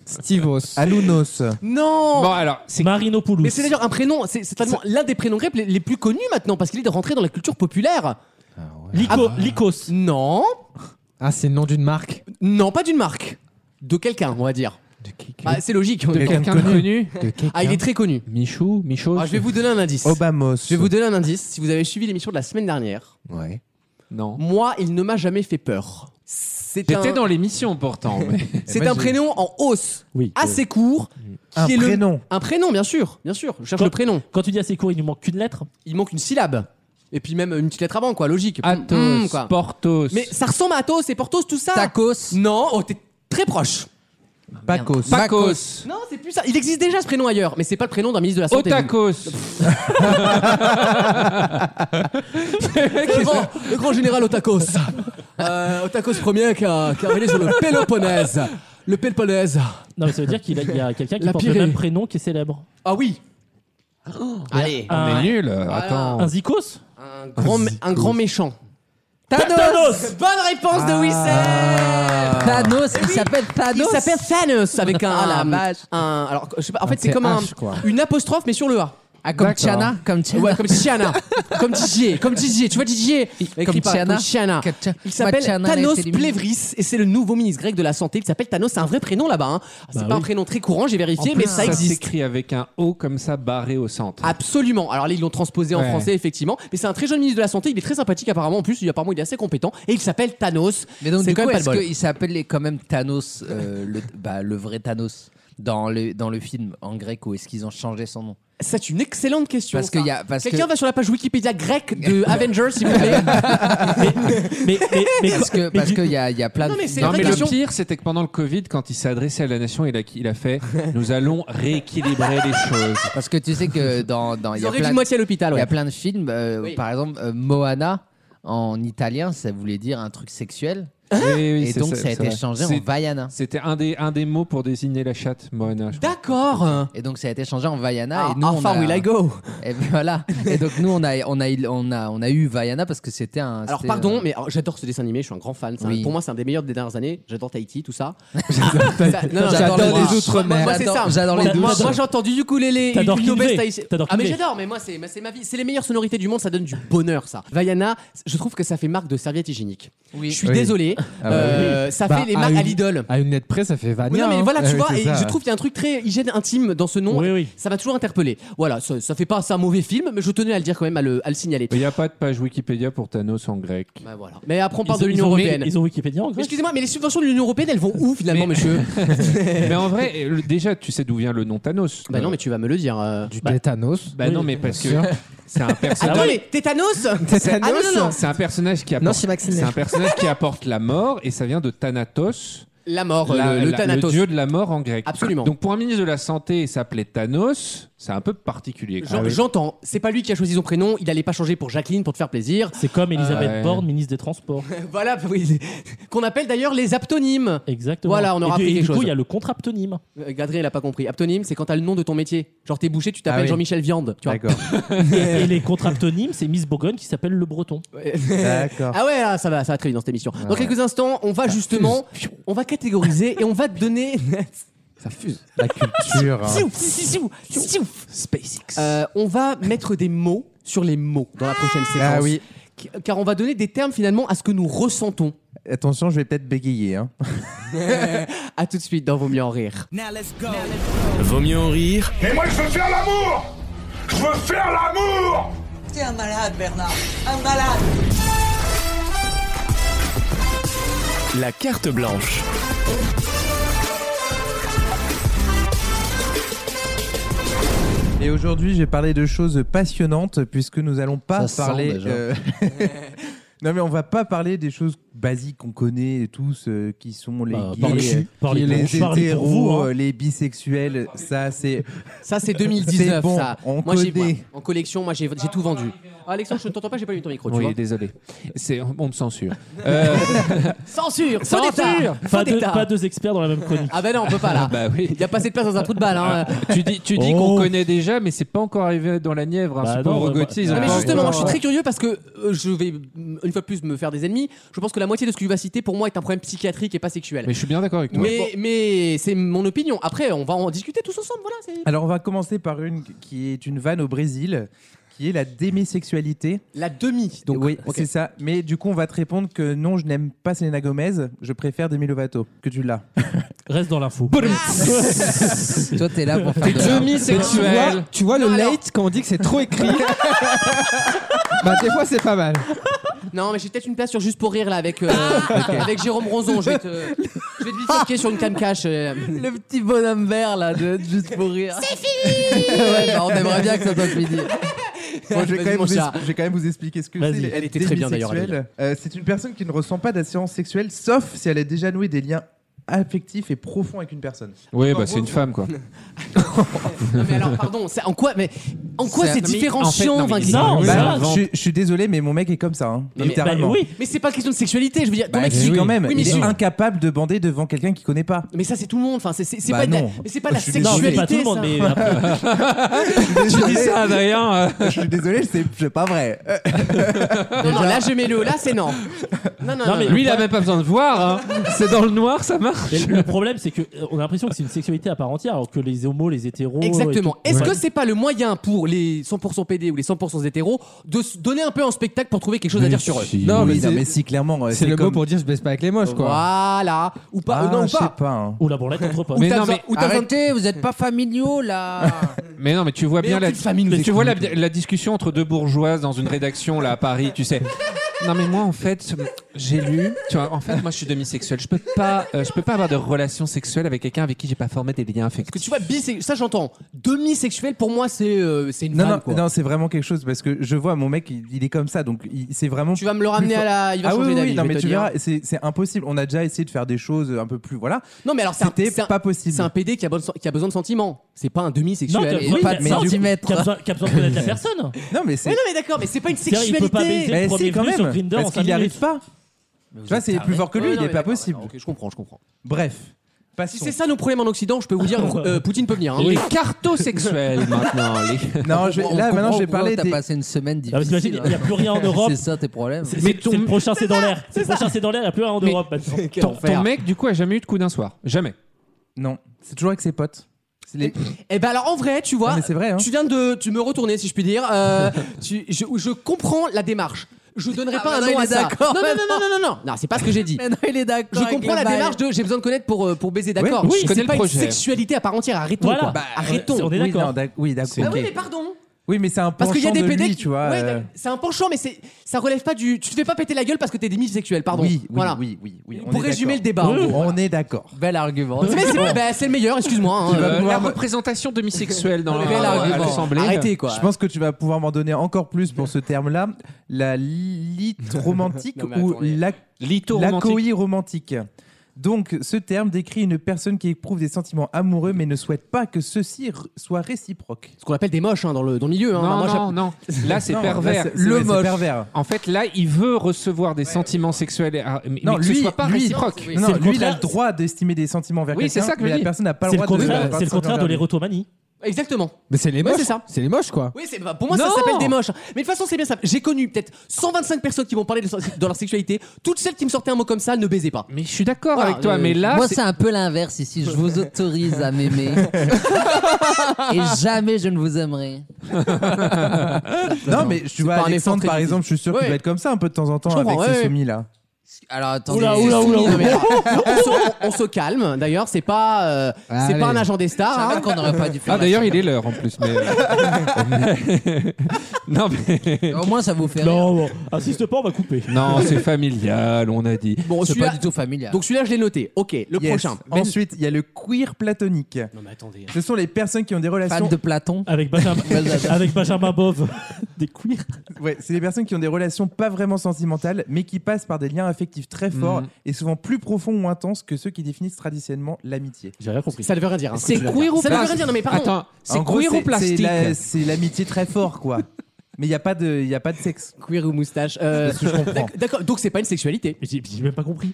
Stivos.
Alounos.
*laughs* Non.
Bon, alors, c'est
Marinopoulos.
Mais c'est d'ailleurs un prénom. C'est c'est tellement l'un des prénoms grecs les, les plus connus maintenant parce qu'il est rentré dans la culture populaire.
Lyco-
Ah.
Lycos.
Non.
Ah, c'est le nom d'une marque.
Non, pas d'une marque. De quelqu'un, on va dire. Ah, c'est logique.
De quelqu'un de connu.
Ah, il est très connu.
Michou, Michou.
Ah, je vais vous donner un indice.
Obamos.
Je vais vous donner un indice. Si vous avez suivi l'émission de la semaine dernière,
Ouais.
Non.
moi, il ne m'a jamais fait peur. C'est
J'étais
un-
dans l'émission pourtant. mais-
C'est
Moi,
un
j'ai-
prénom en hausse,
euh,
Oui.
assez court.
Un
qui est le-
prénom.
Un prénom, bien sûr, bien sûr. Je cherche
Quand-
le prénom.
Quand tu dis assez court, il nous manque qu'une lettre.
Il manque une syllabe. Et puis même une petite lettre avant, quoi, logique.
Athos,
Mm, quoi.
Portos.
Mais ça ressemble à Athos et Portos, tout ça.
Tacos.
Non, oh, t'es très proche.
Pacos.
Pacos.
Non, c'est plus ça. Il existe déjà ce prénom ailleurs, mais c'est pas le prénom d'un ministre de la Santé.
Otakos.
Le grand, le grand général Otakos. Euh, Otakos premier qui a, qui a régné sur le Péloponnèse. Le Péloponnèse.
Non, mais ça veut dire qu'il a- il y
*laughs*
a quelqu'un qui
La
porte
Pirée.
le même prénom qui est célèbre.
Ah oui. Allez.
On est
Un,
nul. euh, Attends.
un Zikos
Oh. Un grand, mé- un grand méchant.
Thanos.
Bonne réponse de Wissem
Thanos, il s'appelle
Il
Thanos.
s'appelle Thanos avec un,
Ah, la
un-
vache.
un- alors je sais pas en fait
c'est
c'est comme un-
H, quoi.
une apostrophe mais sur le A.
Ah, comme
D'accord.
Tiana, comme Tiana.
Ouais, comme *laughs* Tiana, comme Didier, comme Didier, tu vois Didier, écrit pas,
Tiana.
comme Tiana.
Comme Tiana.
Il s'appelle
Ma Tiana, elle a
Thanos
été éliminée.
Plevris et c'est le nouveau ministre grec de la santé. Il s'appelle Thanos, c'est un vrai prénom là-bas. hein. C'est
Bah
pas un
oui.
prénom très courant, j'ai vérifié,
En
mais
plus,
ça existe.
s'écrit avec un O comme ça barré au centre.
Absolument. Alors là, ils l'ont transposé en
Ouais.
français, effectivement. Mais c'est un très jeune ministre de la Santé. Il est très sympathique, apparemment. En plus, il, apparemment, il est assez compétent. Et il s'appelle Thanos.
Mais donc,
C'est
du
quand
coup,
même pas
est-ce
le bol.
qu'il s'appelle quand même Thanos, euh, le, bah, le vrai Thanos, dans le, dans le film en grec, ou est-ce qu'ils ont changé son nom
C'est une excellente question.
Parce que
ça.
y a- parce
Quelqu'un
que-
va sur la page Wikipédia grecque
*laughs*
de Avengers, s'il vous plaît.
Mais, mais,
*laughs*
mais-
Parce que
mais
parce
du-
qu'il y a, il y a plein
Non,
de.
mais c'est
Non,
vrai
Mais
mais
que-
le
le-
Question.
pire, c'était que pendant le Covid, quand il s'est adressé à la nation, il a, il a fait Nous allons rééquilibrer les choses.
Parce que tu sais que dans, dans il
Ils
y a
auraient
plein
dû moitié à l'hôpital.
Il y
ouais.
a plein de films, euh,
Oui.
par exemple euh, Moana en italien, ça voulait dire un truc sexuel,
Oui, oui,
et
c'est
donc ça, a
c'est
été
vrai.
changé en
C'est-
Vaiana.
C'était un des, un des mots pour désigner la chatte, Moana. je crois.
D'accord.
Et donc ça a été changé en Vaiana.
Ah,
et nous,
how
on
far
a-
will I go
Et *laughs* ben voilà. Et donc nous on a on a on a on a eu Vaiana parce que c'était un.
Alors
c'était,
pardon,
euh,
mais alors, j'adore ce dessin animé, je suis un grand fan. C'est un-
Oui.
pour moi, c'est un des meilleurs des dernières années. J'adore Tahiti, tout ça. *laughs*
J'adore les
Moi,
Outre-mer.
moi, c'est
J'adore-
ça.
j'adore les
Moi, moi,
douces.
moi, j'ai entendu ukulélé,
T'adores
Ukulélé,
Kinvey.
Tahiti.
T'adores
Ah mais
Kinvey.
j'adore, mais moi c'est, moi, c'est ma vie, c'est les meilleures sonorités du monde, ça donne du bonheur ça. Vaiana, je trouve que ça fait marque de serviette hygiénique.
Oui.
Je suis
Oui.
désolé,
Ah bah
euh, ça
Bah,
fait les marques
une-
à l'idole.
À une lettre près, ça fait
Oui,
Vania.
non, mais
hein.
voilà,
Ah *laughs*
tu
oui,
vois,
c'est
et
ça.
je trouve qu'il y a un truc très hygiène intime dans ce nom.
Oui, oui.
Ça m'a toujours interpellé. Voilà, ça, ça fait pas ça un mauvais film, mais je tenais à le dire quand même, à le, à le signaler.
Il n'y a pas de page Wikipédia pour Thanos en grec.
Bah, voilà. Mais après, on parle
Ils
de
ont-
l'Union
ils ont-
européenne.
Ils ont Wikipédia en
Mais
grec.
excusez-moi, mais les subventions de l'Union européenne, elles vont où finalement,
Mais-
monsieur
mais en vrai, le- déjà, tu sais d'où vient le nom Thanos
*laughs* Bah non, mais tu vas me le dire. euh.
Du tétanos.
Bah non, mais parce que
Bien sûr.
c'est un
*laughs*
personnage.
Attends, mais *laughs* Tétanos Ah non, non, non
C'est un personnage qui
Non,
apporte.
c'est Maxime.
C'est un personnage qui apporte la mort et ça vient de Thanatos,
La mort, euh,
la-
le, le
la-
Thanatos.
dieu de la mort en grec.
Absolument.
Donc pour un ministre de la santé, il s'appelait Thanos, c'est un peu particulier.
J'en- J'entends, c'est pas lui qui a choisi son prénom, il allait pas changer pour Jacqueline pour te faire plaisir.
C'est comme Elisabeth
ouais.
Borne, ministre des Transports.
Euh, voilà, oui, *laughs* qu'on appelle d'ailleurs les aptonymes.
Exactement.
Voilà, on aura
et du,
appris
et
quelque
du coup,
chose.
il y a le
*laughs*
contre-aptonyme.
Euh, Gadré, il a pas compris. Aptonyme, c'est quand t'as le nom de ton métier. Genre t'es boucher, tu t'appelles
Ah oui.
Jean-Michel Viande. Tu vois.
D'accord.
et, et les contre-aptonymes, c'est Miss Bourgogne qui s'appelle le Breton.
D'accord.
Ah ouais, *laughs* ah, ça va, ça va très vite dans cette émission. Dans quelques instants, on va justement, on va catégoriser et on va te donner.
Ça fuse.
La culture. hein.
Siou, siou, siou, siou. Euh, on va mettre des mots sur les mots dans la prochaine séquence.
Ah oui.
Qui- Car on va donner des termes finalement à ce que nous ressentons.
Attention, je vais peut-être bégayer. Hein.
À tout de suite dans Vaut mieux en rire.
Vaut mieux en rire
Et moi, je veux faire l'amour Je veux faire l'amour T'es un malade, Bernard. Un malade.
La carte blanche.
Et aujourd'hui, j'ai parlé de choses passionnantes puisque nous allons pas
Ça sent
parler. euh,
déjà.
*laughs* non, mais on va pas parler des choses basiques qu'on connaît tous, euh, qui sont les
Bah,
gays,
parlez-
euh,
parlez
les
pour- parlez pour vous,
hétéros,
hein.
euh, les bisexuels. Ça, c'est
Ça c'est 2019
C'est bon,
ça.
on
moi j'ai
connaît.
moi, en collection, moi j'ai j'ai tout vendu. Ah, Alexandre, je ne t'entends pas, j'ai pas mis ton micro. tu
Oui,
vois.
désolé. C'est, on me censure. Euh,
Censure, faux
Censure.
d'état, faux
Pas deux,
d'état.
pas deux experts dans la même chronique.
Ah bah non, on peut pas là.
bah oui.
Il y a pas assez de place dans un trou de balle. Hein.
tu dis, tu dis qu'on connaît déjà, mais c'est pas encore arrivé dans la Nièvre. hein.
Bah
c'est
non,
pas
bah-
Rogotti. ils ont
mais
pas
justement,
encore-
je suis très curieux parce que euh, je vais mm, une fois de plus me faire des ennemis. Je pense que la moitié de ce que tu vas citer pour moi est un problème psychiatrique et pas sexuel.
Mais je suis bien d'accord avec toi.
Mais, mais c'est mon opinion. Après, on va en discuter tous ensemble. Voilà, c'est
Alors, on va commencer par une qui est une vanne au Brésil, qui est la démisexualité.
la demi.
Donc, oui,
ok.
c'est ça. Mais du coup, on va te répondre que non, je n'aime pas Selena Gomez, je préfère Demi Lovato, que tu l'as.
Reste dans l'info. *laughs*
Ah.
Toi, t'es là pour
T'es
faire de la-
demi-sexuel. Tu vois, le late quand on dit que c'est trop
*laughs*
écrit. bah, des fois, c'est pas mal.
Non, mais j'ai peut-être une place sur juste pour rire là avec euh, avec Jérôme Ronzon. Je vais te, je vais te bifurquer sur une cam cache. euh.
Le petit bonhomme vert là, de- juste pour rire. C'est fini ouais, bah, On aimerait bien que ça
*laughs*
soit fini.
Bon, je,
Vas-y,
vais quand même
mon
vous
chat.
es- je vais quand même vous expliquer ce que
Vas-y.
c'est. les-
Elle était très bien, d'ailleurs,
démisexuels. Euh, c'est une personne qui ne ressent pas d'attirance sexuelle, sauf si elle a déjà noué des liens affectifs et profonds avec une personne.
Oui,
Donc, en
bah c'est
gros,
une femme quoi.
Non, mais alors, pardon. c'est- En quoi, mais en quoi
C'est-
c'est
non, mais
différent
en fait,
chiant
non, mais
Vincent
ils ont-
Bah,
Oui, ça
je,
va.
suis- je suis désolé, mais mon mec est comme ça,
Oh,
hein,
Non, mais-
littéralement.
bah, oui.
Mais c'est pas question de sexualité. Je veux dire, ton
Bah,
mec,
si,
il-
quand même,
Oui, mais
il est
tu-
incapable de bander devant quelqu'un qui connaît pas.
Mais ça, c'est tout le monde. Enfin, c'est c'est- c'est
Bah
pas, de la-
non.
mais c'est pas
Je
la
suis
Non, mais
sexualité.
pas tout le monde,
ça.
mais euh,
*laughs*
après,
tu dis ça, Adrien. euh,
Je suis désolé, c'est c'est pas vrai. Euh,
Non, non, là, je mets le. Là, c'est non. Non, non,
Non,
non.
mais-
non.
Lui, il a même pas besoin de voir. hein. C'est dans le noir, ça marche.
mais le problème, c'est que euh, on a l'impression que c'est une sexualité à part entière, alors que les homos, les hétéros. et
Exactement.
tout-
Est-ce
Ouais.
que c'est pas le moyen pour les 100% PD ou les 100% hétéros de se donner un peu un spectacle pour trouver quelque chose à dire sur eux
Non, mais
oui, non,
c'est-
mais si, clairement. euh,
C'est le
comme...
mot pour dire je baisse pas avec les moches, quoi.
Voilà. Ou pas.
Ah,
euh, non, ou
je sais
pas.
pas. hein.
Ou la branlette entre potes.
Ou
Mais
t'as
non,
besoin-
mais
ou t'as besoin de-
Arrêtez, vous êtes pas familiaux là.
*laughs*
Mais non, mais tu vois
Mais
bien
en
la,
plus, famille nous
mais tu
écoute.
vois la, la discussion entre deux bourgeoises dans une rédaction là à Paris, tu sais. Non mais moi en fait j'ai lu, tu vois, en fait moi je suis demisexuel, je peux pas, euh, je peux pas avoir de relation sexuelle avec quelqu'un avec qui j'ai pas formé des liens
Parce que
affectifs.
tu vois, bisex- ça j'entends. Demi-sexuel, pour moi, c'est euh, c'est une
Non,
vanne,
non,
quoi.
non, c'est vraiment quelque chose parce que je vois mon mec, il, il est comme ça, donc il- c'est vraiment.
Tu vas me le ramener à la. Il va
ah oui,
changer
oui,
d'avis.
oui, non,
je vais
mais
te
tu
dire.
verras, c'est c'est impossible. On a déjà essayé de faire des choses un peu plus. Voilà,
Non, mais alors, c'est un,
c'était
c'est un-
pas possible.
c'est un PD qui a, bonne- qui a besoin de sentiments. C'est pas un
Non,
demi-sexuel.
t'as
Et-
oui,
besoin-
pas de
mais du-
centimètres.
T'as besoin t'as besoin de connaître la personne. Ah,
Non, mais c'est.
Mais non, mais d'accord, mais c'est pas une
C'est-à-dire, il peut pas
sexualité.
baiser.
Mais
premier
si, quand
venu sur
même,
Tinder en
parce
cinq
qu'il n'y arrive
minutes.
pas. Tu vois, c'est plus fort que lui,
Ouais,
il
non,
n'est
mais
pas
d'accord,
possible.
d'accord, ok, je comprends, je comprends.
Bref,
Si
passons.
c'est ça nos problèmes en Occident, je peux vous dire,
*laughs*
euh, Poutine peut venir. hein.
Les
*laughs*
cartosexuels maintenant. les-
Non, je vais-
On
là,
comprend
maintenant, je vais
pourquoi
parler
T'as
des.
passé une semaine
Ah, mais t'imagines,
difficile. hein.
il n'y a plus rien en Europe.
C'est ça tes problèmes.
C'est
Mais
c'est-
ton-
c'est le prochain, c'est dans l'air. C'est le prochain, c'est dans l'air. Il n'y a plus rien en
Mais-
Europe.
*laughs*
maintenant.
Quel
Ton,
enfer.
ton mec du coup a jamais eu de coup d'un soir, jamais.
Non, c'est toujours avec ses potes. C'est
*laughs*
les-
Eh ben alors en vrai, tu vois,
Non, mais c'est vrai, hein.
tu viens de, tu me retourner si je puis dire. Euh, tu- je, je comprends la démarche. Je donnerai
Ah,
pas un
maintenant,
nom
il
à
est
ça. Non
d'accord,
non non non non non, non c'est pas ce que j'ai dit.
Maintenant, il est
Je
d'accord. avec
comprends
le
la
bail.
démarche de j'ai besoin de connaître pour euh, pour baiser d'accord.
Ouais, oui,
C'est
je connais le
pas
projet.
une sexualité à part entière. Arrêtons
Voilà.
quoi.
Bah,
arrêtons.
on est
Oui,
d'accord.
non, d'ac- Oui, d'accord.
Bah oui
ok.
mais pardon.
Oui, mais c'est un
Parce
penchant
qu'il y a des
de
PD
lui,
qui-
tu vois.
ouais,
euh,
d'accord. c'est un penchant mais c'est ça relève pas du. Tu te fais pas péter la gueule parce que t'es démisexuel. Pardon.
Oui, oui,
voilà.
oui, oui, oui, on
Pour
est
résumer le
d'accord.
débat. en gros.
On est d'accord.
*laughs* Bel argument.
Mais c'est bah, c'est le meilleur. Excuse-moi. hein.
Euh,
pouvoir
la
me-
représentation demisexuelle *laughs* dans
Bel
la- à
argument.
l'Assemblée.
Arrêtez quoi. hein
Je pense que tu vas pouvoir m'en donner encore plus pour ce terme-là. La lite romantique
Non, mais
ou
attendez.
la
Litho
La
romantique.
coï romantique. Donc, ce terme décrit une personne qui éprouve des sentiments amoureux mais ne souhaite pas que ceux-ci r- soient réciproques.
Ce qu'on appelle des moches hein, dans le dans le milieu. hein. Bah,
Non
moi, j'app-
non non. euh, Là c'est
Non, là,
pervers.
c'est- c'est-
Le
c'est
moche.
pervers.
En fait là il veut recevoir des sentiments sexuels, et- mais,
Non,
mais que ce
lui-
soit pas
lui-
réciproque.
Non,
C'est le
lui, il a
contraire.
le droit d'estimer des sentiments envers
Oui, c'est
quelqu'un,
ça que je
mais la
dis.
personne n'a pas
C'est
le
le
droit
contraire,
de.
c'est le contraire de
l'héros.
l'érotomanie.
Exactement.
Mais c'est les
Ouais,
moches.
c'est ça.
C'est les moches, quoi.
Oui, c'est bah, pour moi ça
Non
s'appelle des moches. Mais de toute façon, c'est bien ça. J'ai connu peut-être 125 personnes qui m'ont parlé de, de leur sexualité. Toutes celles qui me sortaient un mot comme ça ne baisaient pas.
Mais je suis d'accord
Voilà,
avec toi,
le-
mais là
Moi,
c'est-
c'est un peu l'inverse ici. Je vous autorise à m'aimer. Et jamais je ne vous aimerai.
Non, mais tu vois,
pas un effort
Alexandre,
très
par
difficile.
exemple, je suis sûr
Ouais.
qu'il va être comme ça un peu de temps en temps
Je
avec
comprends, ouais, ouais.
ses soumis là.
Alors attendez.
Oula, oula, oula.
Non, mais alors, on, se, on- on se calme. D'ailleurs, c'est pas euh, c'est
Allez.
pas un agent des
Je savais
stars. hein.
qu'on n'aurait pas dû faire.
Ah d'ailleurs il est l'heure en plus
*laughs*
mais non mais
ça. Au moins, ça vous fait. rire.
Non, bon, insiste pas, on va couper.
non c'est familial on a dit
Bon,
C'est pas
celui-là.
du tout familial.
Donc celui-là, je l'ai noté. Ok, le
Yes.
prochain.
Ensuite, il y a le queer platonique.
Non mais attendez.
Ce sont les personnes qui ont des
fan
relations.
de Platon.
Avec
*laughs*
Benjamin, avec Benjamin Bove, des queers.
Ouais, c'est les personnes qui ont des relations pas vraiment sentimentales, mais qui passent par des liens affectifs très forts
Mhm.
et souvent plus profonds ou intenses que ceux qui définissent traditionnellement l'amitié.
J'ai rien compris.
Ça ne veut rien dire. hein, ce
C'est
que tu viens de
queer
dire.
ou
Ça ne veut
pas
rien dire. Non mais pardon.
attends c'est
En gros,
queer ou
c'est
plastique
la- C'est l'amitié très fort, quoi. Mais il n'y a, pas de- il y a pas de sexe.
Queer ou moustache. euh,
C'est ce que je comprends.
D'ac- D'accord, donc c'est pas une sexualité.
J'ai même pas compris.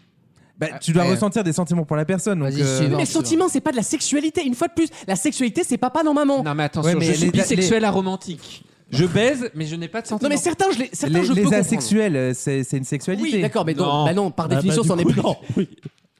Bah, tu dois
Ah, Ouais.
ressentir des sentiments pour la personne. Donc, euh,
mais sentiment, c'est pas de la sexualité. Une fois de plus, la sexualité, c'est papa dans maman. Non,
mais attention, je suis bisexuel aromantique. Je baise, mais je n'ai pas de sentiment.
Non, mais certains, je les, certains,
les,
je
les
peux comprendre.
asexuels, euh, c'est c'est une sexualité.
Oui, d'accord, mais donc, bah non, par
Ah,
définition, c'en est plus.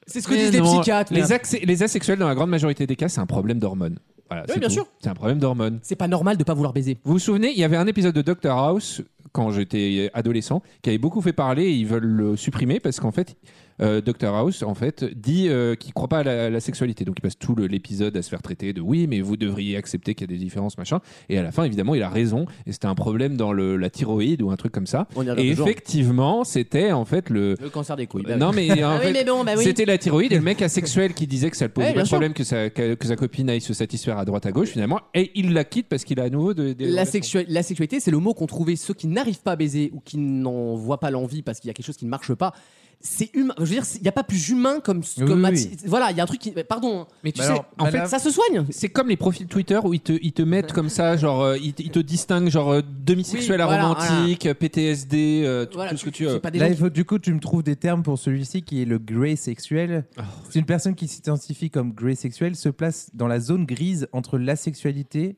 C'est ce que
Mais
disent les
non,
psychiatres.
Les,
mais-
axe- les asexuels, dans la grande majorité des cas, c'est un problème d'hormones. Voilà,
Oui,
c'est
bien
tout.
sûr.
C'est un problème d'hormones.
C'est pas normal de pas vouloir baiser.
Vous vous souvenez, il y avait un épisode de Doctor House quand j'étais adolescent qui avait beaucoup fait parler. et ils veulent le supprimer parce qu'en fait, euh, Doctor House en fait dit euh, qu'il croit pas à la, à la sexualité. Donc il passe tout le- l'épisode à se faire traiter de oui, mais vous devriez accepter qu'il y a des différences, machin. Et à la fin, évidemment, il a raison. Et c'était un problème dans le- la thyroïde ou un truc comme ça.
On y revient
et
toujours.
effectivement, c'était en fait le,
Le cancer des couilles. bah
non,
oui.
mais, en
Ah oui,
fait,
mais bon, bah oui.
c'était la thyroïde et le mec asexuel qui disait que ça le posait
Ouais,
pas
bien
de
sûr.
problème que sa, que, que sa copine aille se satisfaire à droite à gauche finalement et il la quitte parce qu'il a à nouveau de, des
La,
relations.
sexua- la sexualité, c'est le mot qu'ont trouvé ceux qui n'arrivent pas à baiser ou qui n'en voient pas l'envie parce qu'il y a quelque chose qui ne marche pas. C'est humain. Je veux dire, il n'y a pas plus humain comme. comme
oui,
atti- Voilà, il y a un truc qui. Pardon. hein.
Mais tu sais, en fait,
ça se soigne.
C'est comme les profils Twitter où ils te, ils te mettent comme ça, genre, euh, ils, te- ils te distinguent, genre, euh, demi-sexuel
Oui, voilà,
aromantique, PTSD, euh, tout,
Voilà,
tout ce que tu veux.
Là, il faut, du coup, tu me trouves des termes pour celui-ci qui est le grey sexuel.
Oh.
C'est une personne qui s'identifie comme grey sexuel, se place dans la zone grise entre la sexualité,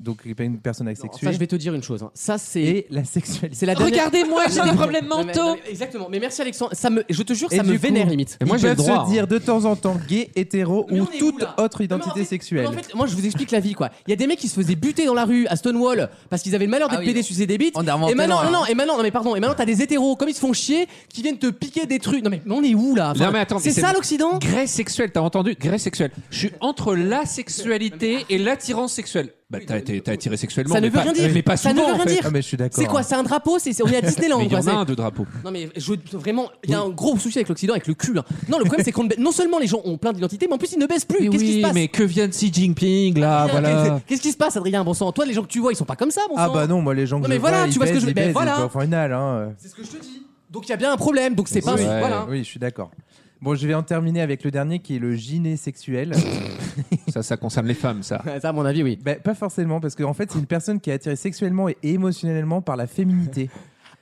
donc une personne asexuée.
ça, je vais te dire une chose. hein. Ça, c'est.
Et la sexualité.
C'est la dernière- Non, mais- non, mais-
mentaux.
non, mais exactement. Mais merci Alexandre. Ça me, je te jure,
Et
ça me
du coup,
vénère limite.
Ils peuvent se dire de temps en temps gay, hétéro ou toute autre identité sexuelle.
En fait, moi, je vous explique la vie, quoi. Il y a des mecs qui se faisaient buter dans la rue à Stonewall parce qu'ils avaient le
Ah
malheur d'être pédés sur des bites.
inventé
et maintenant,
l'horreur.
non, non, et maintenant, non, mais pardon. Et maintenant, t'as des hétéros comme ils se font chier qui viennent te piquer des trucs. Non, mais mais on est où là Enfin,
Non, mais attends,
C'est
mais
ça l'Occident
Grès sexuel, t'as entendu Grès sexuel. Je suis entre la sexualité et l'attirance sexuelle. Bah, t'as été t'as attiré sexuellement.
Ça ne
mais
veut
pas-
rien dire.
Mais pas
Ça
souvent,
ne veut rien
en fait.
Ah,
dire. C'est quoi C'est un drapeau C'est c'est-
*laughs*
on est à Disneyland.
Mais il y
quoi,
en a
c'est-
un de drapeau.
Non mais je, vraiment, il y a un gros souci avec l'Occident, avec le cul. hein. Non, le problème c'est qu'on ne ba- non seulement les gens ont plein d'identités, mais en plus ils ne baissent plus. Qu'est-ce qui se
Oui,
passe Ah,
mais que vient de Xi Jinping, là, voilà.
Qu'est-ce qui se passe, Adrien Bon sang, toi, les gens que tu vois, ils sont pas comme ça, bon
Ah
sang.
bah non, moi les gens
Non,
que
mais
je
voilà,
vois,
tu
ils
vois ce que je-
baisent,
ben
ils baisent,
voilà.
ils sont en finale, hein.
Donc il y a bien un problème. Donc c'est pas. un-
Oui,
Voilà.
oui, je suis d'accord. Bon, je vais en terminer avec le dernier qui est le
*laughs*
gyné sexuel.
ça, ça concerne les femmes, ça.
à mon avis, oui.
Bah, pas forcément, parce qu'en fait, c'est une personne qui est attirée sexuellement et émotionnellement par la féminité.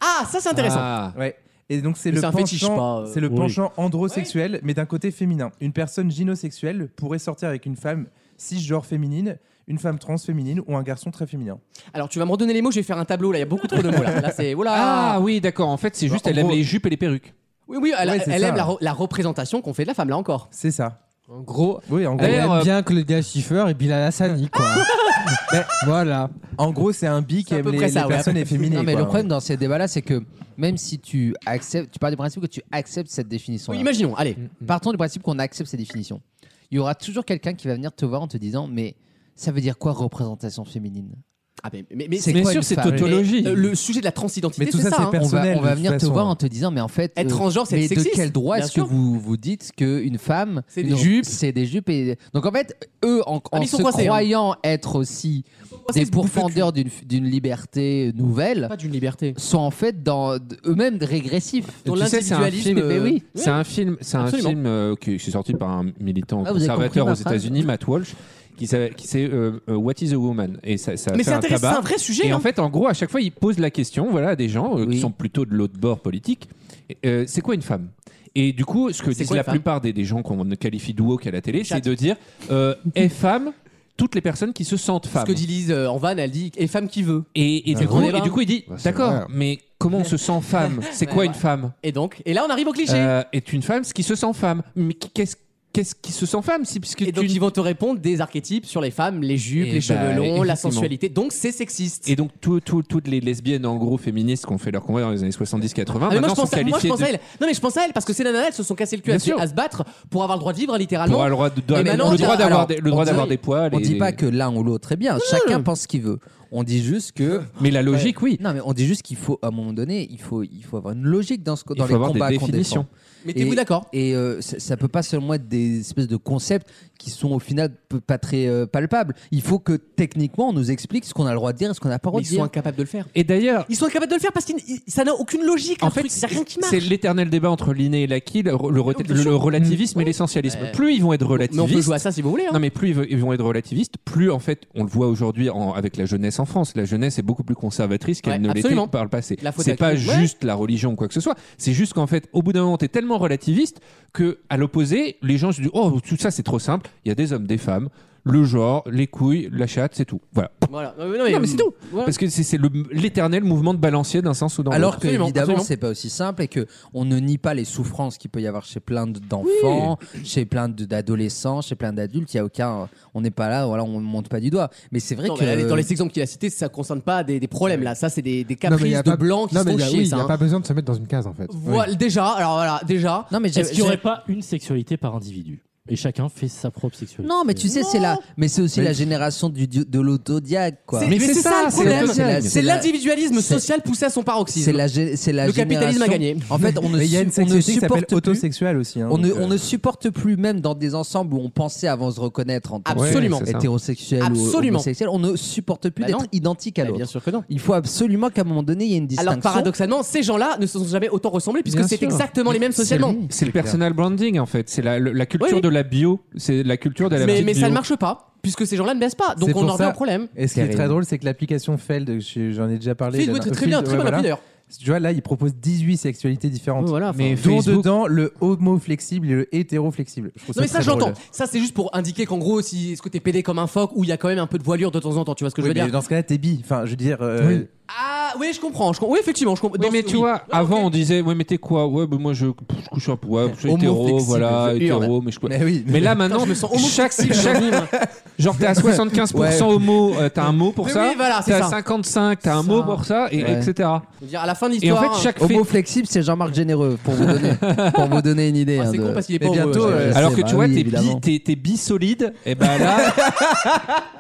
Ah, ça c'est intéressant.
Ouais. Et donc c'est
Mais
le
c'est un
penchant,
fétiche, pas, euh,
c'est le
oui.
penchant androsexuel, mais d'un côté féminin. Une personne gynosexuelle pourrait sortir avec une femme cisgenre féminine, une femme trans féminine ou un garçon très féminin.
Alors tu vas me redonner les mots, je vais faire un tableau là, il y a beaucoup trop de mots là. Là, c'est voilà.
Ah oui, d'accord. En fait, c'est juste,
En
elle aime
gros-
les jupes et les perruques.
Oui, oui, elle,
Ouais, c'est
elle
ça.
aime la, re- la représentation qu'on fait de la femme là encore.
C'est ça.
En gros,
oui, en
elle
gros.
aime
Euh,
bien Claudia Schiffer et Bilal
*laughs*
Hassani, quoi.
Ben,
voilà.
En gros, c'est un bi qui aime les, les personnes efféminées.
Non, mais
quoi.
le problème dans ces débats-là, c'est que même si tu acceptes, tu pars du principe que tu acceptes cette définition.
Oui, imaginons, allez.
Partons du principe qu'on accepte ces définitions. Il y aura toujours quelqu'un qui va venir te voir en te disant, mais ça veut dire quoi représentation féminine
Ah, mais, mais,
C'est quoi une femme
Mais, euh, le sujet de la transidentité,
Mais tout ça,
c'est ça.
c'est
hein.
personnel, On va- on va de toute venir te façon. voir en te disant, mais en fait,
Être
euh,
transgenre, c'est
mais
être sexiste.
de quel droit
Bien
est-ce que
sûr.
vous vous dites qu'une femme, c'est des jupes, c'est des jupes et donc en fait eux en,
Ah, mais
en
ils sont
se
coincés, hein.
croyant être aussi
coincés,
des
ils se bouffent le
pourfendeurs d'une d'une liberté nouvelle,
pas d'une liberté,
sont en fait dans eux-mêmes régressifs.
Tu sais, c'est un film, euh,
mais oui.
c'est un film, c'est un
Absolument.
film euh, qui qui est sorti par un militant
Ah, vous avez
conservateur
compris ma
aux
phrase.
États-Unis, Matt Walsh, qui s'est- qui c'est euh, euh, What is a Woman et ça, ça a
Mais
fait
c'est
un
intéressant,
tabac.
c'est un vrai sujet,
Et
hein.
en fait, en gros, à chaque fois, il pose la question, voilà, à des gens euh, qui sont plutôt de l'autre bord politique. Et, euh, c'est quoi une femme Et du coup, ce que
C'est
disent
quoi une
la
femme
plupart des, des gens qu'on qualifie de woke à la télé, c'est de dire euh, est femme toutes les personnes qui se sentent femmes.
Ce que dit Ah, Lise euh, en van, elle dit et femme qui veut.
Et, et
C'est
du,
le
coup,
grand débat.
et du coup, il dit
c'est vrai.
d'accord, mais comment on se sent
*laughs*
femme C'est
Ouais,
quoi
ouais.
une femme
Et donc, et là on arrive au cliché.
euh, est une femme ce qui se sent femme. Mais qui- qu'est-ce qu'est-ce qui se sent femme si puisque
et donc
tu-
ils vont te répondre des archétypes sur les femmes, les jupes,
Eh
les
bah,
cheveux longs, la
effectivement.
sensualité. Donc c'est sexiste.
et donc tout- tout- toutes les lesbiennes en gros féministes qui ont fait leur combat dans les années 70-80
Ah, mais moi, je
maintenant sont
pense à, moi, je
qualifiées
pense
de-
à elle. Non, mais je pense à elle parce que ces nanas, elles se sont cassées le cul
Bien
à,
sûr.
à se battre pour avoir le droit de vivre littéralement.
Pour avoir le droit de- de-
Et maintenant,
on
on
dit-
dit-
droit d'avoir
alors,
des- le
on
droit d'avoir
dit-
des poils
On
et
dit
des-
pas que l'un ou l'autre est bien. Chacun pense ce qu'il veut. On dit juste que.
Mais la logique, oui.
Non, mais on dit juste qu'il faut, à un moment donné, il faut, il faut avoir une logique dans, ce, dans
Il faut
les
avoir des
combats qu'on
définitions.
défend.
Mettez-vous
Et-
d'accord.
Et euh, ça, ça peut pas seulement être des espèces de concepts qui sont au final peu- pas très euh, palpables. Il faut que techniquement on nous explique ce qu'on a le droit de dire et ce qu'on n'a pas le droit
Mais
de
ils
dire.
sont incapables de le faire.
Et d'ailleurs,
Ils sont incapables de le faire parce que ça n'a aucune logique. En fait, c'est rien qui marche.
c'est l'éternel débat entre l'inné et l'acquis, le, le- le- le relativisme et l'essentialisme.
Mm. Ouais.
Plus ils vont être relativistes,
jouer à ça si vous voulez, hein.
Non, mais plus ils, ve- ils vont être relativistes, plus en fait, on le voit aujourd'hui en- avec la jeunesse en en France. La jeunesse est beaucoup plus conservatrice qu'elle
Ouais,
ne l'était
absolument.
par le passé.
La faute
C'est
à
pas
qui Ouais.
juste la religion ou quoi que ce soit. C'est juste qu'en fait, au bout d'un moment, t'es tellement relativiste que, à l'opposé, les gens se disent Oh, tout ça, c'est trop simple. Il y a des hommes, des femmes, le genre, les couilles, la chatte, c'est tout. Voilà.
Voilà.
Non, mais c'est tout.
euh, Voilà.
Parce que c'est c'est le- l'éternel mouvement de balancier d'un sens ou d'un autre.
Alors que évidemment c'est pas aussi simple et que on ne nie pas les souffrances qu'il peut y avoir chez plein de- d'enfants, chez plein de- d'adolescents, chez plein d'adultes. Il y a aucun, on n'est pas là, voilà, on monte pas du doigt. Mais c'est vrai
Non,
que
mais là, Dans les exemples qu'il a cités, ça concerne pas des, des problèmes là. Ça, c'est des, des
Non, mais
caprices
y a
de
pas-
blancs qui
non,
se
mais
font
y a-
chier.
oui,
ça,
Il n'y a
hein.
pas besoin de se mettre dans une case en fait.
Voilà, déjà, alors voilà, déjà.
Non, mais j'ai-
Est-ce qu'il n'y
j'ai-
aurait pas une sexualité par individu Et chacun fait sa propre sexualité.
Non, mais tu sais, c'est là. Mais c'est aussi la génération du, du- de l'autodiague, quoi.
C'est- Mais c'est ça, le problème. C'est
la-
l'individualisme
c'est-
social poussé à son paroxysme.
C'est la, gé- c'est la
Le capitalisme a
génération-
gagné.
En fait, on ne,
Mais il y a une
su- on ne
sexualité qui s'appelle
supporte plus.
autosexuelle aussi. hein,
on, ne,
donc, euh,
on ne supporte plus même dans des ensembles où on pensait avant de se reconnaître en tant que
Absolument.
hétérosexuel
Absolument.
ou homosexuel, on ne supporte plus
Bah non.
d'être identique à
Bah,
l'autre.
bien sûr que non.
Il faut absolument qu'à un moment donné, il y ait une distinction.
Alors paradoxalement, ces gens-là ne se sont jamais autant ressemblés puisque
Bien
c'est
sûr.
exactement les mêmes socialement.
Mmh.
*laughs*
C'est le- C'est le personal branding en fait. C'est la, le- la culture
Oui, oui.
de la bio. C'est la culture de la
Mais,
petite
mais ça
bio.
ne marche pas puisque ces gens-là ne baissent pas. Donc
c'est
on
pour
en revient
ça-
au problème.
Et ce qui est très
Terrible.
drôle, c'est que l'application Feld, je- j'en ai déjà parlé.
Feld,
la
oui,
dernière-
très bien, très
ouais,
bonne
voilà.
appli, d'ailleurs.
Tu vois, là, il propose 18 sexualités différentes.
Voilà, enfin, Mais
dont
Facebook-
dedans le homo flexible et le hétéro flexible. Je trouve
Non mais
ça
ça
très drôle.
j'entends. Ça c'est juste pour indiquer qu'en gros si est-ce que t'es pédé comme un phoque ou il y a quand même un peu de voilure de temps en temps. Tu vois ce que
Oui,
je veux
mais
dire
Dans ce cas-là, t'es bi. Enfin, je veux dire. euh,
Ah oui je comprends. Je com- Oui effectivement je comprends.
Oui,
Dans
mais
ce-
tu
oui. Ah,
vois, avant on disait, ouais, mais t'es quoi Ouais, bah, moi je, je couche un peu, ouais, je suis
Homo
hétéro,
flexible,
voilà,
je hurle.
hétéro, mais je
Mais oui.
là maintenant,
Putain, je me sens homo
chaque,
flexible, *laughs*
chaque-
j'en ai marre.
genre t'es à 75%
Ouais.
homo, euh, t'as un mot pour
Mais
ça,
oui, voilà, c'est
t'es à
ça.
55, t'as un mot pour ça, et,
Ouais.
etc.
Je veux dire, à la fin de
Et en
l'histoire.
fait, chaque
Homo
fait-
flexible, c'est Jean-Marc Généreux, pour vous
*laughs*
donner, pour vous donner une idée.
Ah,
hein,
c'est
de-
con parce qu'il est
Mais
pas homo,
bientôt,
ouais.
euh,
Alors
c'est-
que
bah
tu vois,
oui,
t'es
évidemment.
bi, t'es- t'es bi solide, et bah
*laughs*
là,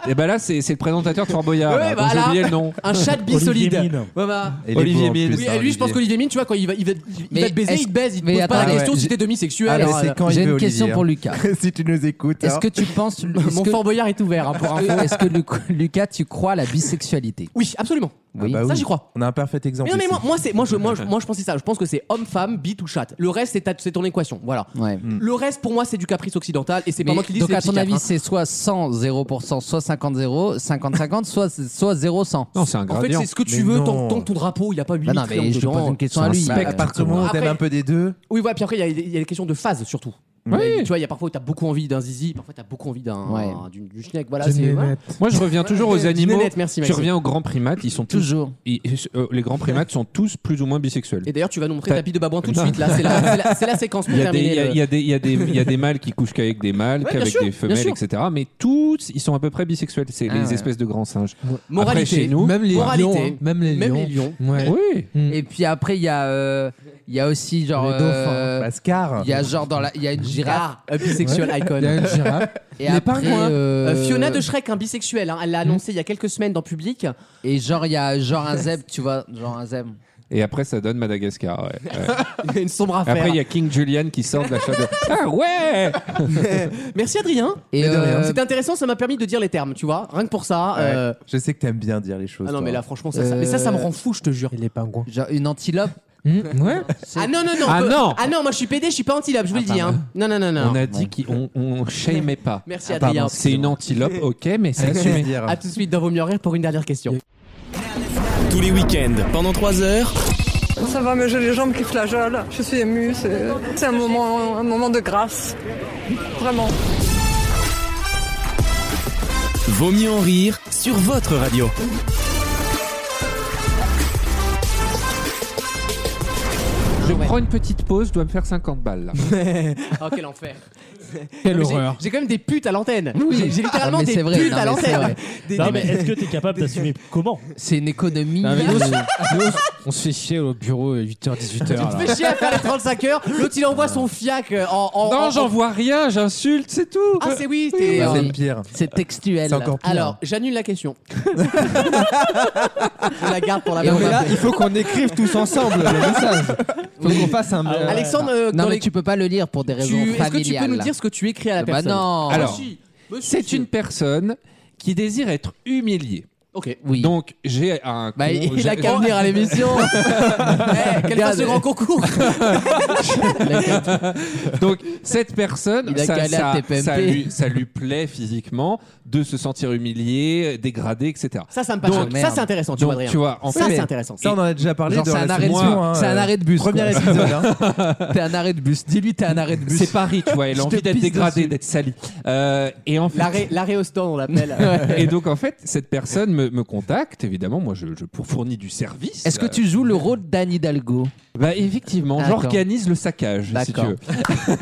et bah là, c'est c'est le présentateur de Fort Boyard,
Ouais,
là, dont
voilà.
j'ai oublié le nom.
Un chat de bi
Olivier
solide.
Mine.
Ouais, bah.
Ah,
Et il est Olivier beau en Mine. plus,
Oui,
hein,
et lui, je pense
Olivier.
qu'Olivier Mine, tu vois, quand il va, il va, il
Mais
va te baiser,
est-ce-
il te baise. Il te
mais
pose pas
attends,
la question
ouais.
si t'es demi-sexuel.
Alors,
euh,
j'ai une question pour Lucas.
*laughs* si tu nous écoutes.
Est-ce
hein.
que tu penses.
Mon Fort Boyard est ouvert, hein, pour info.
Est-ce que Luc- *laughs* Lucas, tu crois à la bisexualité
Oui, absolument.
Oui.
bah
Ça,
oui.
j'y crois.
On a un parfait exemple.
Mais non, mais
ici.
moi, moi, c'est, moi, je, moi, je, moi, je pensais ça. Je pense que c'est homme, femme, bite ou chat. Le reste, c'est, ta- c'est ton équation. Voilà.
Ouais.
Le reste, pour moi, c'est du caprice occidental et c'est Hmm. pas
Hmm. Mais
moi qui le dis.
donc
c'est
à
les
ton
psychiatres,
avis,
hein.
c'est soit 100 0%, soit 50 0, 50 50, soit soit 0 100.
Non, c'est un
En fait,
gradient.
c'est ce que tu
Mais
veux
non.
tant, tant que ton drapeau, il n'y a pas 8
Bah non, mais je te pose une question à lui.
Bah, à partir du moment où t'aimes
Après-
un peu des deux.
Oui, voilà, puis après, il y a- il y, a les questions de phase surtout.
Oui.
Tu vois, il y a parfois où t'as beaucoup envie d'un zizi, parfois t'as beaucoup envie d'un,
Ouais.
d'une- du schneck. Voilà,
D'une
c'est, voilà.
nénette.
Moi, je reviens toujours aux
D'une
animaux.
nénette, merci,
tu
Maxime.
reviens aux grands primates, ils sont tous-
Toujours.
ils- euh, les grands primates sont tous plus ou moins bisexuels.
Et d'ailleurs, tu vas nous montrer
T'as-
ta bite de babouin tout de
Non.
suite. Là, c'est la, c'est la- c'est la séquence pour
Il y a des- il y
terminer.
a-
le-
il y a des- il y a des- il y a des mâles qui couchent qu'avec des mâles,
Ouais, bien
qu'avec
sûr,
des
bien
femelles,
sûr.
etc. Mais tous, ils sont à peu près bisexuels. C'est
Ah
les
ouais.
espèces de grands singes. Après,
euh, Moralité.
chez nous,
Même les
Moralité.
lions. hein. Même les
Même
lions.
les lions.
Ouais.
Oui.
bah,
Mm.
Et puis après, il y a euh, il y a aussi genre
Les dauphins.
hein.
euh,
Bah, Pascal.
il y a genre dans la il y a une girafe.
Ah, un bisexual
Ouais.
icon.
Il y a une girafe.
Et
Les pingouins.
euh,
Euh, Fiona de Shrek, un bisexuel, hein, elle l'a annoncé il y a quelques semaines dans
*laughs*
public.
Et genre il y a genre un zèbre, tu vois, genre un zèbre.
Et après, ça donne Madagascar. ouais.
*laughs*
Euh,
Une sombre affaire.
après, il y a King Julian qui sort de la chatte. de- Ah ouais
Merci Adrien.
Et
Mais de
euh,
rien. C'était intéressant, ça m'a permis de dire les termes, tu vois. Rien que pour ça. euh,
*laughs* Ouais, Je sais que t'aimes bien dire les choses.
Ah non,
toi.
mais là, franchement, ça, ça-
Euh,
mais ça, ça me rend fou, je te jure.
Et les pingouins.
genre une antilope.
Hmm, Ouais.
Ah non, non, non.
Ah
peu-
non.
Ah non, moi je suis PD, je suis pas antilope, je
Ah,
vous le
bah,
dis. Hein. Non, non, non, non.
On a dit qu'on on shamait pas.
Merci
Ah, pardon,
Adrien.
C'est une antilope, ok, mais
*laughs*
c'est assumé.
À tout de suite dans Vaut mieux en rire pour une dernière question.
Tous les week-ends, pendant 3 heures,
Ça va, mais j'ai les jambes qui flageolent. Je suis émue. C'est c'est un moment, un moment de grâce. Vraiment.
Vaut mieux en rire sur votre radio.
Ah
Je prends une petite pause, je dois me faire 50
*laughs*
balles. là.
oh, quel enfer.
Quelle
Non, mais j'ai-
horreur.
J'ai quand même des putes à l'antenne.
Oui.
J'ai j'ai littéralement
Ah, mais
des
c'est vrai,
putes
non,
à
mais c'est
l'antenne.
vrai.
Des-
Non,
des-
mais est-ce que t'es capable d'assumer comment
C'est une économie.
Non, mais nous,
euh,
*laughs*
nous, on se fait chier au bureau à 8h, 18h.
Tu te fais chier à faire les 35
*laughs*
heures. L'autre il envoie son fiac euh, en.
Oh,
en- en-
Non, j'en vois rien, j'insulte, c'est tout.
Ah, c'est oui,
Bah,
t'es.
Ah,
euh,
C'est le pire.
C'est textuel.
C'est encore pire.
Alors, j'annule la question. Je la garde pour la
Et on
prochaine.
est là,
Il faut qu'on écrive tous ensemble le
*laughs*
message. Faut qu'on fasse
Ah,
un.
Euh, Alexandre, euh,
non
dans
mais
les-
tu peux pas le lire pour des raisons
tu- est-ce
familiales.
que tu peux nous dire ce que tu écris à la
Bah
personne
non.
Ah,
Alors,
si. Monsieur,
C'est
si.
une personne qui désire être humiliée.
Ok.
Oui.
Donc j'ai un.
Bah, il- il a
j'ai-
qu'à venir
*laughs*
à l'émission. Eh, qu'elle fasse le grand
concours.
*laughs* Donc cette personne,
Il a qu'à
ça,
aller
ça-
à TPMP.
ça lui, ça lui plaît physiquement de se sentir humilié, dégradé, etc.
Ça, ça me passionne.
Donc-
Ça, c'est intéressant, tu
donc,
vois, Adrien.
Tu vois, en
Ça,
fait-
c'est intéressant.
Ça, on en a déjà parlé
Genre,
dans
c'est
la
un arrêt de-
sélection, hein,
c'est
euh,
un arrêt de bus.
Premier
quoi.
épisode. hein.
T'es un arrêt de bus. Dis-lui, t'es un arrêt de bus.
C'est Paris, tu vois, et
Je te
l'envie d'être
pisse
dégradé,
dessus.
d'être sali. Euh, et en fait-
L'arrêt l'arrêt au stand, on l'appelle. *laughs*
et donc en fait, cette personne me, me contacte. Évidemment, moi, je, je pour fournis du service. euh,
Est-ce que tu joues le rôle d'Anne Hidalgo
Bah effectivement,
D'accord.
j'organise le saccage, si tu
D'accord.
veux.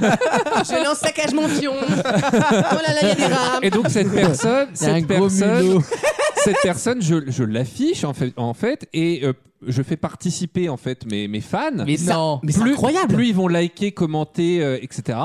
Je lance saccage mon pion. *laughs* Oh là là, il y a des rats.
Et donc cette personne,
*laughs* Il y a un
cette
gros
personne,
mulot.
*laughs* cette personne, je, je l'affiche en fait, en fait, et euh, je fais participer en fait mes, mes fans.
Mais ça- non. mais c'est
Plus-
incroyable.
Plus ils vont liker, commenter, euh, etc.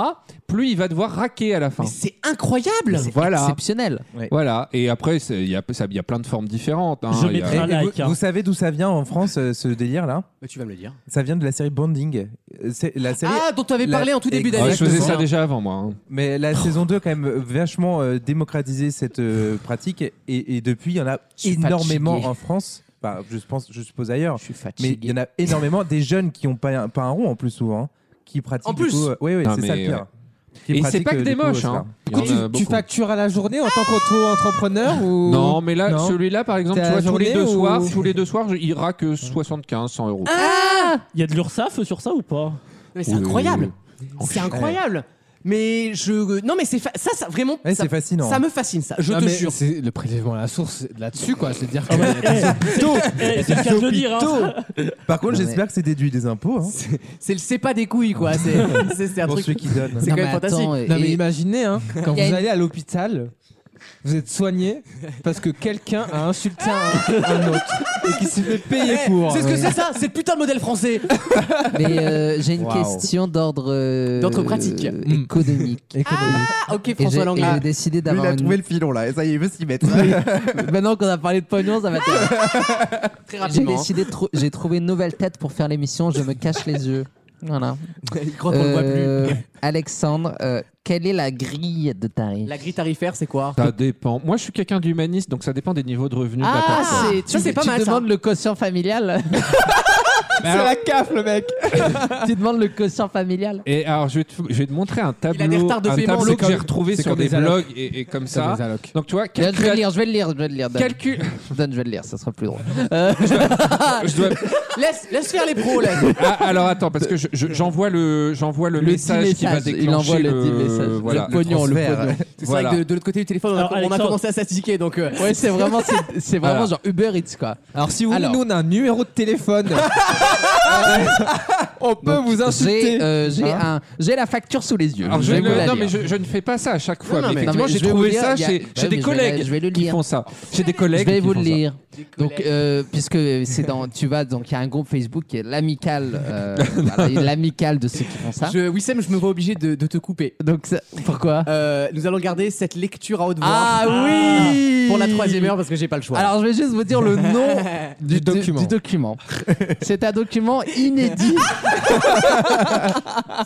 Plus il va devoir raquer à la fin.
C'est incroyable.
Voilà.
Exceptionnel.
Voilà. Et après, c'est- il y a, ça- il y a plein de formes différentes. hein. Il y a-
Et vous- Vous savez d'où ça vient en France, euh, ce délire-là
Bah, tu vas me le dire.
Ça vient de la série Bonding. Euh, c'est- La série...
Ah, dont tu avais
la-
parlé en tout début d'année.
Ah, je faisais ça
Exactement.
déjà avant moi. hein.
Mais la saison 2 a quand même euh, vachement euh, démocratisé cette euh, pratique et, et depuis il y en a
suis
énormément
fatigué.
en France. Enfin, je pense, je suppose ailleurs.
fatigué.
Mais il y en a énormément des jeunes qui n'ont pas, un- pas un rond en plus souvent, hein, qui pratiquent.
En
du
plus
coup, euh, oui, oui,
Non,
c'est ça
mais,
le
ouais.
pire. Qui
Et c'est
pratiquent,
pas que
euh,
des
du coup,
moches.
euh,
hein.
ça.
Il y en
Tu,
a
tu
beaucoup.
factures à la journée en tant qu'auto-entrepreneur ou...
Non, mais là,
Non.
celui-là, par exemple,
T'as
tu vois, tous les
journée
deux
ou-
soirs, tous les deux soirs, je- il raque 75, 100 euros.
Il y a de l'URSAF sur ça ou pas
Mais c'est
Oui, oui,
incroyable.
oui.
C'est incroyable. Mais je. Non, mais c'est. fa- Ça, ça, vraiment.
Ouais,
ça-
c'est fascinant.
Ça me fascine, ça. Je
Non,
te
mais
jure.
c'est le prélèvement à la source c'est là-dessus, quoi. C'est de dire que.
Eh, C'est le cas de le dire. hein.
Par contre,
Non, mais-
j'espère que c'est déduit des impôts. hein,
C'est le c'est pas des couilles, quoi. *laughs* C'est c'est- c'est un
pour
truc.
ceux qui donnent.
C'est quand
Non,
même
mais
fantastique.
attends, et-
Non, mais
et-
imaginez, hein, quand vous
Il y a une-
allez à l'hôpital, vous êtes soigné parce que quelqu'un a insulté un, un autre et qui s'est fait payer
Eh,
pour.
C'est ce que
Oui.
c'est ça, c'est le putain de modèle français.
Mais euh, j'ai une
Wow.
question d'ordre euh,
D'ordre pratique.
euh,
*laughs*
économique.
*laughs* Ah, ok,
Et j'ai
François
et j'ai
Langlais.
décidé
Hmm. Lui, il
d'avoir
a
une.
trouvé le filon là, et ça y est, il veut s'y mettre. *laughs*
*laughs* Maintenant qu'on a parlé de pognon, ça va. être-
Très
J'ai
rapidement.
décidé, de trou- j'ai trouvé une nouvelle tête pour faire l'émission. Je me cache les yeux. Voilà.
*laughs* Il croit qu'on le voit plus.
Euh, Alexandre, euh, quelle est la grille de tarif
La grille tarifaire, c'est quoi
Ça dépend. Moi, je suis quelqu'un d'humaniste, donc ça dépend des niveaux de revenus de la
Ah,
personne.
c'est-
Ça,
tu-
c'est pas mal,
Tu
ça.
demandes le quotient familial. *laughs*
C'est la CAF, le mec.
tu demandes le quotient familial.
Et alors, je vais te, je vais te montrer un tableau,
des retards de
un
paiement,
tableau
c'est
que j'ai retrouvé
c'est
sur
comme
des
les allocs.
blogs et, et comme
C'est
ça.
des allocs.
Donc, tu vois,
Je vais le
calcul,
lire, je vais le lire, je vais le lire. Donne,
calcul-
Donne, je vais le lire, ça sera plus drôle.
*laughs* je dois-
Laisse, laisse faire les pros, là.
Ah, alors, attends, parce que je- je- j'envoie le, j'envoie le,
Le
message
petit
qui va
message. Il
déclencher
envoie le petit message.
voilà.
Le pognon, le
transfert.
pognon.
C'est
Voilà.
vrai que de, de l'autre côté du téléphone, on a,
Alors,
on a
Alexandre-
commencé à s'astiquer, donc. euh,
Ouais, c'est vraiment, c'est- c'est vraiment genre Uber Eats quoi.
Alors, si vous voulez,
Alors.
nous, on a un numéro de téléphone. on peut vous insulter.
J'ai euh, j'ai un- j'ai la facture sous les yeux.
Alors, je,
vais
ne-
vous la
non,
lire.
mais je, je ne fais pas ça à chaque fois.
Non, non,
mais
mais-
effectivement,
non, mais
j'ai
je vais
trouvé
vous lire,
ça
il y a-
chez,
bah
chez
oui,
des
mais je vais
collègues
la- je vais le
qui
lire.
font ça. Chez des collègues.
Je vais
qui
vous le
font ça.
lire. Donc, euh, puisque c'est dans, tu vas, donc il y a un groupe Facebook qui est l'amical,
*laughs*
euh, voilà, l'amical de ceux qui font ça.
Je, Wissem, je me vois obligé de, de te couper.
Donc, ça- pourquoi
Euh, nous allons garder cette lecture à haute voix.
Ah oui
Pour la troisième heure, parce que j'ai pas le choix.
Alors, je vais juste vous
*laughs*
dire le nom
Du
du,
document.
du document. C'est un document
*laughs*
inédit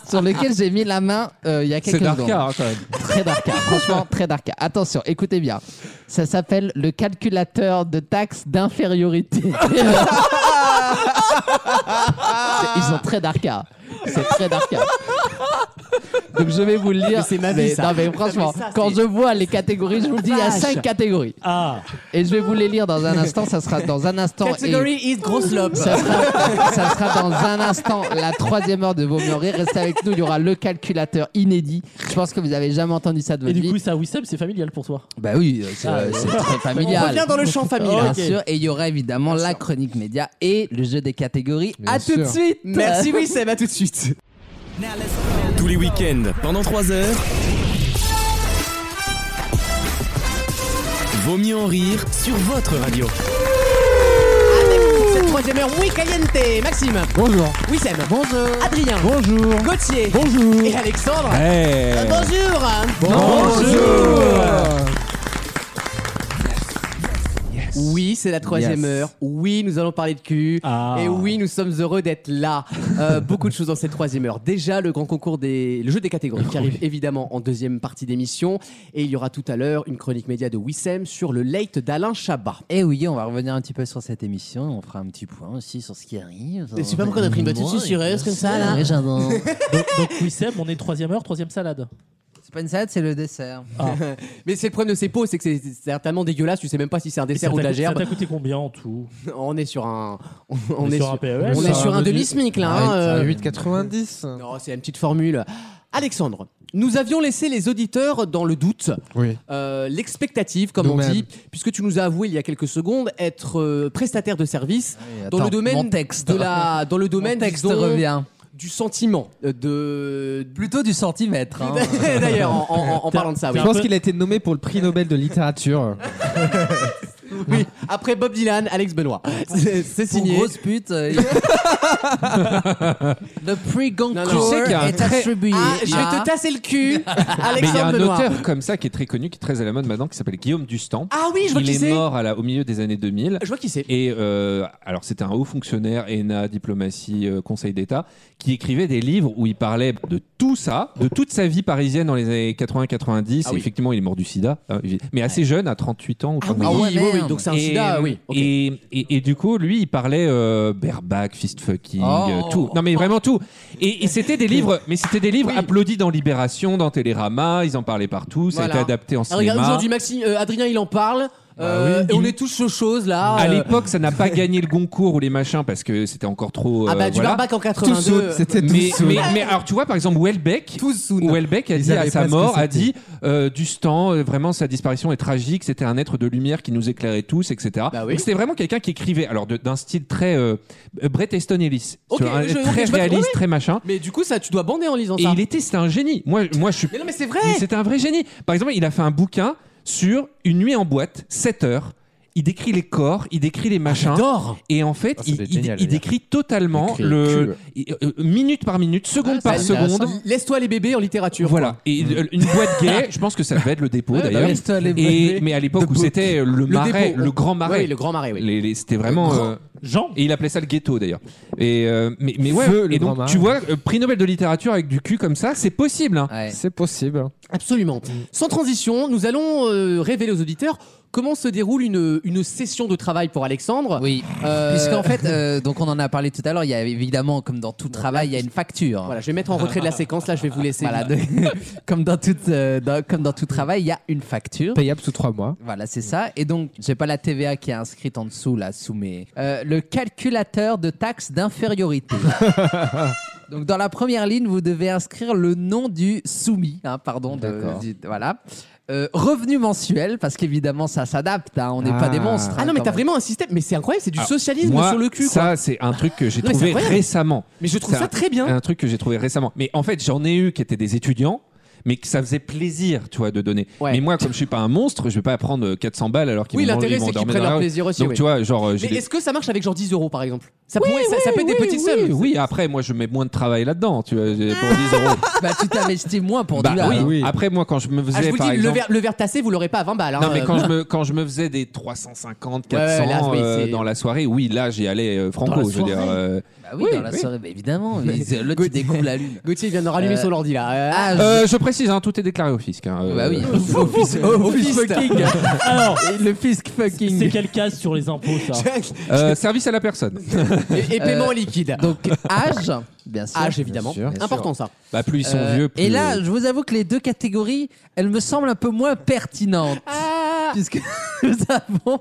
sur lequel j'ai mis la main euh, il y a
C'est
quelques secondes. Ah,
Darka, hein, quand même.
Très
*laughs*
darka, franchement très darka. Attention, écoutez bien. Ça s'appelle le calculateur de taxes d'infériorité. *laughs* Ils sont très darka. C'est très darka. Donc je vais vous le lire.
Mais c'est ma vie,
Mais-
ça.
non, mais franchement,
Mais ça, c'est-
quand je vois les catégories, je vous le dis, il y a
Vache.
cinq catégories.
Ah,
Et je vais vous les lire dans un instant. Ça sera dans un instant. et-
Category is grosse lobe.
ça sera, ça sera dans un instant la troisième heure de Vaut mieux en rire. Restez avec nous, il y aura le calculateur inédit. Je pense que vous avez jamais entendu ça de
et
votre
du
vie.
coup, ça, Wissem, c'est familial pour toi.
Bah oui, euh, c'est
Ah,
euh,
oui.
c'est très familial.
On revient dans le champ familial.
Bien
Ok.
sûr, et il y aura évidemment la chronique média et le jeu des catégories. à
sûr.
tout de suite.
Merci Wissem, à tout de suite.
Tous les week-ends, pendant 3 heures. Vaut mieux en rire sur votre radio.
Avec vous pour cette troisième heure, oui, Caliente. Maxime,
Bonjour.
Wissem, bonjour. Adrien,
Bonjour.
Gauthier,
Bonjour.
et Alexandre.
Hey.
Euh, Bonjour.
Bonjour.
Oui, c'est la troisième
Yes.
heure. Oui, nous allons parler de cul.
Ah.
Et oui, nous sommes heureux d'être là. Euh, beaucoup de choses dans cette troisième heure. Déjà, le grand concours des. le jeu des catégories qui arrive évidemment en deuxième partie d'émission. Et il y aura tout à l'heure une chronique média de Wissem sur le late d'Alain Chabat.
Et oui, on va revenir un petit peu sur cette émission. On fera un petit point aussi sur ce qui arrive.
Je sais pas pourquoi t'as pris une
Moi,
batterie
et
susurreuse
puis-
comme ça, là.
Ouais, j'adore.
donc, donc, Wissem, on est troisième heure, troisième salade.
C'est pas une salade, c'est le dessert.
Mais c'est le problème de ces pots, c'est que c'est c'est certainement dégueulasse. Tu sais même pas si c'est un dessert
ça
ou de
t'a
la
coûté-
gerbe.
ça t'a coûté combien en tout
On est sur un. On,
On est sur un E PEL.
On
Sur
est
un
sur un
demi-
demi-smic là.
Ah,
Arrête,
hein,
c'est un
euh.
8,90.
Non, c'est une petite formule. Alexandre, nous avions laissé les auditeurs dans le doute,
Oui.
euh, l'expectative, comme on
Nous-mêmes.
dit, puisque tu nous as avoué il y a quelques secondes être euh, prestataire de service
attends,
dans le domaine
mon
Ah,
texte.
de la, dans le domaine
Mon texte
disons,
revient.
du sentiment, euh, de
plutôt du centimètre. hein.
*laughs*
Ah.
D'ailleurs, en, en- en- en parlant de ça,
Je
oui.
pense qu'il a été nommé pour le prix Nobel de littérature.
Oui, après Bob Dylan, Alex Benoît.
Ah.
C'est c'est
Pour
signé.
grosse pute.
*laughs*
euh, il- le prix Goncourt
Tu sais qu'il y a un
est
très-
attribué.
Ah, je vais
à-
te tasser le cul,
Mais il y a
Alexandre
un
Benoît.
auteur comme ça qui est très connu, qui est très à la mode maintenant, qui s'appelle Guillaume Dustan.
Ah oui, je vois
Il
qui
est
c'est.
mort à la- au milieu des années 2000.
Je vois qui c'est.
Et euh, alors c'était un haut fonctionnaire, ENA, diplomatie, euh, Conseil d'État, qui écrivait des livres où il parlait de tout ça, de toute sa vie parisienne dans les années 80-90.
Ah
et
oui.
Effectivement, il est mort du SIDA, hein, mais assez jeune, à 38 ans ou
Ah
39
oui,
ans.
oui, oui, donc c'est un
Et-
sida, oui.
Et, et- et du coup, lui, il parlait euh, bareback, fist fucking,
Oh.
euh, tout. Non, mais vraiment tout. Et, et
*laughs*
c'était des livres, mais c'était des livres applaudis dans Libération, dans Télérama. Ils en parlaient partout. Ça a
Voilà.
été adapté en
Ah, Regarde,
cinéma. Bah
aujourd'hui, Maxime, euh, Adrien, il en parle. Euh,
oui.
et on
Il-
est tous aux choses là.
À
euh,
l'époque, ça n'a pas gagné le Goncourt ou les machins parce que c'était encore trop.
Ah bah,
euh,
du
voilà.
barbac en 82. Tous saouls, c'était tous
mais,
saouls.
mais, mais alors, tu vois, par exemple, Welbeck, Welbeck a
Ils
dit à
avaient pas
sa
ce que
mort, a
c'était.
dit euh, du stand, vraiment, sa disparition est tragique. C'était un être de lumière qui nous éclairait tous, etc.
Bah
Donc, C'était vraiment quelqu'un qui écrivait, alors de- d'un style très euh, Bret Easton Ellis,
Ok,
Tu vois, un-
je- ok,
très
je vois-
réaliste,
oui, oui.
très machin.
Mais du coup, ça, tu dois bander en lisant
Et
ça.
il était, c'était un génie. Moi, moi, je suis.
Mais non, mais c'est vrai.
Mais c'était un vrai génie. Par exemple, il a fait un bouquin sur une nuit en boîte, 7 heures. Il décrit les corps, il décrit les machins.
Ah, j'adore.
et en fait,
Ah, ça
il,
doit être
il-
génial à
il
lire.
décrit totalement
Décrit le
le, euh, euh, minute par minute, seconde
Ah,
par seconde.
Laisse-toi les bébés en littérature.
Voilà. Et
Mm.
euh, une boîte gay, je pense que ça devait être le dépôt
Ouais, bah
d'ailleurs.
oui, c'était les
Et-
boîtes
mais à l'époque où
book.
c'était euh, le
Le
marais,
dépôt.
le grand marais.
Oui, le grand marais, oui.
Les- les- c'était vraiment.
grand-
Jean. Et il appelait ça le ghetto d'ailleurs. Et euh, mais, mais ouais.
Feu, le
et donc
grand marais.
tu vois, euh, prix Nobel de littérature avec du cul comme ça, c'est possible. hein.
C'est possible.
Absolument. Sans transition, nous allons euh, révéler aux auditeurs comment se déroule une, une session de travail pour Alexandre.
Oui. Puisqu'en fait, euh, donc on en a parlé tout à l'heure, il y a évidemment, comme dans tout travail, il y a une facture.
Voilà, je vais mettre en
*laughs*
retrait de la séquence, là je vais vous laisser.
Voilà, de- *laughs* comme, dans tout, euh, dans- comme dans tout travail, il y a une facture.
Payable sous trois mois.
Voilà, c'est ça. Et donc, j'ai pas la TVA qui est inscrite en dessous, là, sous mes. Euh, le calculateur de taxe d'infériorité. donc, dans la première ligne, vous devez inscrire le nom du soumis, hein, pardon, de,
D'accord.
du- voilà. Euh, revenu mensuel, parce qu'évidemment, ça s'adapte, hein, on n'est pas des monstres.
Ah non,
hein,
mais
quand
t'as
même.
vraiment un système, mais c'est incroyable, c'est du
Alors,
socialisme
moi,
sur le cul.
Ça,
quoi.
c'est un truc que j'ai
Non, mais c'est
trouvé
incroyable.
récemment.
Mais je trouve
C'est
ça
un-
très bien.
Un truc que j'ai trouvé récemment. Mais en fait, j'en ai eu qui étaient des étudiants. Mais que ça faisait plaisir, tu vois, de donner. Mais moi, comme je suis pas un monstre, je vais pas prendre 400 balles alors qu'ils
Oui,
vont dans-
l'intérêt,
ils vont
c'est qu'ils
dormir
prennent
dans la
leur
rue.
plaisir aussi,
Donc,
oui.
tu vois, genre, euh, j'ai
Mais
des-
est-ce que ça marche avec genre 10 euros par exemple ça, pourrait- ça, ça peut être des petites
oui,
sommes. Ah.
Oui, après, moi, je mets moins de travail là-dedans, tu vois, j'ai- pour 10
*laughs*
euros.
Bah, tu t'investis moins
*laughs*
pour
Bah
du lard,
oui.
hein.
Après, moi, quand je me faisais,
Ah, je vous
par
dis, le
exemple...
verre, le verre tassé, vous l'aurez pas à 20 balles. hein.
Non, mais quand
Euh,
je, me, quand je me faisais des 350,
Ouais, ouais,
400
là, oui,
euh,
c'est-
dans la soirée, oui, là, j'y allais euh, franco,
Dans la
je veux dire.
soirée.
euh,
Bah oui, dans la soirée, bah évidemment. mais L'autre, tu découvres la
*laughs*
lune.
Gauthier vient de rallumer
Euh,
son ordi là. Euh,
ah,
Euh, je précise, hein, tout est déclaré au fisc. hein, euh,
Bah oui.
Au fist.
*laughs*
Au fist.
Alors,
le fisc fucking.
C'est quel cas sur les impôts, ça
Euh, service à
*laughs*
la personne.
Et, et paiement en liquide.
Donc âge, bien sûr.
Âge évidemment.
Bien sûr, bien
Important
sûr.
ça.
Bah, plus ils sont
Euh,
vieux, plus.
Et là,
euh,
je vous avoue que les deux catégories, elles me semblent un peu moins pertinentes.
Ah.
Puisque *laughs* nous avons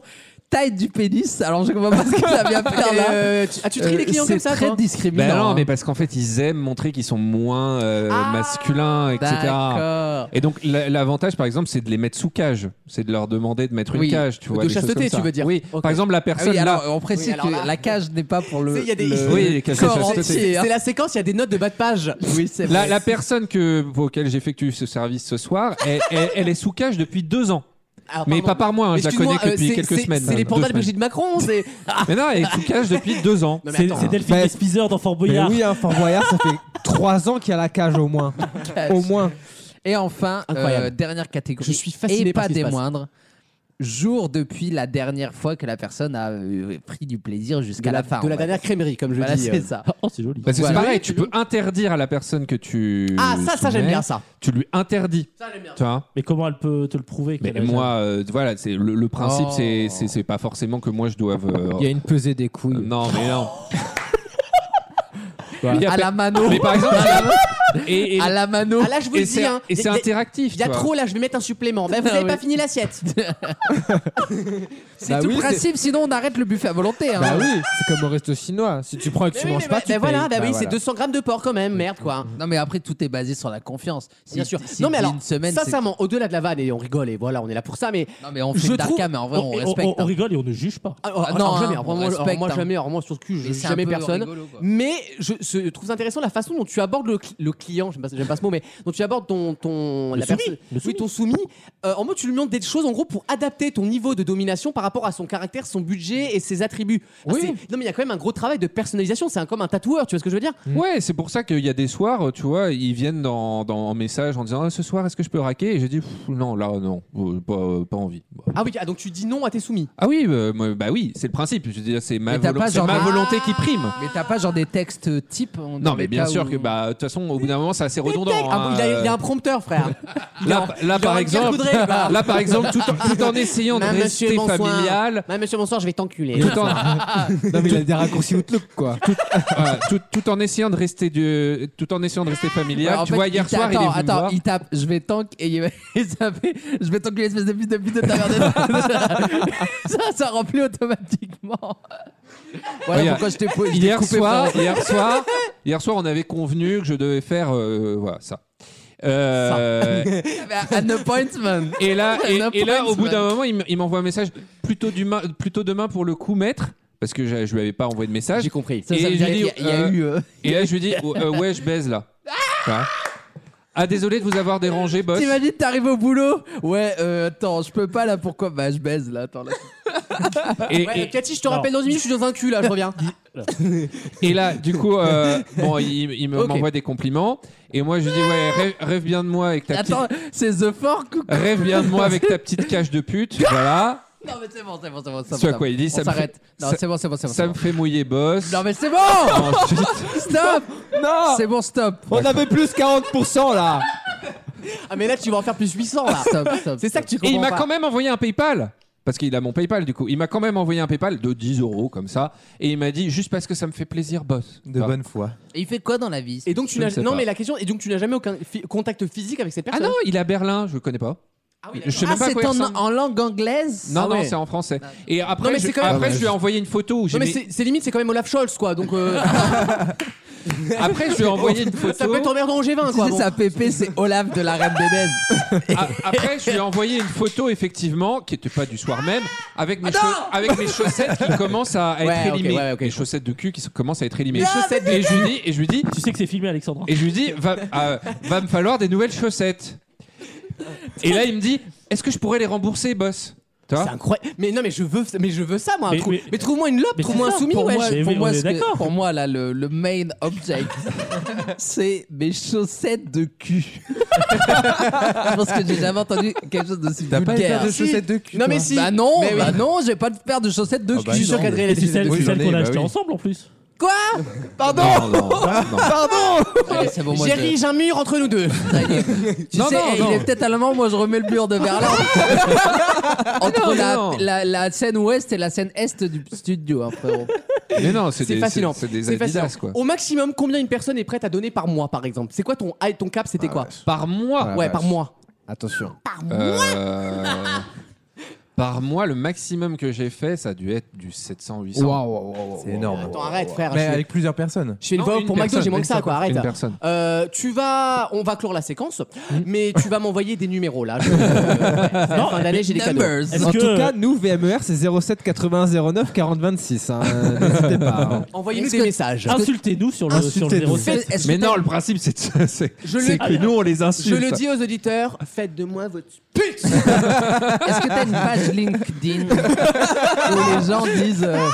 taille du pénis. Alors, je comprends pas ce que ça
*laughs*
vient faire là.
Euh, tu- as-tu trié les clients comme ça,
C'est très
toi
discriminant.
Bah non, mais
hein.
parce qu'en fait, ils aiment montrer qu'ils sont moins euh,
Ah,
masculins, etc.
d'accord.
Et donc, la- l'avantage, par exemple, c'est de les mettre sous cage. C'est de leur demander de mettre
Oui.
une cage, tu vois.
de
des choses
chasteté,
comme ça.
tu veux dire
Oui.
Ok.
Par exemple, la
Ah
personne.
oui, alors,
là-
on précise
Oui, alors euh,
que
là-
la cage n'est pas pour le,
Tu sais, il y a des-
le-
Oui, les cages de
corps
chasteté.
entier, hein.
C'est la séquence, il y a des notes de bas de page.
Oui, c'est
La,
vrai.
la personne que, auquel j'effectue ce service
*laughs*
ce soir, elle, elle- elle est sous cage depuis deux ans.
Alors,
Mais
Oh, pardon.
pas par moi, hein, je la
Excuse-moi,
connais que
euh,
depuis
c'est-
quelques
c'est-
semaines.
C'est les
Deux
pandas de
semaines.
Brigitte Macron. C'est.
Mais non, elle est sous cage depuis
*laughs*
deux ans.
Non, mais
C'est
attends,
c'est Delphine
Bah,
Despizer dans Fort
Mais
Boyard.
oui, un Fort Boyard, ça fait *laughs* trois ans qu'il y a la cage au moins. au moins.
Et enfin, euh,
Incroyable.
dernière catégorie.
Je suis fasciné
Et
par
pas
ce qui se
des
passe.
moindres. jours depuis la dernière fois que la personne a euh, pris du plaisir jusqu'à
De
la,
la-
fin.
de la
on va
dernière
dire.
crèmerie, comme je
Voilà,
dis, euh.
c'est ça.
Oh, c'est joli.
Parce que
Voilà.
Bah, c'est pareil, tu peux interdire à la personne que tu.
Ah, ça, ça,
soumets,
j'aime bien ça.
Tu lui interdis.
Ça, j'aime bien.
Tu vois
Mais comment elle peut te le prouver
mais
qu'elle a-
moi, euh, voilà, c'est le, le principe,
Oh.
c'est- c'est c'est pas forcément que moi je doive. euh,
Il y a une pesée des couilles.
Non,
*laughs*
mais non.
Quoi
Mais il y a
*laughs* À
pas-
la mano.
Mais
*laughs*
par exemple, et, et-
à la mano.
Ah là, je vous le
et
dis.
c'est-
hein.
et c'est
Des- des-
interactif,
Il y a
tu vois.
trop là, je vais mettre un supplément. Bah, vous
Non,
n'avez
mais-
pas fini l'assiette.
C'est tout le principe, sinon on arrête le buffet à volonté. hein.
Bah oui, c'est comme au resto chinois. Si tu prends et que tu
Mais oui,
manges
mais
pas,
bah,
tu
bah
payes.
voilà, bah oui, c'est
voilà.
200 grammes de porc quand même, merde quoi.
Non, Ah, mais après, tout est basé sur la confiance. Si-
Bien sûr.
si
non mais
tu dis
alors,
une semaine, c'est-
sincèrement, au-delà de la vanne et on rigole et voilà, on est là pour ça. Mais
Non, mais on fait
je
le darka,
trouve-
mais en vrai, on,
et-
respecte. hein.
on, on rigole et on ne juge pas.
Ah, alors,
Ah, non,
alors, jamais,
hein,
alors,
on
moi, alors,
respecte,
moi,
hein.
jamais, alors, moi, sur ce cul, je
Mais c'est
juge jamais
un peu
personne.
rigolo, quoi.
mais je, ce- je trouve intéressant la façon dont tu abordes le, cli- le client, j'aime pas, j'aime pas ce mot, mais dont tu abordes ton, ton
Le
la
soumis,
personne-
le
oui,
soumis.
ton soumis, euh, en mode tu lui montres des choses en gros pour adapter ton niveau de domination par rapport à son caractère, son budget et ses attributs. Ah, c'est- non mais il y a quand même un gros travail de personnalisation, c'est un- comme un tatoueur, tu vois ce que je veux
Mm.
dire
Ouais, c'est pour ça qu'il y a des soirs, tu vois, ils viennent dans, dans en message en disant Ah, ce soir, est-ce que je peux raquer Et j'ai dit Pff, non, là, non, euh, pas, euh, pas envie. Bah.
Ah oui, ah, donc tu dis non à tes soumis.
Ah oui, euh, moi, bah oui, c'est le principe. Je veux dire, c'est ma,
Mais t'as
volo-
pas
c'est
genre
ma
des-
volonté qui prime.
Mais t'as pas genre des textes euh, type on- dans
Non, mais
les
bien
cas
sûr
où-
que bah de toute façon, au bout d'un moment, c'est assez redondant.
Ah,
hein,
il, a, il a un
euh,
prompteur, *laughs* frère. il a-
Là, là,
il
par
aura bien
exemple,
coudré, quoi.
là par exemple, tout en, tout
*laughs*
en essayant de
Madame, monsieur,
rester
bonsoir.
familial,
Madame, monsieur, bonsoir, je vais t'enculer.
tout en,
Non, mais il a des raccourcis Outlook, quoi.
voilà, *laughs* tout, tout en essayant de rester du, tout en essayant de rester familial.
Ouais, en
tu
fait,
vois,
il
hier
t'a-
soir, il est
attends,
venu me
attends,
voir.
il tape, je vais tank et il *laughs* et ça fait, je vais tanker l'espèce de pute de pute de ta
*laughs*
mère. ça, ça remplit automatiquement. Voilà
Regarde,
pourquoi je t'ai pou- je t'ai
hier
coupé,
soir,
frérot.
hier
*laughs*
soir, hier soir, on avait convenu que je devais faire euh, voilà ça. Euh,
An appointment.
*laughs* Et
*laughs*
là, et,
An
et là, au bout d'un
appointment.
moment, il m- il m'envoie un message plutôt, du ma- plutôt demain pour le coup, maître. Parce que je, je lui avais pas envoyé de message.
J'ai compris.
Ça, ça
Et
veut
je
dire
lui dis,
qu'il y a- il y a
euh,
eu, euh,
Et là, je lui dis, oh, euh, ouais, je baise là. Voilà. Ah, désolé de vous avoir dérangé, boss.
T'imagines, t'arrives au boulot Ouais, euh, attends, je peux pas là, pourquoi Bah, je baise là, attends. Là.
Et,
Ouais,
et-
Euh, Cathy, je te rappelle dans une minute, je suis dans un cul là, je reviens.
et là, du coup, euh, bon, il, il me-
Ok.
m'envoie des compliments. Et moi, je lui dis, ouais, rêve, rêve bien de moi avec ta petite,
*laughs* Attends, c'est The Fork ou
rêve bien de moi avec ta petite cache de pute. Voilà.
*laughs* Non, mais c'est bon, c'est bon, c'est bon. c'est
Tu vois
bon,
quoi, il dit,
on
ça me fait-
s'arrête. Non,
ça-
c'est bon, c'est bon, c'est bon.
Ça me fait mouiller, boss.
Non, mais c'est *laughs* bon
Ensuite-
Stop
Non
C'est bon, stop
On avait plus 40% là
Ah, mais là, tu vas en faire plus 800 là.
Ah, Stop, stop.
C'est ça que tu
Et
comprends.
il m'a
pas.
quand même envoyé un PayPal. Parce qu'il a mon PayPal du coup. Il m'a quand même envoyé un PayPal de 10 euros comme ça. Et il m'a dit juste parce que ça me fait plaisir, boss.
De
Enfin,
bonne foi.
Et il fait quoi dans la vie
Et donc tu
Je
n'as
ne sais
non
pas.
mais la question et donc tu n'as jamais aucun fi- contact physique avec cette
Ah
personne.
non, il est à Berlin, je le connais pas.
Ah oui,
Je sais
Ah,
même pas à quoi
c'est
il
en,
ressemble.
en langue anglaise
Non,
Ah
non,
ouais.
c'est en français. Et après,
mais
je,
c'est quand même-
après je lui ai envoyé une photo où j'ai
Non mais
mis-
c'est c'est limite c'est quand même Olaf Scholz quoi donc euh, *laughs*
Après, je lui ai envoyé une photo.
ça peut être emmerdant au G20
Tu
quoi.
sais,
bon.
sa pépé, c'est Olaf de la Reine des Neiges.
A- Ah, Après, je lui ai envoyé une photo, effectivement, qui n'était pas du soir même, avec mes, cha- avec mes chaussettes qui
*laughs*
commencent à, à
Ouais,
être
ok,
élimées.
ouais, ok.
Mes chaussettes de cul qui se- commencent à être élimées.
Les chaussettes de
et, je lui dis, et je lui dis,
Tu sais que c'est filmé, Alexandre.
et je lui dis, va, euh, va me falloir des nouvelles chaussettes. Et là, il me dit, est-ce que je pourrais les rembourser, boss Tu vois
C'est incroyable. Mais non mais je veux mais je veux ça moi.
Mais-
Trouve- Mais,
mais-
trouve-moi une lope,
mais
trouve-moi
c'est
un
ça,
soumis.
pour
ouais.
moi,
Mais
pour
oui,
moi,
on est
ce que-
d'accord.
pour moi, là, le, le main *laughs* object, c'est mes chaussettes de cul. *laughs* Je pense que j'ai jamais entendu quelque chose d'aussi
T'as pas une
vulgaire.
paire de
Si.
chaussettes de cul
Non mais
toi
si.
Bah non,
Mais oui.
bah non, j'ai pas de paire de chaussettes de
Ah
cul.
bah
Je suis sûr
non,
qu'Adrien il a
mais-
Et
des
c'est
chaussettes
celle,
de
Oui,
c'est celle
cul.
j'en ai,
qu'on a
bah
achetée
oui.
ensemble en plus.
Non, non, non.
Ah *laughs* Pardon.
Allez, Eh, c'est bon, moi, je-
J'érige un mur entre nous deux.
Ça y *laughs* est. Tu
Non,
sais,
non,
eh,
non.
il est peut-être allemand, moi je remets le mur de *laughs* Berlin. Entre
Non,
la,
non.
La, la scène ouest et la scène est du studio, hein, frérot.
Mais non, c'est
C'est
des,
fascinant.
c'est- c'est des
C'est hein.
Adidas,
fascinant.
quoi.
Au maximum combien une personne est prête à donner par mois par exemple. C'est quoi ton ah, ton cap c'était quoi
Par mois
Ouais par mois.
Attention.
Euh, Par mois, le maximum que j'ai fait, ça a dû être du 700-800.
Waouh, waouh, waouh.
C'est énorme.
Attends arrête frère.
Mais
je-
avec plusieurs personnes.
Je fais une
Non,
voix
une
pour McDo,
personne,
j'ai moins
une
que ça, quoi,
personne,
arrête.
hein.
une personne.
Euh, tu vas, on va clore la séquence, mais tu vas m'envoyer des numéros là. Je- Ouais, c'est la fin d'année, j'ai des cadeaux.
Numbers.
Est-ce
en
que-
tout cas, nous, VMER, c'est 07 80 09 40 26. hein. N'hésitez pas. hein.
Envoyez-nous
Est-ce
des
que-
messages.
Insultez-nous sur le, sur le
Insultez-nous.
07.
Est-ce que
Mais
t'as-
non, le principe, c'est c'est-
Je le-
c'est que nous, on les
Je
insulte.
le dis aux auditeurs, faites de moi votre.
Est-ce que t'as une page LinkedIn où les gens disent euh,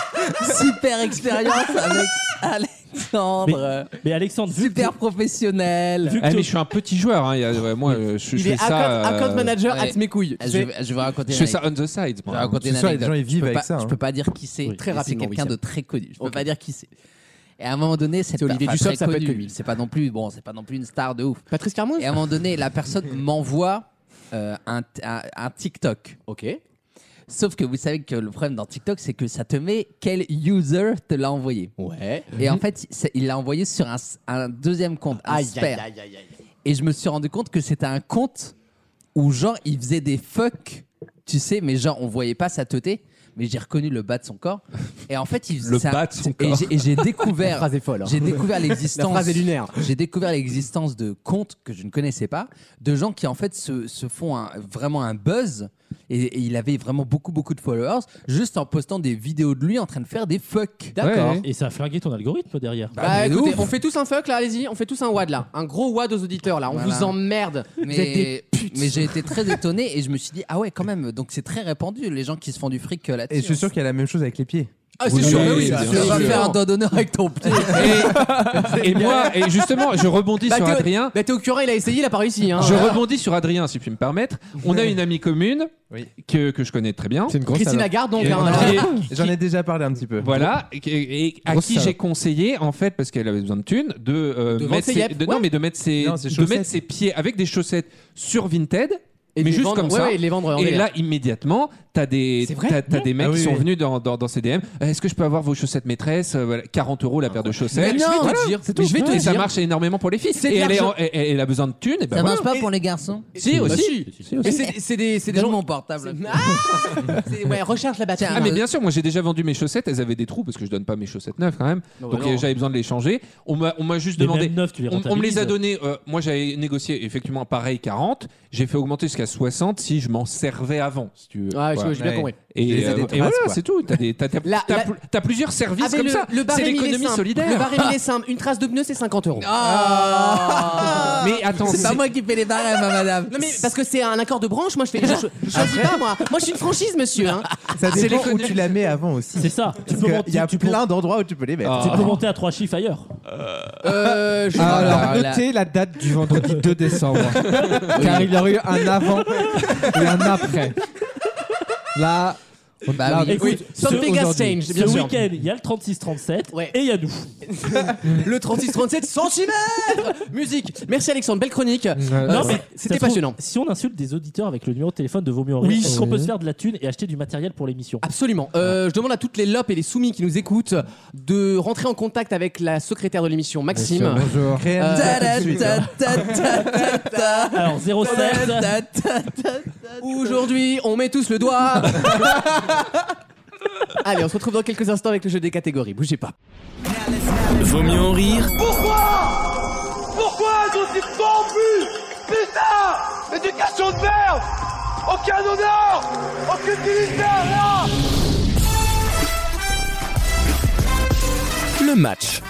super expérience avec Alexandre. euh,
Mais, mais Alexandre, vu
super professionnel.
Ah, mais je suis un petit joueur. hein, il y a- ouais, moi, euh, je, je
Il
fais
est
ça. euh,
account- account manager
ouais.
at mes couilles.
Je
Ah, Je vais-
fais-
je vais raconter
Je
une
fais ça on
anecdote.
the side.
Je
moi.
vais raconter une anecdote. Je peux pas- Je peux pas dire qui c'est.
Oui,
Très
mais
rapidement.
sinon, oui,
quelqu'un
ça
de
va.
très connu. Je peux pas dire qui c'est. Et à un moment donné, cette
C'est Olivier
enfin,
Dussopt,
très
ça peut être
connue.
que lui.
C'est pas non plus bon, c'est pas non plus une star de ouf. Patrice Carmouze. Et à un moment donné, la personne m'envoie euh, un, un- un TikTok. Ok. Sauf que vous savez que le problème dans TikTok, c'est que ça te met quel user te l'a envoyé. Ouais. Et en fait, c'est- il l'a envoyé sur un, s- un deuxième compte, un
Mhm. Aïe, aïe,
spare.
aïe, aïe, aïe.
Et je me suis rendu compte que c'était un compte où, genre, il faisait des fuck, tu sais, mais genre, on voyait pas sa teuté, mais j'ai reconnu le bas de son corps. Et en fait, il faisait
Le
ça-
bas de son
et
corps.
j'ai- Et j'ai
*laughs*
découvert.
La phrase est folle, hein.
J'ai découvert
La
l'existence.
phrase est lunaire.
J'ai découvert l'existence de comptes que je ne connaissais pas, de gens qui, en fait, se, se font un- vraiment un buzz. Et, et il avait vraiment beaucoup, beaucoup de followers, juste en postant des vidéos de lui en train de faire des fuck.
D'accord.
*laughs*
Et ça a flingué ton algorithme derrière.
Bah,
Bah
mais
écoutez,
ouf.
on fait tous un fuck là, allez-y, on fait tous un wad là, un gros wad aux auditeurs là, on
Voilà.
vous emmerde. Vous êtes des
Mais, mais j'ai été très étonné et je me suis dit, ah ouais, quand même, donc c'est très répandu, les gens qui se font du fric euh, là-dessus.
Et je suis sûr qu'il y a la même chose avec les pieds.
Ah, c'est Oui, sûr, mais oui, bien tu sûr. vas faire un doigt d'honneur avec ton pied.
Et moi, et justement, je rebondis
Bah,
sur
t'es-
Adrien.
Bah, t'es au curé, il a essayé, il a pas réussi.
Ah.
Hein.
Hein Je
Voilà.
rebondis sur Adrien, si tu me permettre. On a une amie commune que, que je connais très bien.
grosse Christine salope. Lagarde, donc, hein, alors.
J'en ai déjà parlé un petit peu.
Voilà, et, et- et à
Grosse
qui
salope.
j'ai conseillé, en fait, parce qu'elle avait besoin de thunes, de, euh,
De
mettre,
vendre ses
ses,
yep,
de- non,
ouais.
mais de mettre ses,
Non, ses
de
chaussettes.
mettre ses pieds avec des chaussettes sur Vinted.
Et de
mais
les
juste
vendre-
comme
ouais,
ça.
ouais, et de les vendre en
et
délire.
là, immédiatement, t'as des,
C'est vrai
t'as- t'as
Ouais.
des mecs
Ah oui,
qui sont
oui.
venus dans, dans, dans ces DM. Est-ce que je peux avoir vos chaussettes maîtresses Euh, voilà, 40 euros la paire de chaussettes.
Mais non,
Voilà,
je vais te
c'est
dire.
tout.
Je vais te
Et ça
dire.
marche énormément pour les filles.
C'est de
Et elle, est
l'argent.
en- et- et- elle a besoin de thunes. Et ben
ça
voilà.
marche pas pour les garçons
Si, aussi. Si,
Et
aussi.
bah c'est-
C'est des, Bah c'est des
Donne
gens.
mon portable.
C'est- Ouais, recherche la batterie.
Ah mais bien sûr, moi j'ai déjà vendu mes chaussettes, elles avaient des trous parce que je donne pas mes chaussettes neuves quand même.
Non,
Donc
bah non.
euh, j'avais besoin de les changer. On m'a on m'a juste
Les
demandé
mêmes neuves, tu les
on, on me les a
rentabilises.
donné moi j'avais négocié effectivement pareil 40, j'ai fait augmenter jusqu'à 60 si je m'en servais avant si tu veux.
Ah, je- j'ai bien
Ouais.
compris. Tu
Et,
les as
euh,
des
et
traces,
voilà,
quoi.
c'est tout. T'as des- t'as- t'as-
La-
t'as
la-
pl- t'as plusieurs services
Ah, mais
comme
le,
ça.
le
C'est
barème, il est
l'économie
simple.
solidaire.
Le barème, il est simple. Une trace de pneu, c'est 50 euros.
Ah
Mais attends,
c'est pas
c'est-
moi qui fais les barèmes, hein, madame.
Non, mais parce que c'est un accord de branche, moi je fais. Je, je- je choisis pas, moi. Moi je suis une franchise, monsieur. hein.
Ça
C'est
dépend où
l'économie.
tu la mets avant aussi.
C'est ça. Tu
Parce
peux
que
monter-
Il y a
tu peux-
plein d'endroits où tu peux les mettre.
Tu peux monter à trois chiffres ailleurs.
Euh,
Ah,
je-
Alors,
Voilà.
notez la date du vendredi 2 décembre. Car il y aurait eu un avant et un après. Là, on
Bah
là,
oui.
écoute,
Oui.
ce-
Something has
aujourd'hui.
changed, bien
Ce
sûr.
week-end, il y a le 36-37
Ouais.
et il y a nous.
Le 36-37 cm Musique Merci Alexandre, belle chronique. Euh,
mais
c'est- C'était
ça se
passionnant.
trouve, Si on insulte des auditeurs avec le numéro de téléphone de Vaut mieux en
Oui.
rire, est-ce qu'on peut
Oui.
se faire de la thune et acheter du matériel pour l'émission
Absolument. Euh, je demande à toutes les lopes et les soumis qui nous écoutent de rentrer en contact avec la secrétaire de l'émission, Maxime.
Bien sûr, bonjour.
Euh,
Alors 07
Aujourd'hui, on met tous le doigt. *laughs* Allez, on se retrouve dans quelques instants avec le jeu des catégories. Bougez pas.
Vaut mieux en rire
Pourquoi Pourquoi ils sont si corrompus Putain Éducation de merde Aucun honneur Aucune dignité, rien
le match.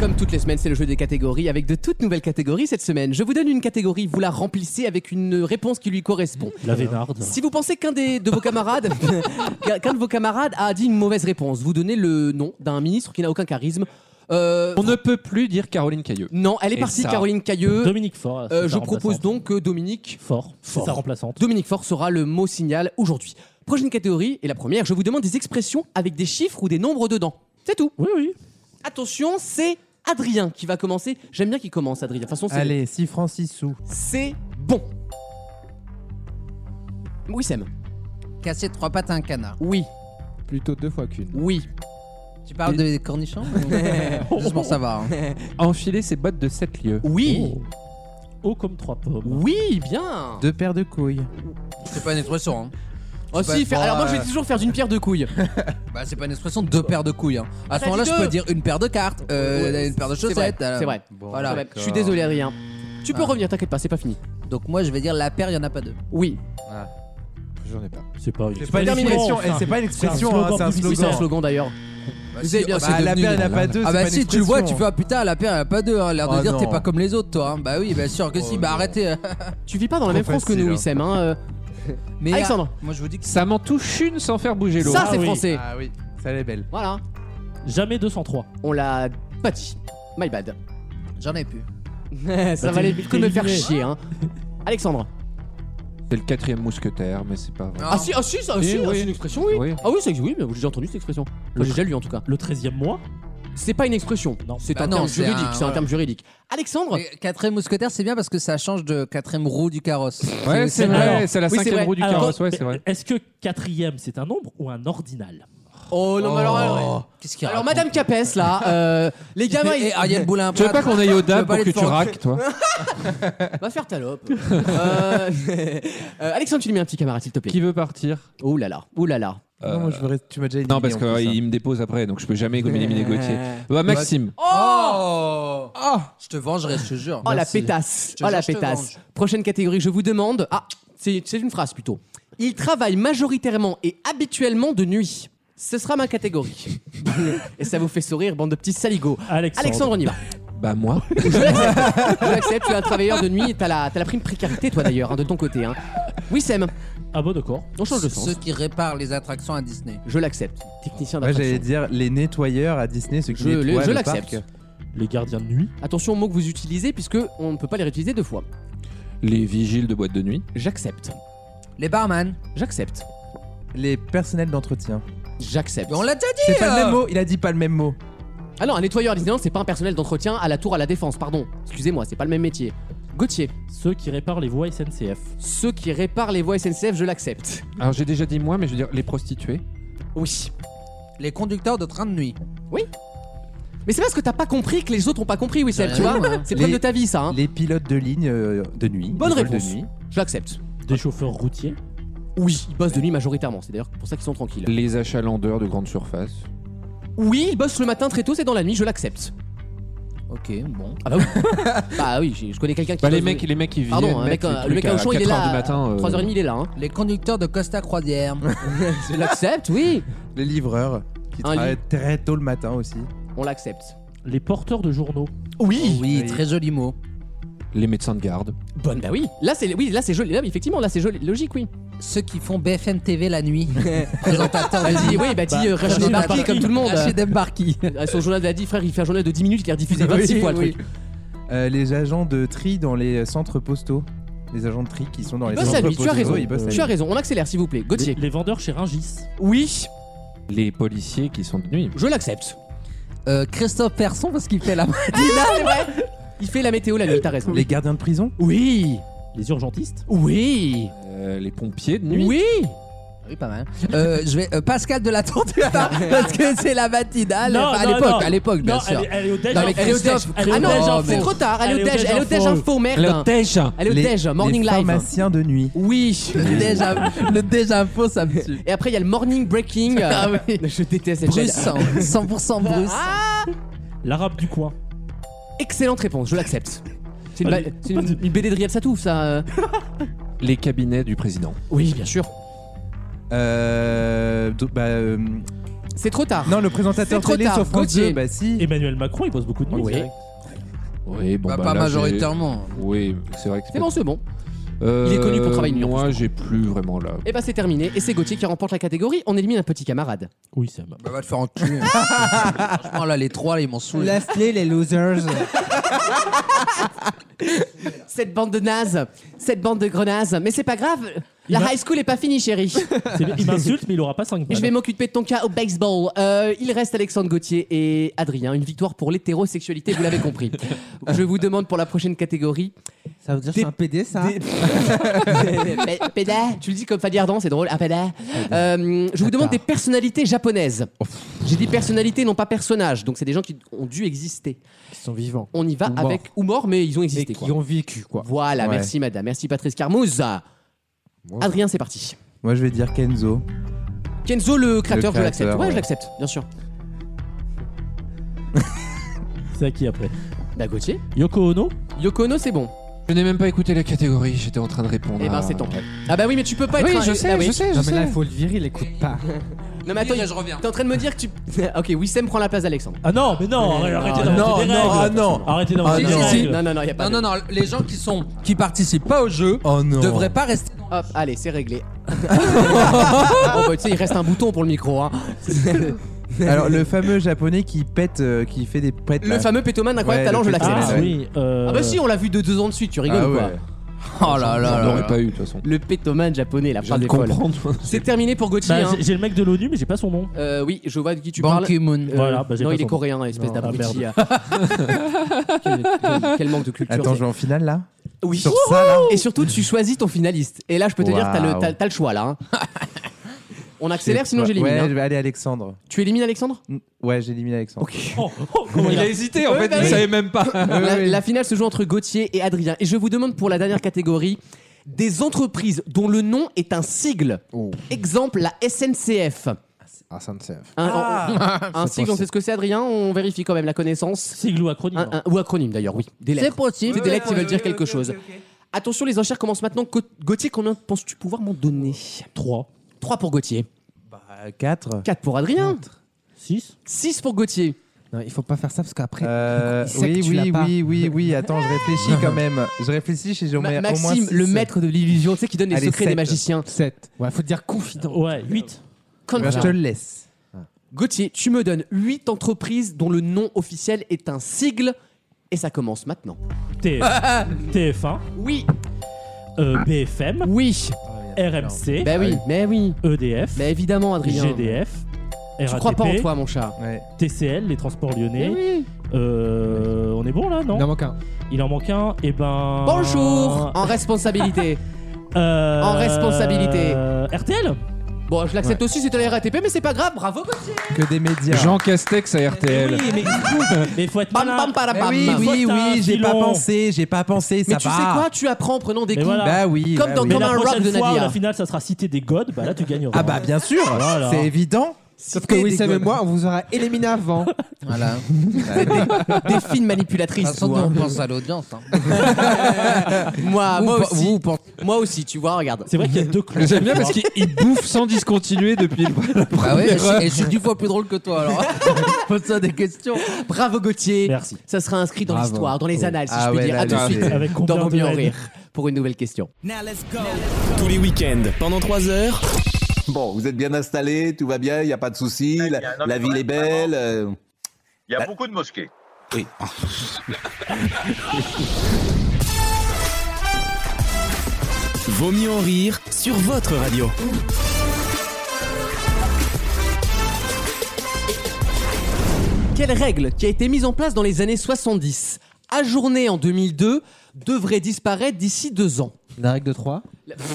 Comme toutes les semaines, c'est le jeu des catégories avec de toutes nouvelles catégories cette semaine. Je vous donne une catégorie, vous la remplissez avec une réponse qui lui correspond.
La Vénarde.
Si vous pensez qu'un des- de vos camarades, *laughs* qu'un- qu'un de vos camarades a dit une mauvaise réponse, vous donnez le nom d'un ministre qui n'a aucun charisme. Euh,
On ne peut plus dire Caroline Cailleux.
non, elle est
Et
partie,
ça-
Caroline Cailleux.
Dominique Fort.
Euh,
c'est
je
sa
propose
remplaçante.
donc que Dominique
Fort. C'est
Fort.
sa remplaçante.
Dominique Fort sera le mot signal aujourd'hui. Prochaine catégorie, et la première, je vous demande des expressions avec des chiffres ou des nombres dedans. C'est tout.
Oui, oui.
Attention, c'est Adrien qui va commencer. J'aime bien qu'il commence, Adrien. De toute façon, c'est-
Allez, 6 francs 6 sous.
c'est bon. Oui, Sam.
Casser trois pattes à un canard.
Oui,
Plutôt deux fois qu'une.
oui.
Tu parles des cornichons
*laughs*
ou- Juste pour savoir. hein.
Enfiler ses bottes de 7 lieues.
Oui.
Oh. Haut comme trois
Oh.
pommes.
Oui, bien.
Deux paires de couilles.
C'est pas une expression. Hein.
Oh
C'est
si,
pas-
faire- alors moi je
euh,
vais toujours faire d'une pierre deux couilles.
Bah, c'est pas une expression de deux paires de couilles. hein. À ce
Ah,
moment-là,
dis
je peux
deux.
dire une paire de cartes, euh,
Ouais,
une paire de
c'est
chaussettes.
vrai,
euh,
c'est vrai.
voilà.
Quand même, Je suis désolé Adrien. Tu peux
Oh. Ah.
revenir, t'inquiète pas, c'est pas fini.
Donc moi, je vais dire la paire, il y en a pas deux.
Oui.
J'en ai pas.
C'est pas une
C'est pas une
Terminé.
expression,
Enfin,
eh, c'est pas une expression, hein, c'est un
Oui, c'est un
slogan.
slogan d'ailleurs.
Bah,
Vous
si,
avez bien
bah,
c'est
Ah, la
devenu-
paire, il n'y en a pas deux.
Ah
c'est
bah
pas une
si, tu le vois, tu
expression.
fais ah putain, la paire, il y en a pas deux. hein. L'air de
Oh,
dire t'es
non. *laughs*
pas comme les autres, toi. hein. Bah oui, bien sûr que si. Bah arrêtez. euh.
Tu vis pas dans la
Trop
même France que nous,
facile,
Wissem.
hein.
Hein. euh. Alexandre.
Moi, je vous dis que
ça m'en touche une sans faire bouger l'eau.
Ça, c'est français.
Ah oui, ça elle est belle.
Voilà.
Jamais 203.
On l'a pas dit. My bad.
J'en ai plus.
ça
Eh,
Bah,
valait
t'es-
le coup de me
t'es
faire
éliminé.
chier,
*laughs*
hein. Alexandre.
C'est le quatrième mousquetaire, mais c'est pas vrai.
Ah si, ah si, ça,
Eh
si, ah,
oui.
c'est une expression, oui.
Oui.
Ah oui, c'est oui, mais j'ai déjà entendu cette expression. Enfin,
Le
j'ai déjà lu en tout cas.
Le 13 e mois
C'est pas une expression. C'est
Bah
un
non,
terme
c'est
juridique.
un-
C'est un terme
voilà.
juridique. Alexandre
Et Quatrième mousquetaire, c'est bien parce que ça change de quatrième roue du carrosse.
Ouais, c'est vrai, c'est la cinquième roue du
Alors,
carrosse, ouais, c'est vrai.
Est-ce que quatrième, c'est un nombre ou un ordinal
Oh non, mais alors. alors,
Qu'est-ce qu'il
alors, Madame Capes, là, euh, les gamins.
*laughs* Et
ils-
Ariel Boulin.
Tu veux pas qu'on aille au
Tu veux
DAB
pas
pour
aller
que
te
tu
faire-
raques, toi
*laughs* Va faire ta lope. *laughs* Euh, euh, Alexandre, tu lui mets un petit camarade, s'il te plaît.
Qui veut partir
Oh là là, oh là là.
Euh, Non, moi, je veux rester- tu m'as déjà
Non,
éliminé,
parce
en plus, hein.
qu'il me dépose après, donc je peux jamais éliminer Gauthier. Bah, Maxime.
Oh, Je te vengerai, je te jure.
Oh la
Merci.
pétasse,
Je te
oh
jure,
la
je te
pétasse.
venge.
Prochaine catégorie, je vous demande. Ah, c'est c'est une phrase plutôt. Il travaille majoritairement et habituellement de nuit. Ce sera ma
*laughs*
catégorie. et ça vous fait sourire, bande de petits saligots.
Alexandre.
on
*laughs*
y va.
Bah, moi. *laughs*
Je l'accepte, tu es un travailleur de nuit et t'as la, t'as la prime précarité, toi d'ailleurs, hein, de ton côté. Hein. Oui, Sam,
Ah bon, d'accord.
on change de sens.
Ceux qui réparent les attractions à Disney.
Je l'accepte. Technicien
Moi,
d'attraction.
j'allais dire les nettoyeurs à Disney, ceux qui
Je-
nettoient
je
le
l'accepte.
parc.
Les gardiens de nuit
Attention aux mots que vous utilisez, puisque on ne peut pas les réutiliser deux fois.
Les vigiles de boîte de nuit.
J'accepte.
Les barman.
J'accepte.
Les personnels d'entretien.
J'accepte.
Mais on l'a déjà dit
C'est pas le
euh.
même mot, il a dit pas le même mot.
Ah non, un nettoyeur à Disneyland, c'est pas un personnel d'entretien à la tour à la défense, pardon. Excusez-moi, c'est pas le même métier. Gauthier,
Ceux qui réparent les voies SNCF.
ceux qui réparent les voies SNCF, je l'accepte.
Alors, j'ai déjà dit moi, mais je veux dire les prostituées.
Oui.
Les conducteurs de train de nuit.
Mais c'est parce que t'as pas compris que les autres ont pas compris, oui,
J'ai
tu vois.
rien dit, moi.
C'est le problème
Les-
de ta vie, ça. Hein.
Les pilotes de ligne euh, de nuit.
Bonne
les vols de
réponse.
nuit.
Je l'accepte.
Des chauffeurs routiers.
Oui, ils bossent de nuit majoritairement, c'est d'ailleurs pour ça qu'ils sont tranquilles.
Les achalandeurs de grande surface. Bah,
Oui, ils bossent le matin très tôt, c'est dans la nuit, je l'accepte.
Ok, bon.
Ah bah oui. bah oui, j'ai- je connais quelqu'un qui.
Bah, les
bosse de-
mecs, les mecs qui viennent.
Pardon, hein,
mettre
mec,
les
euh, le
trucs
mec
à
à Auchan, il est
4 heures
là.
du matin. euh,
3h30, il est là. Hein.
Les conducteurs de Costa Croisière.
*laughs* Je l'accepte, oui.
Les livreurs qui
Un
travaillent très tôt le matin aussi.
On l'accepte.
Les porteurs de journaux.
Oui.
Oui,
Oui.
très joli mot.
Les médecins de garde.
Bonne, bah oui. Là, c'est oui, là, c'est joli. Là, effectivement, là, c'est joli. Logique, oui.
Ceux qui font BFM TV la *laughs* nuit. Présentateur
Bah,
de
dis,
nuit.
oui, bah, dis
Bah,
euh, Rachid
Rachid
Embarki
Embarki.
comme tout le monde.
Rachid Embarki.
Euh, Son journal de la dit, frère, il fait un journal de 10 minutes qui est rediffusé 26
Oui,
fois le
oui.
truc.
Euh, les agents de tri dans les centres postaux. Les agents de tri qui sont dans les
Bosse
centres
la nuit,
postaux.
tu as raison.
Ils bossent la
Tu as
nuit.
raison, on accélère s'il vous plaît.
Les,
Gauthier.
les vendeurs chez Ringis.
Oui,
Les policiers qui sont de nuit.
je l'accepte.
Euh, Christophe Persson parce qu'il fait la
Il fait la météo la nuit, t'as raison.
Les gardiens de prison.
Oui,
Les urgentistes.
oui,
Euh, les pompiers de nuit.
oui.
*laughs* Oui, pas mal. Euh, je vais euh, Pascal de la Tour *laughs* du Pin, parce que c'est la matinale.
Non,
Enfin, à
non,
l'époque,
non.
à
Oh,
l'époque, bien
Non,
sûr.
Elle, est- elle est au déj.
Non, mais
Elle est au déj.
Christophe,
Ah
Christophe,
non, c'est
mais-
trop tard. Elle est au déj. Elle est au déj
info.
info, merde.
Tèche.
Elle est au
Les-
déj, morning
les
live. hein.
pharmaciens de nuit.
Oui.
Le déjà, le déjà info, ça me *laughs* tue.
Et après, il y a le morning breaking. euh,
Ah oui.
*laughs* Je déteste cette
Bruce,
chaîne.
100%, Bruce.
L'arabe du coin.
Excellente réponse, je l'accepte. C'est une,
Pas
ba-
du-
c'est une- une BD de Riyad Satouf, ça. euh.
Les cabinets du président.
Oui, bien sûr.
Euh, do- bah, euh,
C'est trop tard.
non, le
C'est
présentateur
trop
télé
tard,
sur France
Gauthier.
2. Bah si.
Emmanuel Macron, il bosse beaucoup de nuit.
Oui.
c'est vrai.
Oui, bon,
Bah,
bah, là,
pas
j'ai-
majoritairement.
Oui, c'est vrai que
C'est bon, c'est bon.
Euh,
Il est connu pour travailler de nuit, en
Moi, j'ai plus vraiment là.
Et bah c'est terminé. Et c'est Gauthier qui remporte la catégorie. On élimine un petit camarade.
Oui, ça m'a.
Bah, va te faire *laughs* enculer. Franchement, là, les trois, là, ils m'ont saoulé.
Lastly, les losers.
Cette bande de nazes, cette bande de grenazes. Mais c'est pas grave.
Il
La
va-
high school est pas finie, chérie.
C'est
*laughs*
bien, Il m'insulte, mais il aura pas 5
Et je vais m'occuper de ton cas au baseball. Euh, il reste Alexandre Gauthier et Adrien. Une victoire pour l'hétérosexualité, vous l'avez compris. Je vous demande pour la prochaine catégorie.
Ça veut dire que c'est un PD, ça
P- Péda, tu le dis comme Fanny Ardant, c'est drôle. Ah, péda. Euh, je vous demande des personnalités japonaises. J'ai dit personnalités, non pas personnages. Donc c'est des gens qui ont dû exister.
Ils sont vivants.
On y va
Ou morts.
avec ou morts, mais ils ont
Et
existé.
qui
quoi.
ont vécu, quoi.
Voilà,
Ouais.
merci madame, merci Patrice Carmouze. Adrien, c'est parti.
Moi, je vais dire Kenzo.
Kenzo, le créateur, je
créateur,
l'accepte. Ouais, je
ouais.
l'accepte, bien sûr.
C'est à qui après
Bah Gauthier.
Yoko Ono
Yoko Ono, c'est bon.
Je n'ai même pas écouté la catégorie, j'étais en train de répondre.
Eh ben,
à-
c'est tant pis. Ah bah oui, mais tu peux pas être.
Oui,
un-
je sais,
Ah oui.
je sais, je
Non, mais là,
sais.
il faut le virer, il écoute pas.
Non mais attends,
Là, je reviens.
t'es en train de me dire que tu. *laughs* ok, Wissem prend la place d'Alexandre.
Ah non, mais non,
Mais
arrêtez
non,
d'inventer des
non,
règles.
ah non.
Arrêtez
Ah
d'inventer
non.
des
Si, si, si.
règles.
Non, non, non, y a pas.
Non,
de-
non, non, les gens qui sont qui participent pas au jeu
Oh non.
devraient pas rester dans
Hop, allez, c'est
*laughs*
réglé. bon, bah, tu sais, il reste un bouton pour le micro. hein.
Alors, le fameux japonais qui pète, euh, qui fait des pètes.
Le fameux pétomane d'incroyable
Ouais,
talent,
le
je l'accepte.
pétomane, Ah ouais. oui,
euh,
Ah bah si, on l'a vu deux, deux ans de suite, tu rigoles
Ah
ou
ouais.
quoi Oh là là, là
l'aurais
là.
pas eu, de toute façon.
Le pétomane japonais, la phrase
de
est folle.
comprendre.
C'est terminé pour Gauthier.
Bah,
hein.
j'ai- J'ai le mec de l'ONU, mais j'ai pas son
*laughs*
nom.
Euh, oui, je vois de qui tu
Ban
parles.
Ki-moon.
Euh,
Voilà, bah, j'ai
non,
pas
il est
son
coréen,
nom.
espèce
Non, ah,
d'abruti. hein.
merde.
*laughs* quel, quel- quel manque de culture.
Attends,
c'est.
je vais en finale là
Oui.
Sur ça là
Et surtout, tu choisis ton finaliste. Et là, je peux te dire, t'as le,
Waouh.
t'as- t'as le choix là.
*laughs*
hein. On accélère, sinon j'élimine.
Ouais,
hein.
je vais aller Alexandre.
Tu élimines Alexandre
Ouais, j'élimine Alexandre.
Oh,
Il a hésité, en fait, il savait même pas.
La, la finale se joue entre Gauthier et Adrien. Et je vous demande pour la dernière catégorie des entreprises dont le nom est un sigle. Exemple, la SNCF.
Ah, ça ne sert.
Un,
Ah.
un- un
C'est
sigle, on sait ce que c'est, Adrien On vérifie quand même la connaissance.
Sigle ou acronyme hein.
un, Ou acronyme d'ailleurs, oui. Des lettres.
C'est possible.
C'est des
Ouais,
lettres qui
ouais,
veulent dire
ouais,
quelque
ok,
chose.
ok,
Attention, les enchères commencent maintenant. Go- Gauthier, combien penses-tu pouvoir m'en donner
3.
3 pour Gauthier.
4.
4 pour Adrien.
6.
6 pour Gauthier.
Non, il faut pas faire ça parce qu'après.
Euh,
il sait
oui,
que tu l'as
oui,
pas.
oui, oui, oui. Attends, je
*laughs*
réfléchis quand même. Je réfléchis chez
Ma-
Jean-Marie.
Maxime, le maître de l'illusion, tu sais, qui donne les
Allez,
secrets des
sept.
magiciens.
7. Ouais, faut dire confident.
Ouais, 8.
Confiant.
je te le laisse.
Gauthier, tu me donnes 8 entreprises dont le nom officiel est un sigle et ça commence maintenant. *laughs*
TF1.
Oui.
Euh, BFM.
Oui.
RMC.
Bah oui, mais oui.
EDF.
Mais évidemment, Adrien.
GDF.
Je
RATP,
crois pas en toi, mon chat.
TCL, les transports lyonnais.
Mais oui.
Euh, on est bon là, non
Il en manque un.
Il en manque un. Et ben.
Bonjour En responsabilité.
Euh,
En responsabilité.
euh, RTL
Bon, je l'accepte aussi, c'était la RATP, mais c'est pas grave, bravo Gauthier
Que des médias.
Jean Castex à *laughs* RTL.
Oui, mais, mais faut être
Bam,
malin.
bam, para,
Mais
bam.
Eh oui,
Faut
oui,
que t'as un
oui, j'ai pas
filon.
pensé, j'ai pas pensé,
bah, Mais
ça
tu
va.
sais quoi, tu apprends en prenant des
Mais
coups.
voilà.
Bah oui,
Comme
bah
dans
oui.
Mais la
un rock
prochaine
de
fois,
Nadia.
la finale, ça sera cité des gods. Bah là, tu gagneras.
Ah bah bien sûr,
Voilà.
c'est évident.
Oh Sauf que Wissam
dégueule.
et moi, on vous aura éliminé avant.
Voilà.
Des films
De
manipulatrices.
toute façon,
vous,
nous,
hein.
on pense à l'audience. hein.
Moi, Ah, moi
pe-
aussi.
vous pensez-
Moi aussi, tu vois, regarde.
C'est vrai qu'il y a deux clous.
J'aime bien parce qu'il il bouffe sans discontinuer depuis le- la
Bah ouais, et
première
*laughs* je-
heure.
et je suis dix fois plus drôle que toi alors.
Ah *laughs* Pose-toi des questions. Bravo Gauthier.
Merci.
Ça sera inscrit dans
Bravo.
l'histoire, dans les annales, si
Ah
je puis
ouais,
dire.
là,
À tout de
là,
suite.
c'est-
Avec combien
Dans Vaut
de
mieux en
haine
rire pour une nouvelle question.
Tous les week-ends, pendant 3 heures,
*laughs* Bon, vous êtes bien installé, tout va bien, il n'y a pas de souci, la,
bien, non,
la
mais
ville est belle. euh,
Il y a
Bah-
beaucoup de mosquées.
oui.
Vaut mieux en rire sur votre radio.
Quelle règle qui a été mise en place dans les années 70, ajournée en 2002, devrait disparaître d'ici deux ans
La règle de 3.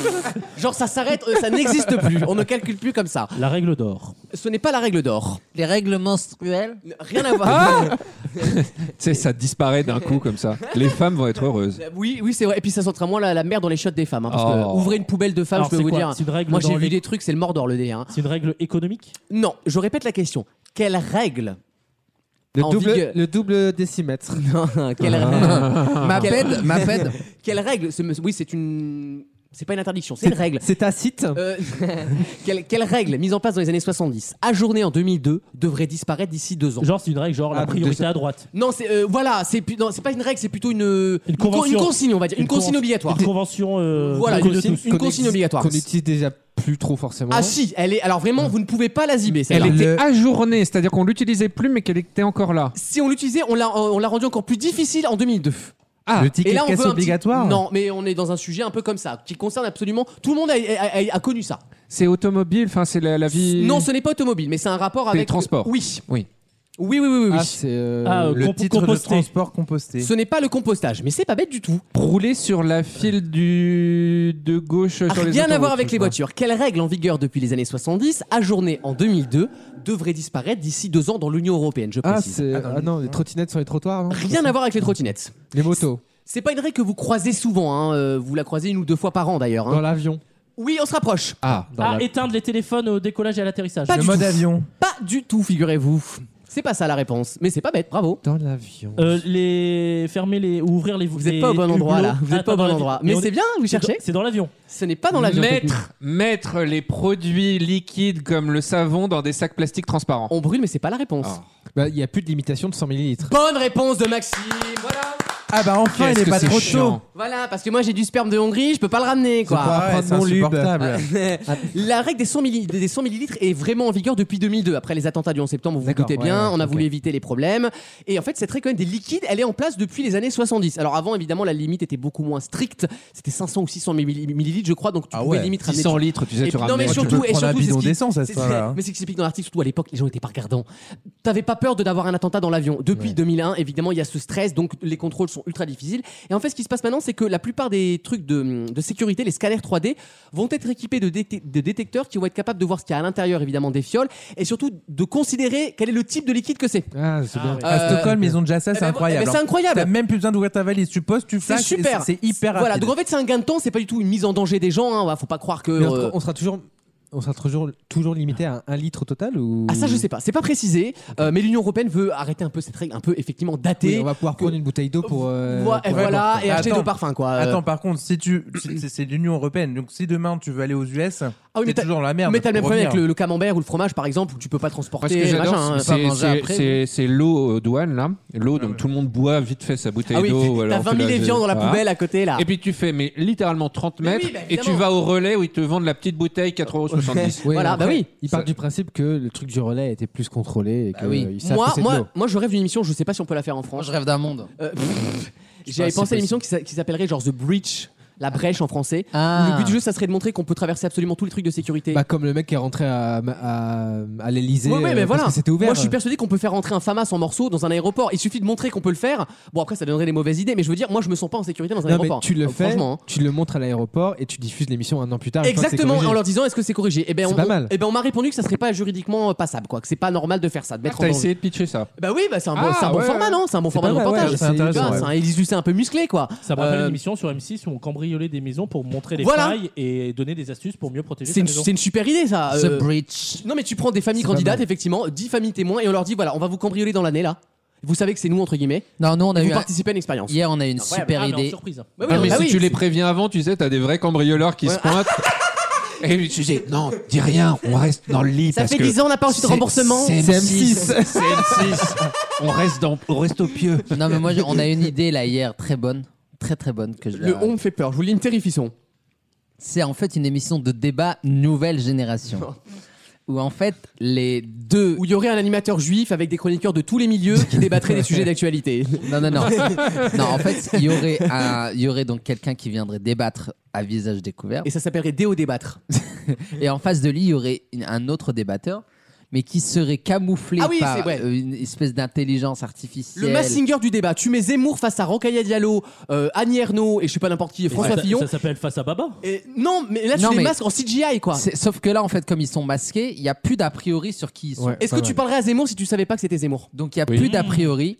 *laughs* Genre ça s'arrête, euh, ça n'existe plus, on ne calcule plus comme ça.
La règle d'or.
Ce n'est pas la règle d'or.
Les règles menstruelles.
Rien à voir.
Ah
Tu sais, ça disparaît d'un coup comme ça. Les femmes vont être heureuses.
Euh, Oui, oui, c'est vrai. Et puis ça sentira moins la, la merde dans les chiottes des femmes. hein, parce
Oh.
que ouvrez une poubelle de femmes,
Alors,
je peux
c'est
vous
quoi
dire.
C'est une règle
Moi
dans
j'ai vu
les-
des trucs, c'est le Mordor le dé. hein.
C'est une règle économique
Non, je répète la question. Quelle règle *laughs*
Le
En
double,
vigueur.
le double décimètre.
Non, quelle
Ah.
règle
Ma
Quelle- *laughs*
pède, ma pède.
Quelle règle Ce me- Oui, c'est une. C'est pas une interdiction, c'est une règle.
C'est tacite.
Euh, *laughs* quelle, quelle règle mise en place dans les années 70, ajournée en 2002, devrait disparaître d'ici deux ans
Genre, c'est une règle, genre la
Ah,
priorité
de-
à droite.
Non, c'est euh, voilà, c'est plus- non, c'est pas une règle, c'est plutôt une
Une
co-
convention.
consigne, on va dire, une, consigne
conven-
obligatoire.
Une convention. euh,
Voilà,
commune
une
de tous.
consigne- une consigne obligatoire.
Qu'on utilise déjà plus trop forcément.
Ah si, elle est. Alors vraiment, vous ne pouvez pas la ziber.
Elle
celle-là.
était ajournée, c'est-à-dire qu'on l'utilisait plus, mais qu'elle était encore là.
Si on l'utilisait, on l'a on l'a rendue encore plus difficile en 2002.
Ah,
Le ticket
Et là,
de
on
caisse
veut un petit-
obligatoire
Non, mais on est dans un sujet un peu comme ça, qui concerne absolument tout le monde a, a- a- a connu ça.
c'est automobile, enfin c'est la, la vie.
Non, ce n'est pas automobile, mais c'est un rapport
C'est les
avec
transports.
Oui,
Oui.
oui, oui, oui, oui. oui.
Ah, c'est. euh,
Ah, euh,
Le
comp-
titre de
composté.
transport composté.
ce n'est pas le compostage, mais c'est pas bête du tout.
Rouler sur la file du de gauche sur les
Ah, Rien à voir
autoroutes,
avec
je
les
crois.
voitures. Quelle règle en vigueur depuis les années 70, ajournée en 2002, devrait disparaître d'ici deux ans dans l'Union européenne, je
Ah,
précise.
c'est. Ah non, les trottinettes sur les trottoirs, non
Rien à voir avec les trottinettes.
Les motos.
C'est pas une règle que vous croisez souvent, hein, euh, vous la croisez une ou deux fois par an d'ailleurs. hein.
Dans l'avion.
Oui, on se rapproche.
Ah, dans
Ah,
la-
éteindre les téléphones au décollage et à l'atterrissage.
Pas
Le
du
mode
tout.
avion.
Pas du tout, figurez-vous. C'est pas ça la réponse, mais c'est pas bête, bravo.
Dans l'avion.
Euh, les fermer les ou ouvrir les Ah,
Vous n'êtes pas au bon endroit là, vous n'êtes pas au bon endroit. Mais c'est bien, vous cherchez
C'est dans l'avion.
Ce n'est pas dans l'avion. techniquement.
Mettre, mettre les produits liquides comme le savon dans des sacs plastiques transparents.
Oh, On brûle, mais c'est pas la réponse.
Ah.
Bah, il n'y a plus de limitation de 100 millilitres.
Bonne réponse de Maxime. Voilà.
Ah bah enfin, il
Qu'est-ce
est
que
pas
c'est
trop
chiant.
chaud.
Voilà, parce que moi j'ai du sperme de Hongrie, je peux pas le ramener quoi.
C'est pas vrai, Ah ouais, c'est
lube.
insupportable.
Ah, *laughs* La règle des 100, milli- des 100 millilitres est vraiment en vigueur depuis 2002. Après les attentats du 11 septembre, vous vous
D'accord,
doutez
ouais,
bien,
ouais,
on a
ok.
voulu éviter les problèmes. Et en fait, cette règle quand même des liquides, elle est en place depuis les années 70. Alors avant, évidemment, la limite était beaucoup moins stricte. C'était 500 ou 600 milli- millilitres, je crois, donc tu pouvais
Ah ouais,
limite ramener.
600 litres, tu disais,
Et puis-
tu
Non
ramenais.
mais
Tu
surtout,
peux
et
prendre un
surtout, c'est
bidon
ce qui-
d'essence à ce
c'est-
point-là, hein.
Mais c'est explique dans l'article, surtout à l'époque, les gens étaient pas regardants. T'avais pas peur de d'avoir un attentat dans l'avion. Depuis 2001, évidemment, il y a ce stress, donc les contrôles sont ultra difficiles. Et en fait, ce qui se passe maintenant, c'est que la plupart des trucs de, de sécurité, les scanners 3D, vont être équipés de, déte- de détecteurs qui vont être capables de voir ce qu'il y a à l'intérieur, évidemment, des fioles, et surtout de considérer quel est le type de liquide que c'est.
Ah, c'est bien. À
Euh,
Stockholm, ils ont déjà ça,
eh
c'est
ben,
incroyable.
eh
hein.
ben, c'est incroyable.
T'as même plus besoin d'ouvrir ta valise, tu poses, tu
C'est
flashes. et
super.
C'est hyper rapide.
Voilà, donc en fait, c'est un gain de temps, c'est pas du tout une mise en danger des gens, hein, ouais, faut pas croire que.
Mais on,
euh,
sera- on sera toujours, on sera toujours, toujours limité à un litre au total ou
Ah ça je sais pas, c'est pas précisé, euh, mais l'Union européenne veut arrêter un peu cette règle un peu effectivement datée.
Oui, on va pouvoir prendre une bouteille d'eau pour. euh,
Voi- et
pour-
voilà,
pour-
et
Ah,
acheter
attends.
de parfum quoi. Euh,
Attends, par contre, si tu, c'est- c'est l'Union européenne. Donc si demain tu veux aller aux US, t'es toujours dans la merde.
Ah mais t'as le même
pour
problème
revenir.
avec le, le camembert ou le fromage par exemple où tu peux pas
Parce
transporter
que
machin,
j'adore,
hein,
c'est-
pas manger
c'est-
après.
c'est c'est l'eau euh, douane là, l'eau donc tout le monde boit vite fait sa bouteille
Ah oui,
d'eau.
t'as
alors
20
tu
000
la-
évians dans la
Ah.
voilà.
poubelle à côté là.
Et puis tu fais mais littéralement 30 mètres
bah,
et tu
évidemment.
vas au relais où ils te vendent la petite bouteille 4,70€.
Oui,
Voilà,
après,
bah oui. Bah
Il part du principe que le truc du relais était plus contrôlé et que euh, ils savent que
Moi,
c'est de l'eau.
moi, moi, je rêve d'une émission, je sais pas si on peut la faire en France. je rêve d'un monde. J'avais
Je sais pas si
pensé à
c'est
une émission qui s'a- qui s'appellerait genre The Breach, la brèche en français.
Ah.
Où Le but du jeu, ça serait de montrer qu'on peut traverser absolument tous les trucs de sécurité.
Bah, comme le mec qui est rentré à, à, à l'Elysée.
Ouais, ouais,
euh,
mais voilà.
C'était ouvert.
Moi, je suis persuadé qu'on peut faire rentrer un FAMAS en morceaux dans un aéroport. Il suffit de montrer qu'on peut le faire. Bon, après, ça donnerait des mauvaises idées, mais je veux dire, moi, je me sens pas en sécurité dans un
Non, mais
aéroport.
tu le
Donc,
fais,
Franchement. hein.
tu le montres à l'aéroport et tu diffuses l'émission un an
Ah,
plus tard. une fois que c'est
Exactement,
corrigé.
en leur disant est-ce que c'est corrigé Eh ben,
C'est
on,
pas mal.
eh ben, on m'a répondu que ça serait pas juridiquement euh, passable, quoi, que c'est pas normal de faire ça, de *laughs* mettre en
Ah, T'as
danger.
essayé de pitcher ça.
Bah oui, bah c'est un bon,
Ah,
c'est un bon
ouais,
format,
ouais.
non C'est un bon
C'est
format de
pas mal,
reportage.
ouais, c'est intéressant,
Tu vois,
ouais.
C'est un Élise Lucet un peu musclé, quoi.
Ça me rappelle
Euh,
une émission sur M6 où on cambriolait des maisons pour montrer les
Voilà.
failles et donner des astuces pour mieux protéger sa
C'est une,
maison.
c'est une super idée ça.
The
Bridge. Non mais tu prends des familles candidates effectivement, 10 familles témoins et on leur dit voilà on va vous cambrioler dans l'année là. Vous savez que c'est nous entre guillemets.
Non, nous on a
Et
eu
vous
un-
participez à une expérience.
Hier, on a eu une
Incroyable.
super
Ah, mais en
idée.
surprise.
Ah,
Bah oui,
mais
bah
si
oui,
tu les
c'est-
préviens avant, tu sais, t'as des vrais cambrioleurs qui se
*laughs*
pointent. Et tu dis, non, dis rien, on reste dans le lit.
Ça
parce
fait
que
10 ans, on n'a pas reçu de
c'est-
remboursement.
C'est M6.
C'est
C'est M6. On reste, dans, on reste au pieu.
Non, mais moi, j'ai- on
*laughs*
a une idée là hier, très bonne. Très très bonne. que je
Le on me fait peur, je vous lis une terrifisson.
C'est en fait une émission de débat nouvelle génération. où en fait, les deux.
Où il y aurait un animateur juif avec des chroniqueurs de tous les milieux qui débattraient des *laughs* sujets d'actualité.
Non, non, non.
*laughs*
non, en fait, il y aurait, un- il y aurait donc quelqu'un qui viendrait débattre à visage découvert.
Et ça s'appellerait Déo débattre.
Et en face de lui, il y aurait une- un autre débatteur, mais qui serait camouflé
Ah oui, c'est-
par
ouais.
euh, une espèce d'intelligence artificielle.
Le Massinger du débat. Tu mets Zemmour face à Rokhaya Diallo, euh, Annie Ernaux et je sais pas n'importe qui,
Et
François
ça-
Fillon.
Ça s'appelle Face à Baba.
Et non, mais là tu
Non,
les
mais-
masques en CGI quoi.
C'est- Sauf que là, en fait, comme ils sont masqués, il n'y a plus d'a priori sur qui ils sont.
Est-ce que tu parlerais à Zemmour si tu savais pas que c'était Zemmour
Donc il y a plus d'a priori.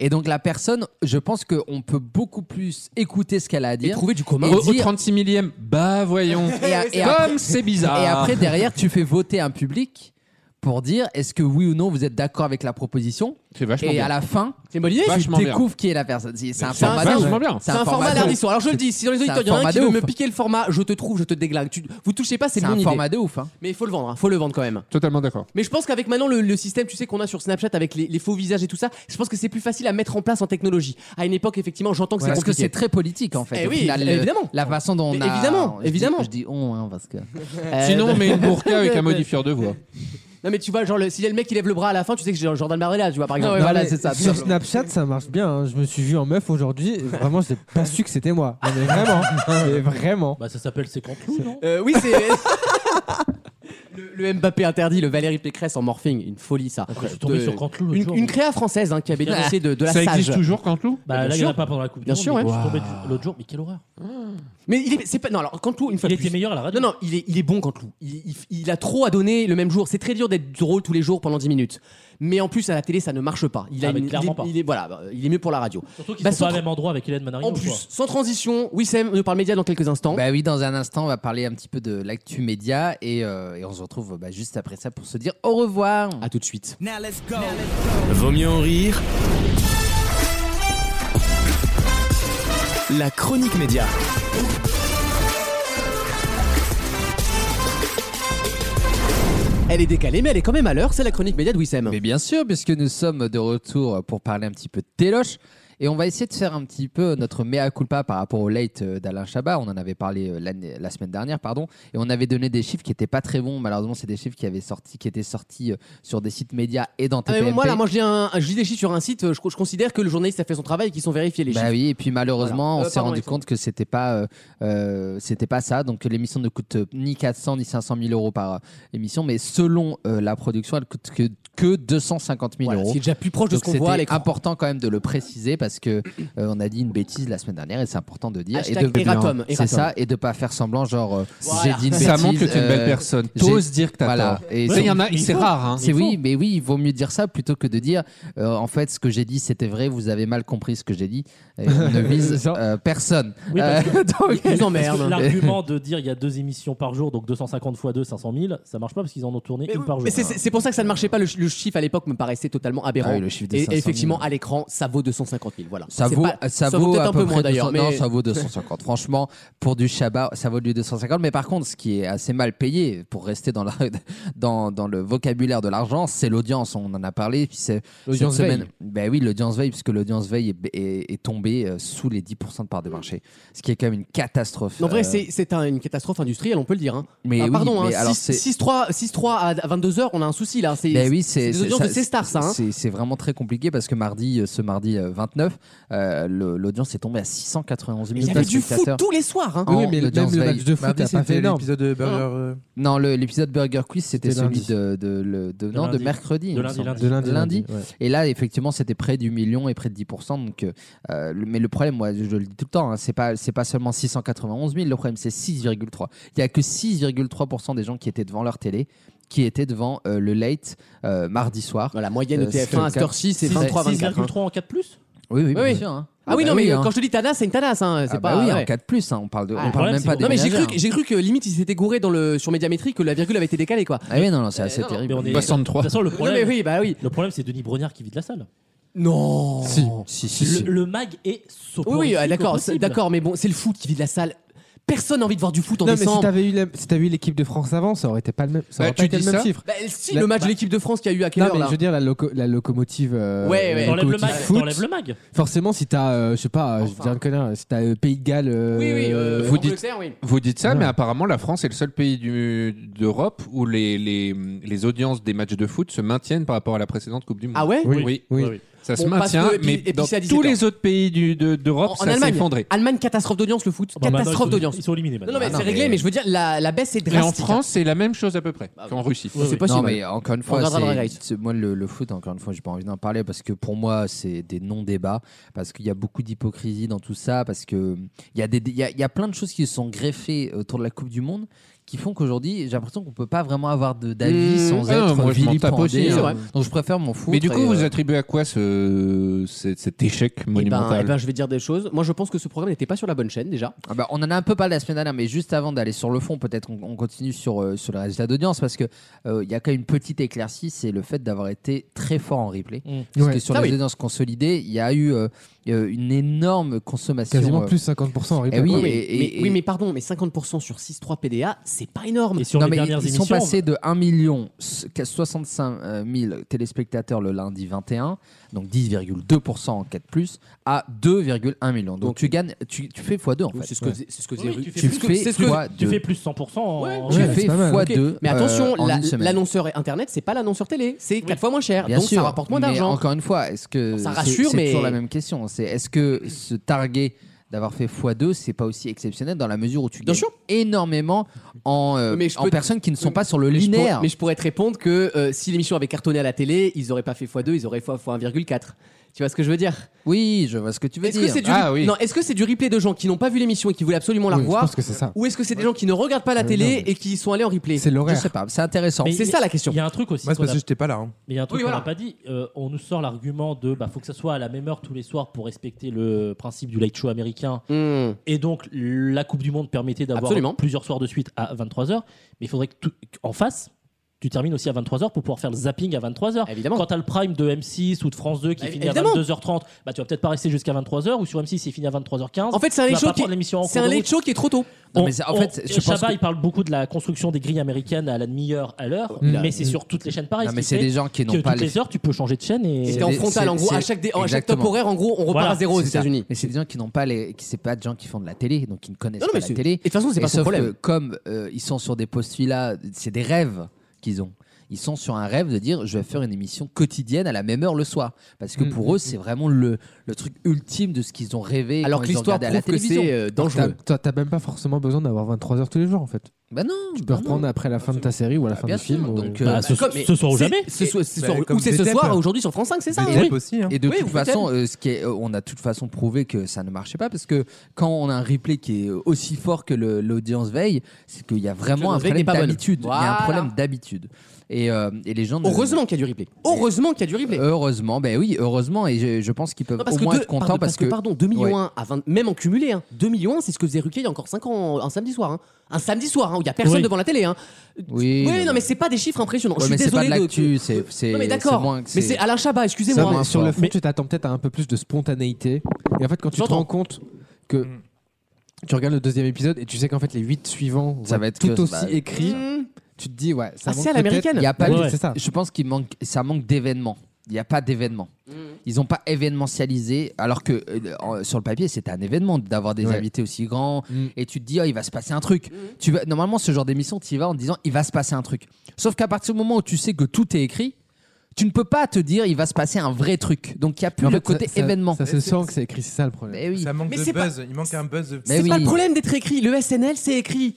Et donc la personne, je pense qu'on peut beaucoup plus écouter ce qu'elle a à dire.
trouver du
Au,
commun.
au 36 millième, bah voyons.
Et a- et après-
Comme c'est bizarre.
Ah.
Et après, derrière, tu fais voter un public pour dire est-ce que oui ou non vous êtes d'accord avec la proposition.
C'est vachement
Et
bien.
à la fin,
C'est une bonne idée.
tu
Vachement bien.
découvres qui est la personne. C'est c'est un
C'est un-
format
c'est un-
de ouf. hein.
vachement bien.
C'est un format
de
lundi
ouf.
soir. Alors je le dis, si dans les
C'est un
auditeurs il y en a un
format
qui
de
veut
ouf.
me piquer le format, je te trouve, je te déglingue. Tu- vous touchez pas, c'est
C'est
mon
un
idée.
format de ouf. hein.
Mais il faut le vendre, hein, faut le vendre quand même.
Totalement d'accord.
Mais je pense qu'avec maintenant le, le système, tu sais, qu'on a sur Snapchat avec les, les faux visages et tout ça, je pense que c'est plus facile à mettre en place en technologie. À une époque, effectivement, j'entends que c'est
parce que
compliqué.
c'est très politique en fait.
Eh
Au
oui,
final, le-
évidemment.
La façon dont on
Mais
a.
évidemment,
je dis-
évidemment.
je dis on hein, parce que.
Sinon, on met une burqa
*laughs*
avec un modifieur de voix.
Euh, Non mais tu vois, genre le, si y a le mec qui lève le bras à la fin, tu sais que c'est Jordan Bardella, tu vois par exemple.
Non,
voilà,
mais
*laughs*
c'est ça.
Sur Snapchat, ça marche bien. hein. Je me suis vu en meuf aujourd'hui. et Vraiment, j'ai pas su que c'était moi. Non, mais
*laughs*
vraiment. mais vraiment.
Bah, ça s'appelle C'est contre nous, non
Euh, oui, c'est. *laughs* Le- Le Mbappé interdit, le Valérie Pécresse en morphing, une folie ça.
je suis tombé sur Canteloup l'autre
une,
jour,
une
mais-
créa française hein, qui
*laughs*
a bénéficié de, de la sage.
Canteloup
Bah,
Bien
là, il n'y en
sûr.
a pas pendant la Coupe du
Bien
Monde,
sûr,
mais
ouais.
je suis tombé dessus l'autre jour, mais quelle horreur.
Mais il est, c'est pas, non alors Canteloup une fois
Il
de
était
plus.
meilleur à la radio.
Non non, il est, il est bon Canteloup. Il, il, il a trop à donner le même jour. C'est très dur d'être drôle tous les jours pendant 10 minutes. Mais en plus à la télé ça ne marche pas. Il a
Ah, mais
une- il,
clairement
est,
pas.
il est- voilà, bah, il est mieux pour la radio.
Surtout qu'ils
Bah,
sont pas
sans
au même endroit avec Hélène Manarino.
En plus,
quoi.
*laughs* sans transition, Wissem nous parle média dans quelques instants.
Ben.
Bah oui, dans un instant, on va parler un petit peu de l'actu média et, euh, et on se retrouve bah, juste après ça pour se dire au revoir.
À tout de suite.
Vaut mieux en rire. La chronique média.
Elle est décalée mais elle est quand même à l'heure, c'est la chronique média de Wissem.
Mais bien sûr, puisque nous sommes de retour pour parler un petit peu de Téloche. Et on va essayer de faire un petit peu notre mea culpa par rapport au late euh, d'Alain Chabat. On en avait parlé euh, l'année- la semaine dernière, pardon. Et on avait donné des chiffres qui étaient pas très bons. Malheureusement, c'est des chiffres qui, avaient sorti, qui étaient sortis euh, sur des sites médias et dans
Ah, mais
TPMP.
moi, là, moi, je dis un- je lis des chiffres sur un site, euh, je, je considère que le journaliste a fait son travail et qu'ils sont vérifiés, les
Bah
chiffres.
oui, et puis malheureusement,
Voilà.
on
Euh,
s'est
pardon,
rendu
Alexandre.
compte que c'était pas, euh, euh, c'était pas ça. Donc l'émission ne coûte euh, ni 400 ni 500 000 euros par euh, émission, mais selon euh, la production, elle coûte que, que 250 000
Voilà,
euros.
c'est déjà plus proche de
Donc,
ce qu'on voit à
c'était
l'écran.
important quand même de le préciser parce que euh, on a dit une bêtise la semaine dernière et c'est important de dire.
Hashtag
et de
erratum,
C'est
erratum.
ça, et de pas faire semblant genre euh,
Voilà.
j'ai dit une
Ça
bêtise,
montre que t'es une belle
euh,
personne.
j'ai-
T'oses dire que t'as
voilà.
tort.
Et
Ouais,
c'est-
il y en a-
il
c'est
faut.
rare, hein.
C'est
Il faut.
oui, mais oui, il vaut mieux dire ça plutôt que de dire euh, en fait ce que j'ai dit c'était vrai, vous avez mal compris ce que j'ai dit. Et on
*laughs*
ne vise euh, personne.
Oui, parce que-
Euh, *laughs*
Ah,
donc-
parce que L'argument de dire il y a deux émissions par jour, donc 250 fois 2, 500 000, ça marche pas parce qu'ils en ont tourné une par jour.
Mais c'est- c'est c'est pour ça que ça ne marchait pas. Le, ch- le chiffre à l'époque me paraissait totalement aberrant.
Ah oui, le chiffre des
et
500 000.
effectivement, à l'écran, ça vaut 250 000. Voilà.
Ça
C'est
vaut,
pas-
ça, vaut,
peut-être
à
un
peu
peu
près
moins d'ailleurs.
200 Non,
mais-
ça vaut 250. Franchement, pour du Shabbat, ça vaut du 250. Mais par contre, ce qui est assez mal payé, pour rester dans, la, *laughs* dans, dans le vocabulaire de l'argent, c'est l'audience. On en a parlé. Puis c'est
L'audience
cette
veille.
Ben oui, l'audience veille, puisque l'audience veille est, est- est tombée euh, sous les 10% de part de marché. Ce qui est quand même une catastrophe.
En vrai,
Euh,
c'est c'est un- une catastrophe industrielle, on peut le dire. hein.
Mais
Ah,
oui,
pardon,
mais alors c'est-
6-3 à 22h, on a un souci là. C'est
Ben oui,
c'est
c'est
des audiences
ça-
de ces stars, ça. hein.
C'est c'est vraiment très compliqué parce que mardi, euh, ce mardi euh, 29, euh, le- l'audience est tombée à 691 000
Il y avait du foot
spectateurs.
tous les soirs. hein.
En audience veille.
Mardi, c'était l'épisode de Burger.
Non.
euh,
Non, le- l'épisode Burger Quiz, c'était
C'était
celui
lundi.
de, de, le- de-
De
non,
lundi.
de mercredi.
De
il me
lundi,
semble.
lundi. De lundi,
Lundi.
lundi, ouais.
Et là, effectivement, c'était près du million et près de 10%. Donc, euh, le- mais le problème, moi, je le dis tout le temps, hein, c'est pas, c'est pas seulement 691 000, le problème, c'est 6,3. Il y a que 6,3% des gens qui étaient devant leur télé qui étaient devant euh, le late euh, mardi soir.
La moyenne de TF1 à cette heure-ci, c'est 23-24.
6,3 en 4 plus
Oui, oui,
Oui,
bien
oui.
sûr. hein.
Ah oui,
bah
non, mais
hein.
quand je te dis Tana, c'est une Tana. hein, C'est
Ah
pas.
bah oui,
ouais.
en 4 plus, hein, on parle, de,
Ah,
on
le
parle
problème,
même pas
c'est-
des
Non, mais j'ai cru,
ménagères,
que-
hein.
j'ai cru que limite il s'était gouré dans le, sur Médiamétrie que la virgule avait été décalée quoi.
Ah oui, non, non, c'est assez terrible.
Mais on est-
63.
De toute façon, le problème,
Non, mais oui, bah oui.
Le problème, c'est Denis Brognard qui vide la salle.
Non.
Si, si, si, si.
Le, le mag est
Oui,
soporifique
oui, ah,
au
d'accord, c'est-
possible.
d'accord, mais bon, c'est le foot qui vide la salle. Personne n'a envie de voir du foot en
Non, mais si
décembre.
t'avais eu, la- si t'avais eu l'équipe de France avant, ça aurait été pas le même, ça
Bah,
aurait pas
tu
été
dis
le même
ça
chiffre.
Bah, si, le match de l'équipe de France qui a eu à quelle
non,
heure,
mais
là
je veux dire la, loco- la locomotive. euh,
Ouais, ouais.
la
T'enlèves le
locomotive
mag,
foot,
t'enlèves le mag.
Forcément, si t'as, euh, je sais pas, euh, je viens de connaître, si t'as euh, Pays de Galles. euh,
Oui, oui, euh,
vous, dites,
Angleterre, oui.
vous dites ça,
Ouais.
mais apparemment la France est le seul pays du- d'Europe où les, les, les audiences des matchs de foot se maintiennent par rapport à la précédente Coupe du Monde.
Ah ouais
oui.
Oui.
oui.
Oui.
Ça se
Bon, parce
maintient,
que- et puis-
mais
et puis
dans
c'est à
tous
17
les autres pays du- de-
En-
d'Europe,
en
ça s'est
Allemagne,
effondré.
Allemagne, catastrophe d'audience le
Oh,
foot.
bah, maintenant, ils
catastrophe
sont-
d'audience.
Ils sont éliminés
Non, non,
maintenant.
mais
Ah, non,
c'est réglé, mais...
mais-
je veux dire, la, la baisse est
Et en
drastique.
France, c'est la même chose à peu près qu'en Russie.
oui, C'est oui. possible. Eh
Non, mais encore une
On
fois,
regardera
c'est-
le race.
c'est- moi le, le foot, encore une fois, j'ai pas envie d'en parler parce que pour moi, c'est des non-débats, parce qu'il y a beaucoup d'hypocrisie dans tout ça, parce que il y, a des- il y a, il y a plein de choses qui se sont greffées autour de la Coupe du Monde qui font qu'aujourd'hui, j'ai l'impression qu'on peut pas vraiment avoir de- d'avis
Mmh,
sans
ah,
être
moi, je m'en tape
vilipendé.
aussi, hein. C'est vrai.
Donc je préfère m'en foutre.
Mais du coup,
et,
vous
euh,
attribuez à quoi ce, cet, cet échec
Eh ben,
monumental
eh ben, je vais dire des choses. Moi, je pense que ce programme n'était pas sur la bonne chaîne déjà.
Ah bah, on en a un peu parlé la semaine dernière, mais juste avant d'aller sur le fond, peut-être on, on continue sur, euh, sur le résultat d'audience parce que euh, il y a quand même une petite éclaircie, c'est le fait d'avoir été très fort en replay.
Mm.
Parce que
Ouais.
sur
Ah
les
oui.
audiences consolidées, il y a eu euh, euh, une énorme consommation.
Quasiment
euh,
plus 50% en replay.
Eh oui,
Ouais, mais-
et-
mais,
et-
oui,
et-
mais pardon, mais 50% sur 6-3 PDA, c'est pas énorme.
non, mais ils ils sont passés de 1 million 65 000 euh, téléspectateurs le lundi 21, donc 10,2% en 4 plus, à 2,1 million. Donc, tu gagnes, tu, tu fais x2 en fait.
c'est ce que- c'est ce que j'ai
Ouais.
vu.
Tu,
Tu fais-
fais,
c'est ce que-
fois
tu
deux.
fais
plus 100% en-
tu
Ouais, c'est
fais
pas mal.
fois
Ok.
2
Mais attention,
en
la-
une semaine.
l'annonceur internet, c'est pas l'annonceur télé, c'est 4 fois moins cher.
Bien
donc
sûr,
ça rapporte moins
mais
d'argent.
Encore une fois, est-ce que
Ça
c'est-
rassure,
c'est
mais-
toujours la même question. C'est est-ce que se targuer d'avoir fait x2, c'est pas aussi exceptionnel dans la mesure où tu gagnes énormément en, euh,
Mais je
en
peux-
personnes qui ne sont pas sur le
Mais je pourrais-
linéaire.
mais je pourrais te répondre que euh, si l'émission avait cartonné à la télé, ils auraient pas fait x2, ils auraient fait x- x1,4. Tu vois ce que je veux dire
Oui, je vois ce que tu veux
Est-ce
dire.
que c'est du,
Ah oui.
non, est-ce que c'est du replay de gens qui n'ont pas vu l'émission et qui voulaient absolument la
Oui, je
revoir
pense que c'est ça.
Ou est-ce que c'est des gens qui ne regardent pas la
Ah oui,
télé
non,
et qui sont allés en replay
C'est l'horaire. Je sais pas, c'est intéressant.
C'est ça la question.
Il y a un truc aussi.
Moi, c'est
qu'on
parce
a-
que j'étais pas là, hein.
Mais il y a un truc
Oui,
qu'on
voilà.
n'a pas dit. Euh, on nous sort l'argument de bah faut que ça soit à la même heure tous les soirs pour respecter le principe du late show américain.
Hmm.
Et donc la Coupe du Monde permettait d'avoir
Absolument.
plusieurs soirs de suite à 23 h Mais il faudrait que tout- en face tu termines aussi à 23h pour pouvoir faire le zapping à 23h. Évidemment. Quand t'as le prime de M6 ou de France 2 qui
Évi-
finit
Eh évidemment.
à 22h30, bah tu vas peut-être pas rester jusqu'à 23h ou sur M6 il finit à 23h15.
En fait, c'est un
Tu
late
vas
show
pas
qui-
prendre l'émission en
c'est
cours
un
de
late
route.
show qui est trop tôt.
On-
Non, mais c'est- en
on-
fait, je pense
Chabat,
que-
il parle beaucoup de la construction des grilles américaines à la demi-heure à l'heure,
Mm.
mais c'est sur toutes les chaînes pareilles.
Non,
ce
mais
qui
c'est
fait
des gens qui n'ont
que
pas
toutes
les-
les heures, tu peux changer de chaîne et
C'est des- c'est- c'est- exactement. Voilà.
Mais
Mais c'est des gens qui n'ont pas les, qui c'est pas des gens qui font de la télé, donc qui ne connaissent
Non, non,
pas
mais
la
c'est-
télé.
et de toute façon, c'est
Et
pas son
sauf
problème.
que Comme euh, ils sont sur des postulats, c'est des rêves qu'ils ont. Ils sont sur un rêve de dire je vais faire une émission quotidienne à la même heure le soir, parce que
Mm,
pour
mm,
eux c'est vraiment le, le truc ultime de ce qu'ils ont rêvé.
Alors
quand
que
ils ont
l'histoire
regardé à la
prouve que
télévision.
c'est, euh,
dangereux.
Toi, t'as même pas forcément besoin d'avoir 23 heures tous les jours en fait.
Bah non.
Tu
Ah
peux reprendre après la fin de ta série ou à la fin
bien
du film.
sûr,
ou-
donc, euh, Bah, ce-
Comme-
ce soir ou
c'est-
jamais.
ce soir- ce
Bah,
soir-
comme
ou c'est ce
VTEP.
soir aujourd'hui sur France 5, c'est ça
Et-
hein
oui. Et de
Oui,
toute
ou VTEP.
façon, euh, ce qui est- euh, on a de toute façon prouvé que ça ne marchait pas parce que quand on a un replay qui est aussi fort que le- l'audience veille, c'est qu'il y a vraiment un
L'audience veille n'est
problème
pas bonne.
d'habitude. Il y a
Voilà.
un problème d'habitude. Et, euh, et les gens.
Heureusement qu'il y a du replay. Heureusement qu'il y a du replay.
Heureusement, ben oui, heureusement. Et je, je pense qu'ils peuvent
Non, parce
au
que
moins
deux-
être contents
pardon,
parce que.
pardon, 2 millions
Ouais.
à 20 même en cumulé, hein, 2 millions c'est ce que faisait Ruquier il y a encore 5 ans, un samedi soir. hein. Un samedi soir, hein, où il n'y a personne
Oui.
devant la télé. Hein.
Oui.
Oui, non, mais c'est pas des chiffres impressionnants.
Ouais,
Je suis
mais c'est pas
désolé
de l'actu, c'est-
de-
c'est-
Non, mais
c'est
d'accord.
moins
Mais
que
c'est
c'est-
Alain Chabat,
Ça,
excusez-moi.
mais sur le fond, tu t'attends peut-être à un peu plus de spontanéité. Et en fait, quand tu te
J'entends.
rends compte que tu regardes le deuxième épisode et tu sais qu'en fait, les huit suivants
Ça
vont
va être
tout
que-
aussi
bah-
écrits,
Mm.
tu te dis, ouais, ça manque peut-être-
Il y a pas. eu-
c'est ça.
Je pense qu'il manque. Ça manque d'événements. Il n'y a pas d'événements.
Mm.
Ils n'ont pas événementialisé, alors que euh, en- sur le papier, c'était un événement d'avoir des
Ouais. Mm.
invités aussi grands. Et tu te dis, oh, il va se passer un
Mm.
truc. Tu vas, normalement, ce genre d'émission, tu y vas en disant, il va se passer un truc. Sauf qu'à partir du moment où tu sais que tout est écrit, tu ne peux pas te dire, il va se passer un vrai truc. Donc il n'y a plus
Mais en
le
fait,
côté
ça- ça-
événement.
Ça se sent que c'est écrit, c'est ça le problème.
Eh oui.
Ça manque
Mais
de
c'est
buzz. Il manque un buzz. de-
C'est pas le problème d'être écrit. Le SNL, c'est
Oui,
écrit.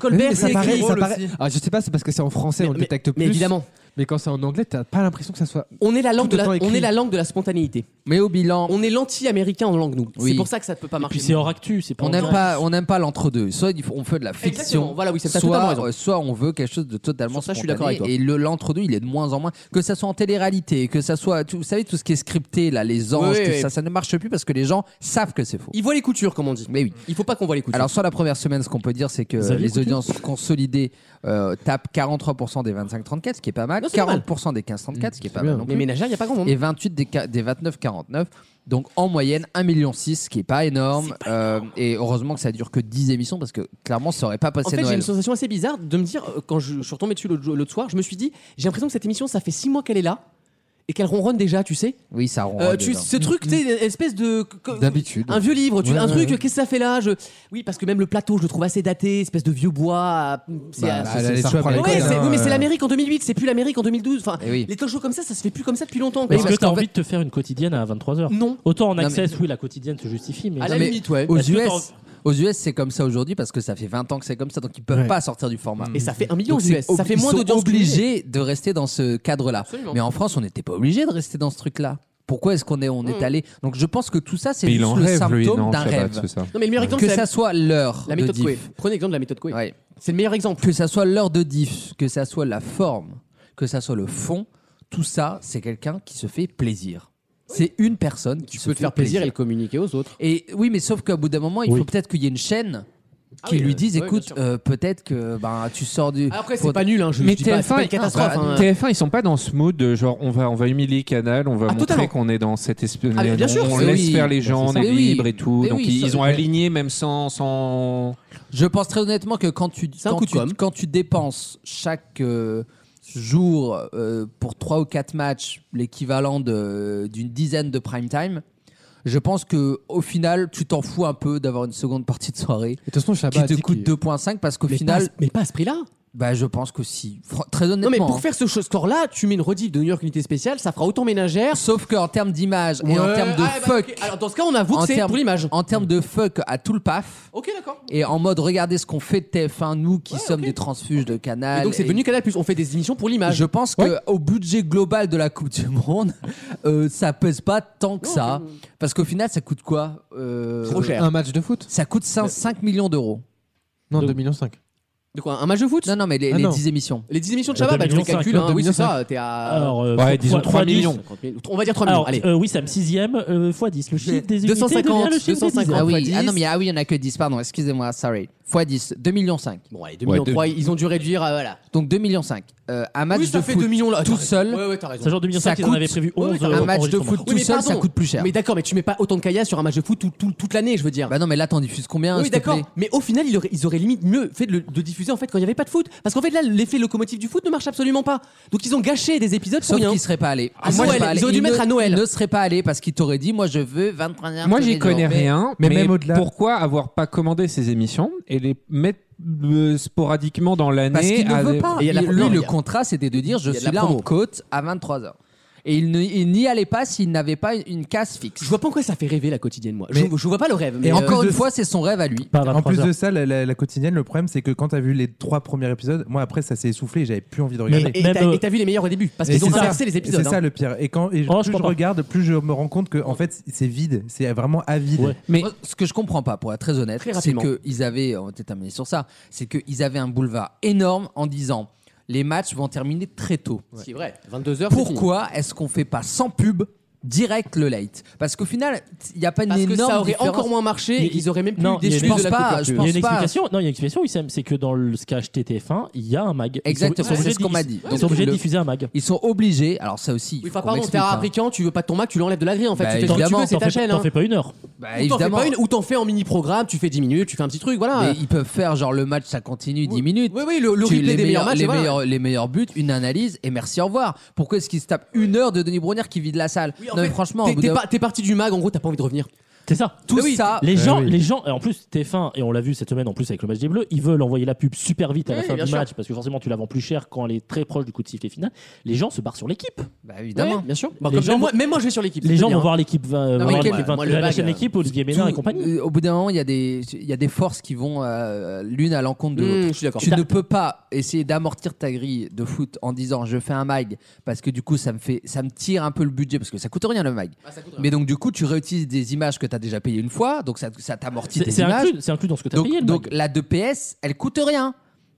Colbert,
mais ça
c'est
paraît,
écrit.
ça paraît- Ah, je sais pas, c'est parce que c'est en français, on le détecte plus.
mais évidemment.
Mais quand c'est en anglais, t'as pas l'impression que ça soit.
On est la langue
Tout
de la,
autant écrit.
on est la langue de la spontanéité.
Mais au bilan,
on est l'anti-américain en langue nous.
Oui.
C'est pour ça que ça ne peut pas marcher.
actu, c'est
on n'aime pas, on n'aime pas l'entre-deux. Soit il faut- on fait de la
Exactement.
fiction,
Voilà, oui, c'est- t'as totalement
soit,
raison.
euh, soit on veut quelque chose de totalement
Sur ça, je suis
spontané,
d'accord avec toi.
Et le l'entre-deux, il est de moins en moins. Que ça soit en télé-réalité, que ça soit, tout- vous savez tout ce qui est scripté là, les anges,
Oui,
tout
oui.
ça, ça ne marche plus parce que les gens savent que c'est faux.
Ils voient les coutures, comme on dit.
Mais oui.
Il faut pas qu'on voit les coutures.
Alors sur la première semaine, ce qu'on peut dire, c'est que
Vous avez
les
écouté
audiences consolidées euh, tapent 43% des 25-34, ce qui est pas mal,
Non, c'est pas mal. Mmh,
40% des 15-34, ce qui est pas
bien.
mal. Non
Mais
plus.
ménagères, y a pas grand monde.
Et 28 des, ca- des 29-49. Donc en moyenne 1,6 million, ce qui est pas énorme. Euh, et heureusement que ça dure que 10 émissions parce que clairement ça aurait pas
En
passé
fait, j'ai
Noël.
une sensation assez bizarre de me dire, euh, quand je, je suis retombé dessus l'autre l'autre soir, je me suis dit, j'ai l'impression que cette émission, ça fait six mois qu'elle est là et qu'elle ronronne déjà, tu sais.
Oui, ça rend. hein.
Euh, tu, ce
Mm,
truc, tu sais, une espèce de. que-
D'habitude.
Un vieux livre, tu,
Ouais,
un
ouais,
truc,
ouais.
qu'est-ce que ça fait là je... Oui, parce que même le plateau, je le trouve assez daté, espèce de vieux bois. c'est-
Bah,
c'est-
elle allait
c'est-
se faire
Ouais,
par l'école,
c'est-
hein,
oui, mais c'est
euh.
l'Amérique en 2008, c'est plus l'Amérique en 2012. Enfin,
Eh oui.
les talk shows comme ça, ça se fait plus comme ça depuis longtemps.
Est-ce
quoi.
que t'as envie de te faire une quotidienne à 23h
Non.
Autant en
Non,
access, oui, la quotidienne se justifie, mais.
Non, mais Aux
Est-ce que t'as
US, aux US c'est comme ça aujourd'hui parce que ça fait 20 ans que c'est comme ça, donc ils peuvent
Ouais.
pas sortir du format.
Et ça fait un million
Donc,
aux
c'est
US,
ob-
ça fait
ils
moins
sont
d'audience
obligés de rester dans ce cadre-là.
Absolument.
Mais en France, on n'était pas obligé de rester dans ce truc-là. Pourquoi est-ce qu'on est, on est
Mm.
allé Donc je pense que tout ça, c'est
Mais il
juste
en
le
rêve,
symptôme
lui, non,
d'un
Shabbat,
rêve.
c'est ça.
Non, mais le meilleur exemple,
que
c'est la-
ça soit l'heure
La
de
méthode Coué.
diff,
Prenez l'exemple de la méthode Coué.
Ouais.
C'est le meilleur exemple.
que ça soit l'heure de diff, que ça soit la forme, que ça soit le fond, tout ça, c'est quelqu'un qui se fait plaisir. C'est une personne qui
Tu
se
peux te
fait
faire plaisir et le communiquer aux autres.
Et oui, mais sauf qu'au bout d'un moment, il
Oui.
faut peut-être qu'il y ait une chaîne
Ah
qui
oui,
lui
euh,
dise
ouais, bien
écoute,
sûr.
euh, peut-être que ben, tu sors du.
Après, c'est
faut-
pas nul, hein, je-
Mais
je dis pas- c'est pas une
TF1,
catastrophe,
bah,
hein.
TF1, ils sont pas dans ce mood de genre on va on va humilier Canal, on va
Ah, totalement.
montrer qu'on est dans cette espèce
Ah, mais bien sûr,
on
c'est-
laisse
oui.
faire les
Bah,
gens,
c'est
on est
ça. Mais oui.
libre et tout.
Mais
donc
oui,
ils,
ça-
ils ont
mais-
aligné même sans sans
Je pense très honnêtement que quand tu,
un
quand
coup de
tu,
com'.
quand tu dépenses chaque euh, jour euh, pour 3 ou 4 matchs l'équivalent de- d'une dizaine de prime time, je pense que au final, tu t'en fous un peu d'avoir une seconde partie de soirée
Ah
De toute façon, Shabbat
qui
a
te
dit
coûte
qu'il-
2.5 parce qu'au
bah, Mais
final,
pas à ce- mais pas à ce prix-là.
bah, je pense que si. Fr- Très honnêtement.
Non, mais pour
hein.
faire ce cho- score-là, tu mets une rediff de New York Unité Spéciale, ça fera autant ménagère.
hein. Sauf qu'en termes d'image et en
Ouais,
termes de
ah, bah,
fuck.
ok. Alors, dans ce cas, on avoue que
en
c'est
termes-
pour l'image.
En termes de fuck à tout le paf.
Ok, d'accord.
Et en mode, regardez ce qu'on fait de TF1, nous qui sommes des transfuges de canal.
Et donc, c'est
et-
devenu Canal Plus. On fait des émissions pour l'image.
Je pense que au budget global de la Coupe du Monde, euh, ça pèse pas tant que ça. Parce qu'au final, ça coûte quoi euh,
Trop cher.
Un match de foot
Ça coûte 5, 5 millions d'euros.
Non, 2 millions 5.
De quoi Un match de foot
Non, non, mais les,
Ah,
les
non.
10 émissions.
Les 10 émissions de Shabbat, bah, tu les calcules. hein. Oui, c'est ça. T'es à.
Alors, euh,
Ouais,
fois-
disons
fois-
3
fois dix.
millions.
On va dire 3 millions.
Alors,
Allez.
euh, oui, Sam, 6ème, x 10. euh, Le chiffre des unités devient
250,
le chiffre des dizaines.
Ah oui, ah non, mais ah oui, il y en a que 10, pardon, excusez-moi, sorry. Fois 10, 2,5 millions. Bon,
allez, 2 millions trois, ils ont dû réduire. euh, voilà.
Donc 2,5 millions. Euh, un match
Oui, ça
de
fait
foot
2 millions là.
tout
T'as raison.
seul.
Ouais, ouais, t'as raison.
ça coûte-
euh,
Un match de foot tout
Oui, mais
seul, ça
pardon.
coûte plus cher.
Mais d'accord, mais tu mets pas autant de caillasse sur un match de foot tout- tout- toute l'année, je veux dire.
Bah non, mais là, t'en diffuses combien
Oui,
s'il te
d'accord.
plaît
Mais au final, ils auraient, ils auraient limite mieux fait de, le- de diffuser en fait quand il n'y avait pas de foot. Parce qu'en fait, là, l'effet locomotive du foot ne marche absolument pas. Donc ils ont gâché des épisodes pour
Sauf
rien.
qu'ils seraient pas allés.
À Noël, ils auraient dû mettre à Noël.
Ils ne seraient pas allés parce qu'ils t'auraient dit, moi, je veux 23 heures
Moi,
tous
j'y
les
connais
jours.
rien. Mais,
même au-delà.
pourquoi avoir pas commandé ces émissions et les mettre euh, sporadiquement dans l'année
Parce qu'il ne
à
veut
des-
pas.
Et il y a la-
lui,
non, il y
le
a-
contrat, c'était de dire je
il y a de
suis
la
là en
promo.
côte à 23h. Et il ne- il n'y allait pas s'il n'avait pas une case fixe.
Je vois pas en quoi ça fait rêver la quotidienne, moi. je, je vois pas le rêve. mais,
Et
euh,
encore une fois, c'est son rêve à lui.
En plus de ça, la, la- la quotidienne, le problème, c'est que quand t'as vu les trois premiers épisodes, moi après, ça s'est essoufflé et j'avais plus envie de
Mais-
regarder.
et t'as- et t'as vu les meilleurs au début. Parce
Et
qu'ils ont
c'est ça.
inversé les épisodes.
C'est ça
hein.
le pire. Et quand et
Oh, je
plus je,
crois pas.
regarde, plus je me rends compte que en fait, c'est vide. C'est vraiment avide.
Mais ce que je comprends pas, pour être très honnête,
Très
c'est
rapidement.
qu'ils avaient, on était terminé sur ça, c'est qu'ils avaient un boulevard énorme en disant les matchs vont terminer très tôt.
Ce qui est vrai. 22 heures. c'est fini.
Pourquoi est-ce qu'on fait pas sans pub direct le late Parce qu'au final, il n'y a pas une
Parce que
énorme.
ça aurait
différence.
encore moins marché et ils auraient même plus
Non,
eu des
il y a
chutes
une-
de
je
la
pense pas,
couverture.
je
Il y a une
pense pas.
explication. Non, il y a une explication, Wissem, c'est que dans le sketch TTF1, il y a un mag. Ils sont-
Exactement,
ils sont
c'est
obligés
ce qu'on
de-
m'a dit.
Ils sont obligés de
le-
diffuser un mag.
Ils sont obligés, alors ça aussi.
Oui,
faut
enfin,
qu'on
pardon, t'es
m'explique,
un
hein.
africain, tu veux pas de ton Mac, tu l'enlèves de la grille en fait.
Bah,
tu fais ce que tu
évidemment,
veux, c'est
t'en
ta
fais-
chaîne.
t'en
hein.
fais pas une heure. Bah,
ou t'en fais,
évidemment.
pas une- ou t'en fais en mini-programme, tu fais 10 minutes, tu fais un petit truc, voilà.
Mais ils peuvent faire genre le match ça continue 10 minutes.
Oui, oui, le, Ah. le
Tu-
replay
les
des meilleurs matchs.
les,
et voilà.
meilleurs, les meilleurs buts, une analyse et merci, au revoir. Pourquoi est-ce qu'ils se tapent une heure de Denis Brunier qui vide la salle
en
Non, mais
fait,
franchement,
t'es-
au bout
t'es
d'un-
pas- t'es parti du mag, en gros, t'as pas envie de revenir.
C'est ça.
Tout ça.
Les
Ouais,
gens,
oui.
les gens, et en plus TF1 et on l'a vu cette semaine en plus avec le match des Bleus, ils veulent envoyer la pub super vite à la
Oui,
fin
bien
du
sûr.
match parce que forcément tu la vends plus cher quand elle est très proche du coup de sifflet final. Les gens se barrent sur l'équipe.
Bah évidemment.
bien sûr.
Les gens
moi,
vont-
même moi, je vais sur l'équipe.
Les gens vont voir l'équipe, euh,
Non, mais
voir
quel-
l'équipe,
moi, le
la
bag,
chaîne
euh,
équipe, Olivier Ménard et
Tout-
compagnie.
euh, Au bout d'un moment, il y, a des- il y a des forces qui vont euh, l'une à l'encontre de
Mmh,
l'autre.
je suis d'accord.
Tu
T'as-
ne peux pas essayer d'amortir ta grille de foot en disant je fais un mag parce que du coup ça me fait ça me tire un peu le budget parce que ça coûte rien le mag.
Ah,
Mais donc du coup tu réutilises des images que tu as déjà payées une fois donc ça, ça t'amortit
C'est-
tes
c'est
images.
inclus- c'est inclus dans ce que t'as
donc,
payé, le
Donc la 2PS, elle coûte rien.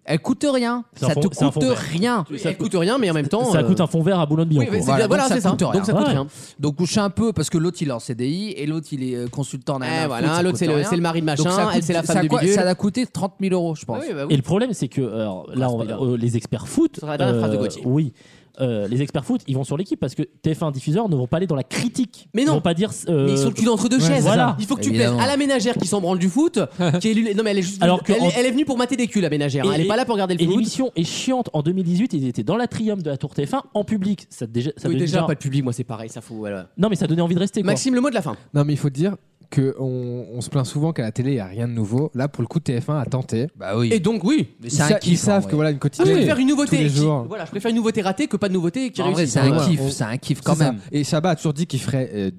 Elle coûte rien.
C'est
Ça
un fond-
te
c'est un fond
coûte
vert.
rien.
Ça coûte rien, mais en même temps.
Ça
euh,
coûte un fond vert à Boulogne-Billancourt.
Oui, mais c'est- voilà,
donc
c'est ça.
coûte rien.
Donc ça coûte
Ouais.
rien.
Donc je suis un peu parce que l'autre il est en CDI et l'autre il est euh, consultant. nanana,
Eh,
foot,
voilà,
ça
l'autre,
coûte
c'est le-
rien.
c'est le mari de machin,
Donc, ça
elle,
coûte-
c'est la femme Ah
ça
de
quoi-
bidule.
Ça a coûté 30 000 euros, je pense.
Et le problème, c'est que alors, là, on va- euh, les experts foot.
sera la dernière phrase de Gauthier.
Oui. Euh, les experts foot, ils vont sur l'équipe parce que TF1 diffuseurs ne vont pas aller dans la critique.
Mais non.
Ils vont pas dire. euh,
Mais ils sont le cul d'entre deux chaises.
Voilà.
Il faut que tu plaises à la ménagère qui s'en branle
*laughs*
du foot. qui est élue- Non, mais elle est juste.
Alors que
elle,
en-
elle est venue pour mater des culs, la ménagère. hein.
Et-
Elle est pas
et-
là pour regarder le
et
foot.
L'émission est chiante. En 2018, ils étaient dans la triumph de la Tour TF1 en public. Ça déjà, ça
Oui,
donnait
déjà, pas de public, moi, c'est pareil, ça fout. voilà.
Non, mais ça donnait envie de rester. quoi.
Maxime, le mot de la fin.
Non, mais il faut dire que on, on se plaint souvent qu'à la télé, il n'y a rien de nouveau. Là, pour le coup, TF1 a tenté.
Bah oui.
Et donc, oui.
Ils, sa- ils savent que voilà une
Ah, je
quotidienne.
préfère une nouveauté.
Tous les
qui-
jours.
Voilà, je préfère une nouveauté ratée que pas de nouveauté qui
En vrai,
réussit.
c'est un
Voilà,
kiff,
on-
c'est un kiff quand
c'est ça.
même.
Et Chabat a toujours dit qu'il ferait, euh,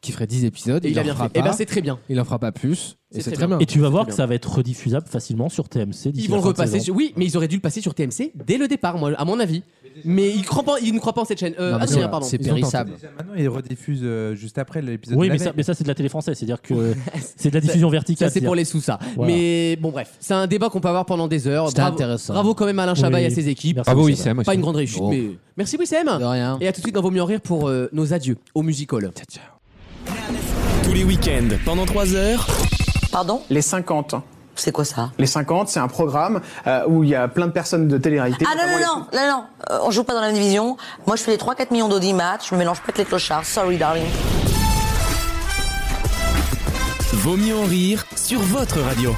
qu'il ferait 10 épisodes.
Et il a
en
bien
fera
fait. Eh
pas.
ben, c'est très bien.
Il en fera pas plus. Et c'est très bien.
Et tu vas voir
C'est
que
très
ça va être rediffusable facilement sur TMC. d'ici la
Ils vont le
fin de
repasser.
saison.
sur- Oui, mais ils auraient dû le passer sur TMC dès le départ, moi, à mon avis. Mais ils, croient pas- ils ne croient pas en cette chaîne. Euh,
Non, mais
ah, si,
c'est-
hein, pardon.
c'est Ils ont périssable. tenté déjà maintenant, ils rediffusent euh, juste après l'épisode.
Oui, mais ça, mais ça, c'est de la télé française. C'est-à-dire
*laughs*
que c'est de la diffusion
Ça-
verticale.
ça, c'est pour les sous, ça. Mais bon, bref, c'est un débat qu'on peut avoir pendant des heures.
C'était
bravo,
intéressant.
Bravo quand même à Alain Chabat
Oui.
et à ses équipes.
Merci, Bravo, Wissem. Wissem
Pas
aussi.
une grande réussite,
Bon.
mais merci Wissem. De
rien.
Et à tout de suite dans Vaut mieux en rire pour euh, nos adieux au musical.
Tous les week-ends, pendant 3 heures.
Pardon
Les 50.
C'est quoi ça
Les 50, c'est un programme euh, où il y a plein de personnes de télé-réalité.
Ah non, non,
notamment
non, non, non, Euh, on joue pas dans la même division. Moi, je fais les 3-4 millions d'audimat, je me mélange pas avec les clochards. Sorry, darling.
Vaut mieux en rire sur votre radio.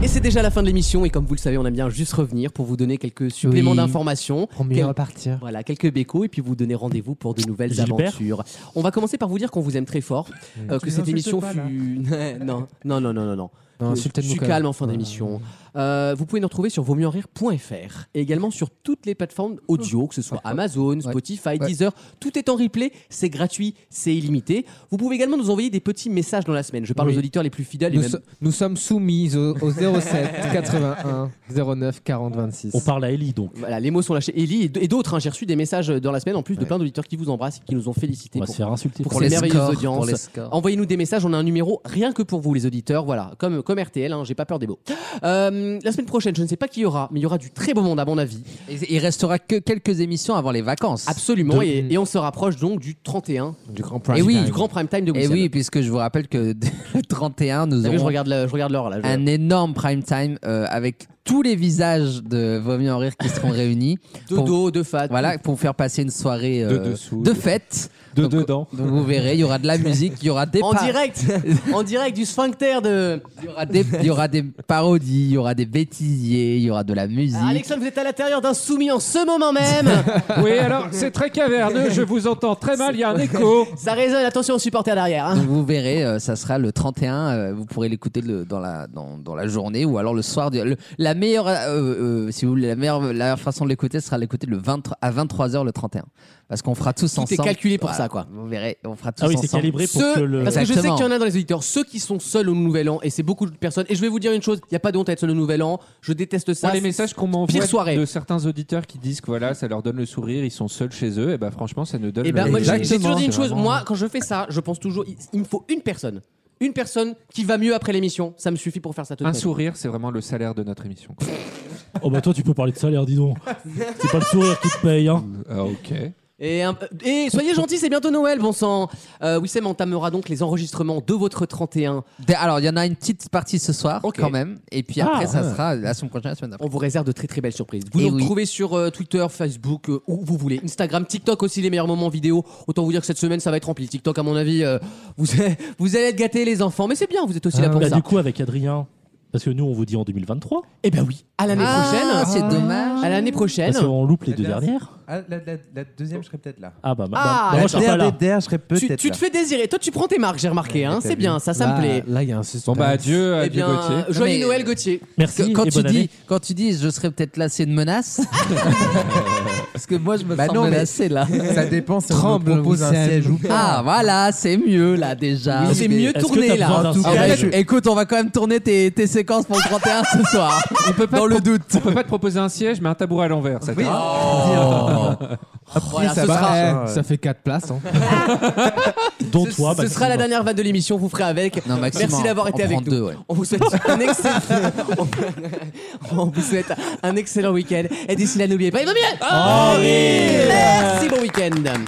Et c'est déjà la fin de l'émission et comme vous le savez, on aime bien juste revenir pour vous donner quelques suppléments
Oui.
d'informations.
Pour mieux
Quel-
repartir.
Voilà, quelques bécos et puis vous donner rendez-vous pour de nouvelles
Gilbert.
aventures. On va commencer par vous dire qu'on vous aime très fort, euh,
Mmh. Tu
que
les
cette
insultes
émission
pas, là.
fut... *laughs* non, non, non, non, non. non.
Non,
Euh, je
insultez-nous
suis
quand même. Mmh.
calme en fin d'émission. Euh, vous pouvez nous retrouver sur vaumieuxenrire.fr et également sur toutes les plateformes audio, que ce soit Amazon, Spotify, Deezer. Tout est en replay, c'est gratuit, c'est illimité. Vous pouvez également nous envoyer des petits messages dans la semaine. Je parle
Oui.
aux auditeurs les plus fidèles. et
Nous,
même-
so- nous sommes soumis au, au
*laughs*
07 81 09 40 26.
On parle à Ellie donc.
Voilà, les mots sont lâchés. Ellie et d- et d'autres, hein, j'ai reçu des messages dans la semaine en plus de plein d'auditeurs qui vous embrassent et qui nous ont
On
félicités
va se faire insulter
pour,
pour
ces
les
merveilleuses
scores, pour les
audiences.
scores.
Envoyez-nous des messages, on a un numéro rien que pour vous les auditeurs, voilà, comme, comme RTL, hein, j'ai pas peur des mots. Euh, la semaine prochaine, je ne sais pas qui y aura, mais il y aura du très beau monde à mon avis.
Il restera que quelques émissions avant les vacances.
Absolument, et, et on se rapproche donc du 31.
Du grand
prime
et oui,
time. Du grand prime time de
Et
Wissem.
oui, puisque je vous rappelle que *laughs* le 31, nous
T'as vu,
aurons
je regarde la- je regarde l'heure là. je-
un énorme prime time euh, avec tous les visages de Vaut mieux en rire qui seront réunis.
De dos, de fat.
Voilà, pour vous faire passer une soirée euh,
De dessous,
de
de-
fête. De dedans. vous verrez, il y aura de la musique, il y aura des
en
pa-
direct, en direct du sphincter de. Il y aura
des- Il y aura des parodies, il y aura des bêtisiers, il y aura de la musique.
Alexandre, vous êtes à l'intérieur d'un soumis en ce moment même.
Oui, alors c'est très caverneux, je vous entends très mal, il y
*laughs*
a un écho.
Ça résonne, attention aux supporters derrière. hein.
Donc vous verrez, euh, ça sera le 31. euh, vous pourrez l'écouter le- dans, la, dans, dans la journée ou alors le soir. du- le- la meilleure, euh, euh, si vous voulez, la meilleure, la meilleure façon de l'écouter sera de l'écouter le 23 à 23h le 31. Parce qu'on fera tous
Tout
ensemble.
est calculé pour
Voilà,
ça, quoi.
Vous verrez, on fera tous ensemble.
Ceux- Parce que je sais qu'il y en a dans les auditeurs, ceux qui sont seuls au Nouvel An, et c'est beaucoup de personnes. Et je vais vous dire une chose, il n'y a pas de honte à être seul au Nouvel An, je déteste ça.
Moi, les messages qu'on m'envoie
Pire soirée.
de certains auditeurs qui disent que voilà, ça leur donne le sourire, ils sont seuls chez eux, et bah franchement, ça nous donne
Et ben,
le
moi, j'ai- j'ai toujours dit une
C'est
chose.
vraiment-
Moi, quand je fais ça, je pense toujours, il, il me faut une personne. Une personne qui va mieux après l'émission. Ça me suffit pour faire ça toute
un
ma vie.
sourire, c'est vraiment le salaire de notre émission.
*laughs*
quoi.
Oh bah toi tu peux parler de salaire, dis donc. C'est pas le sourire qui te paye, hein.
Ah, ok.
Et, un- euh, et soyez gentils, c'est bientôt Noël, bon sang. Euh, Wissem entamera donc les enregistrements de votre 31.
Dé- Alors, il y en a une petite partie ce soir
Ok.
quand même. Et puis
Ah,
après, ça
ouais.
sera la semaine prochaine, la semaine d'après.
On vous réserve de très très belles surprises. Vous
Et
nous
Eh oui.
retrouvez sur euh, Twitter, Facebook, euh, où vous voulez. Instagram, TikTok aussi, les meilleurs moments vidéo. Autant vous dire que cette semaine, ça va être rempli. TikTok, à mon avis, euh, vous, *laughs* vous allez être gâtés, les enfants. Mais c'est bien, vous êtes aussi là pour
Bah,
ça.
du coup avec Adrien, parce que nous on vous dit en 2023.
Eh ben oui, Eh à l'année
Ah,
prochaine. hein.
c'est dommage.
À l'année prochaine.
Parce qu'on loupe les deux
dernière-
dernières.
Ah, la, la- la deuxième, je serais peut-être là.
Ah bah, bah,
ben, Ah,
bah, moi je serai pas là.
dernière, je serais
Tu,
peut-être
tu
là.
te fais désirer. Toi, tu prends tes marques, j'ai remarqué. hein.
t'as
C'est
vu.
bien, ça, ça
Là,
me plaît.
Là, il y a un suspense.
Bon, bah adieu,
Eh
adieu
bien,
Gauthier.
euh, joyeux
Mais-
Noël, Gauthier.
Qu- quand,
et
tu
bonne
dis,
année.
quand tu dis je serais peut-être là, c'est une menace Parce que moi je me
Bah
sens
non, mais *laughs*
menacé là.
Ça dépend si on me
Tremble,
propose un
Wissem.
siège ou
Ah
pas.
voilà, c'est mieux là déjà.
Oui, C'est mais mieux est-ce que tourné, t'as là. besoin d'un
En tout
siège
cas,
Ah,
je-
je-
Écoute, on va quand même tourner tes, tes séquences pour le 31 ce soir.
On peut pas
Dans
te
le
pro-
doute.
On peut pas te proposer un siège, mais un tabouret à l'envers. Ça te-
Oui. Oh.
Voilà,
ça,
ce
va,
sera- euh,
eh, ça fait 4 places. hein.
Dont
Ce,
toi, bah,
ce
Maxime.
sera la dernière vanne de l'émission, vous ferez avec.
Non, Maxime,
Merci
on-
d'avoir
on
été avec
prend
nous.
deux, ouais.
On vous souhaite un excellent, *laughs* on vous souhaite un excellent week-end. Et d'ici là, n'oubliez pas, il va bien. Merci, bon week-end.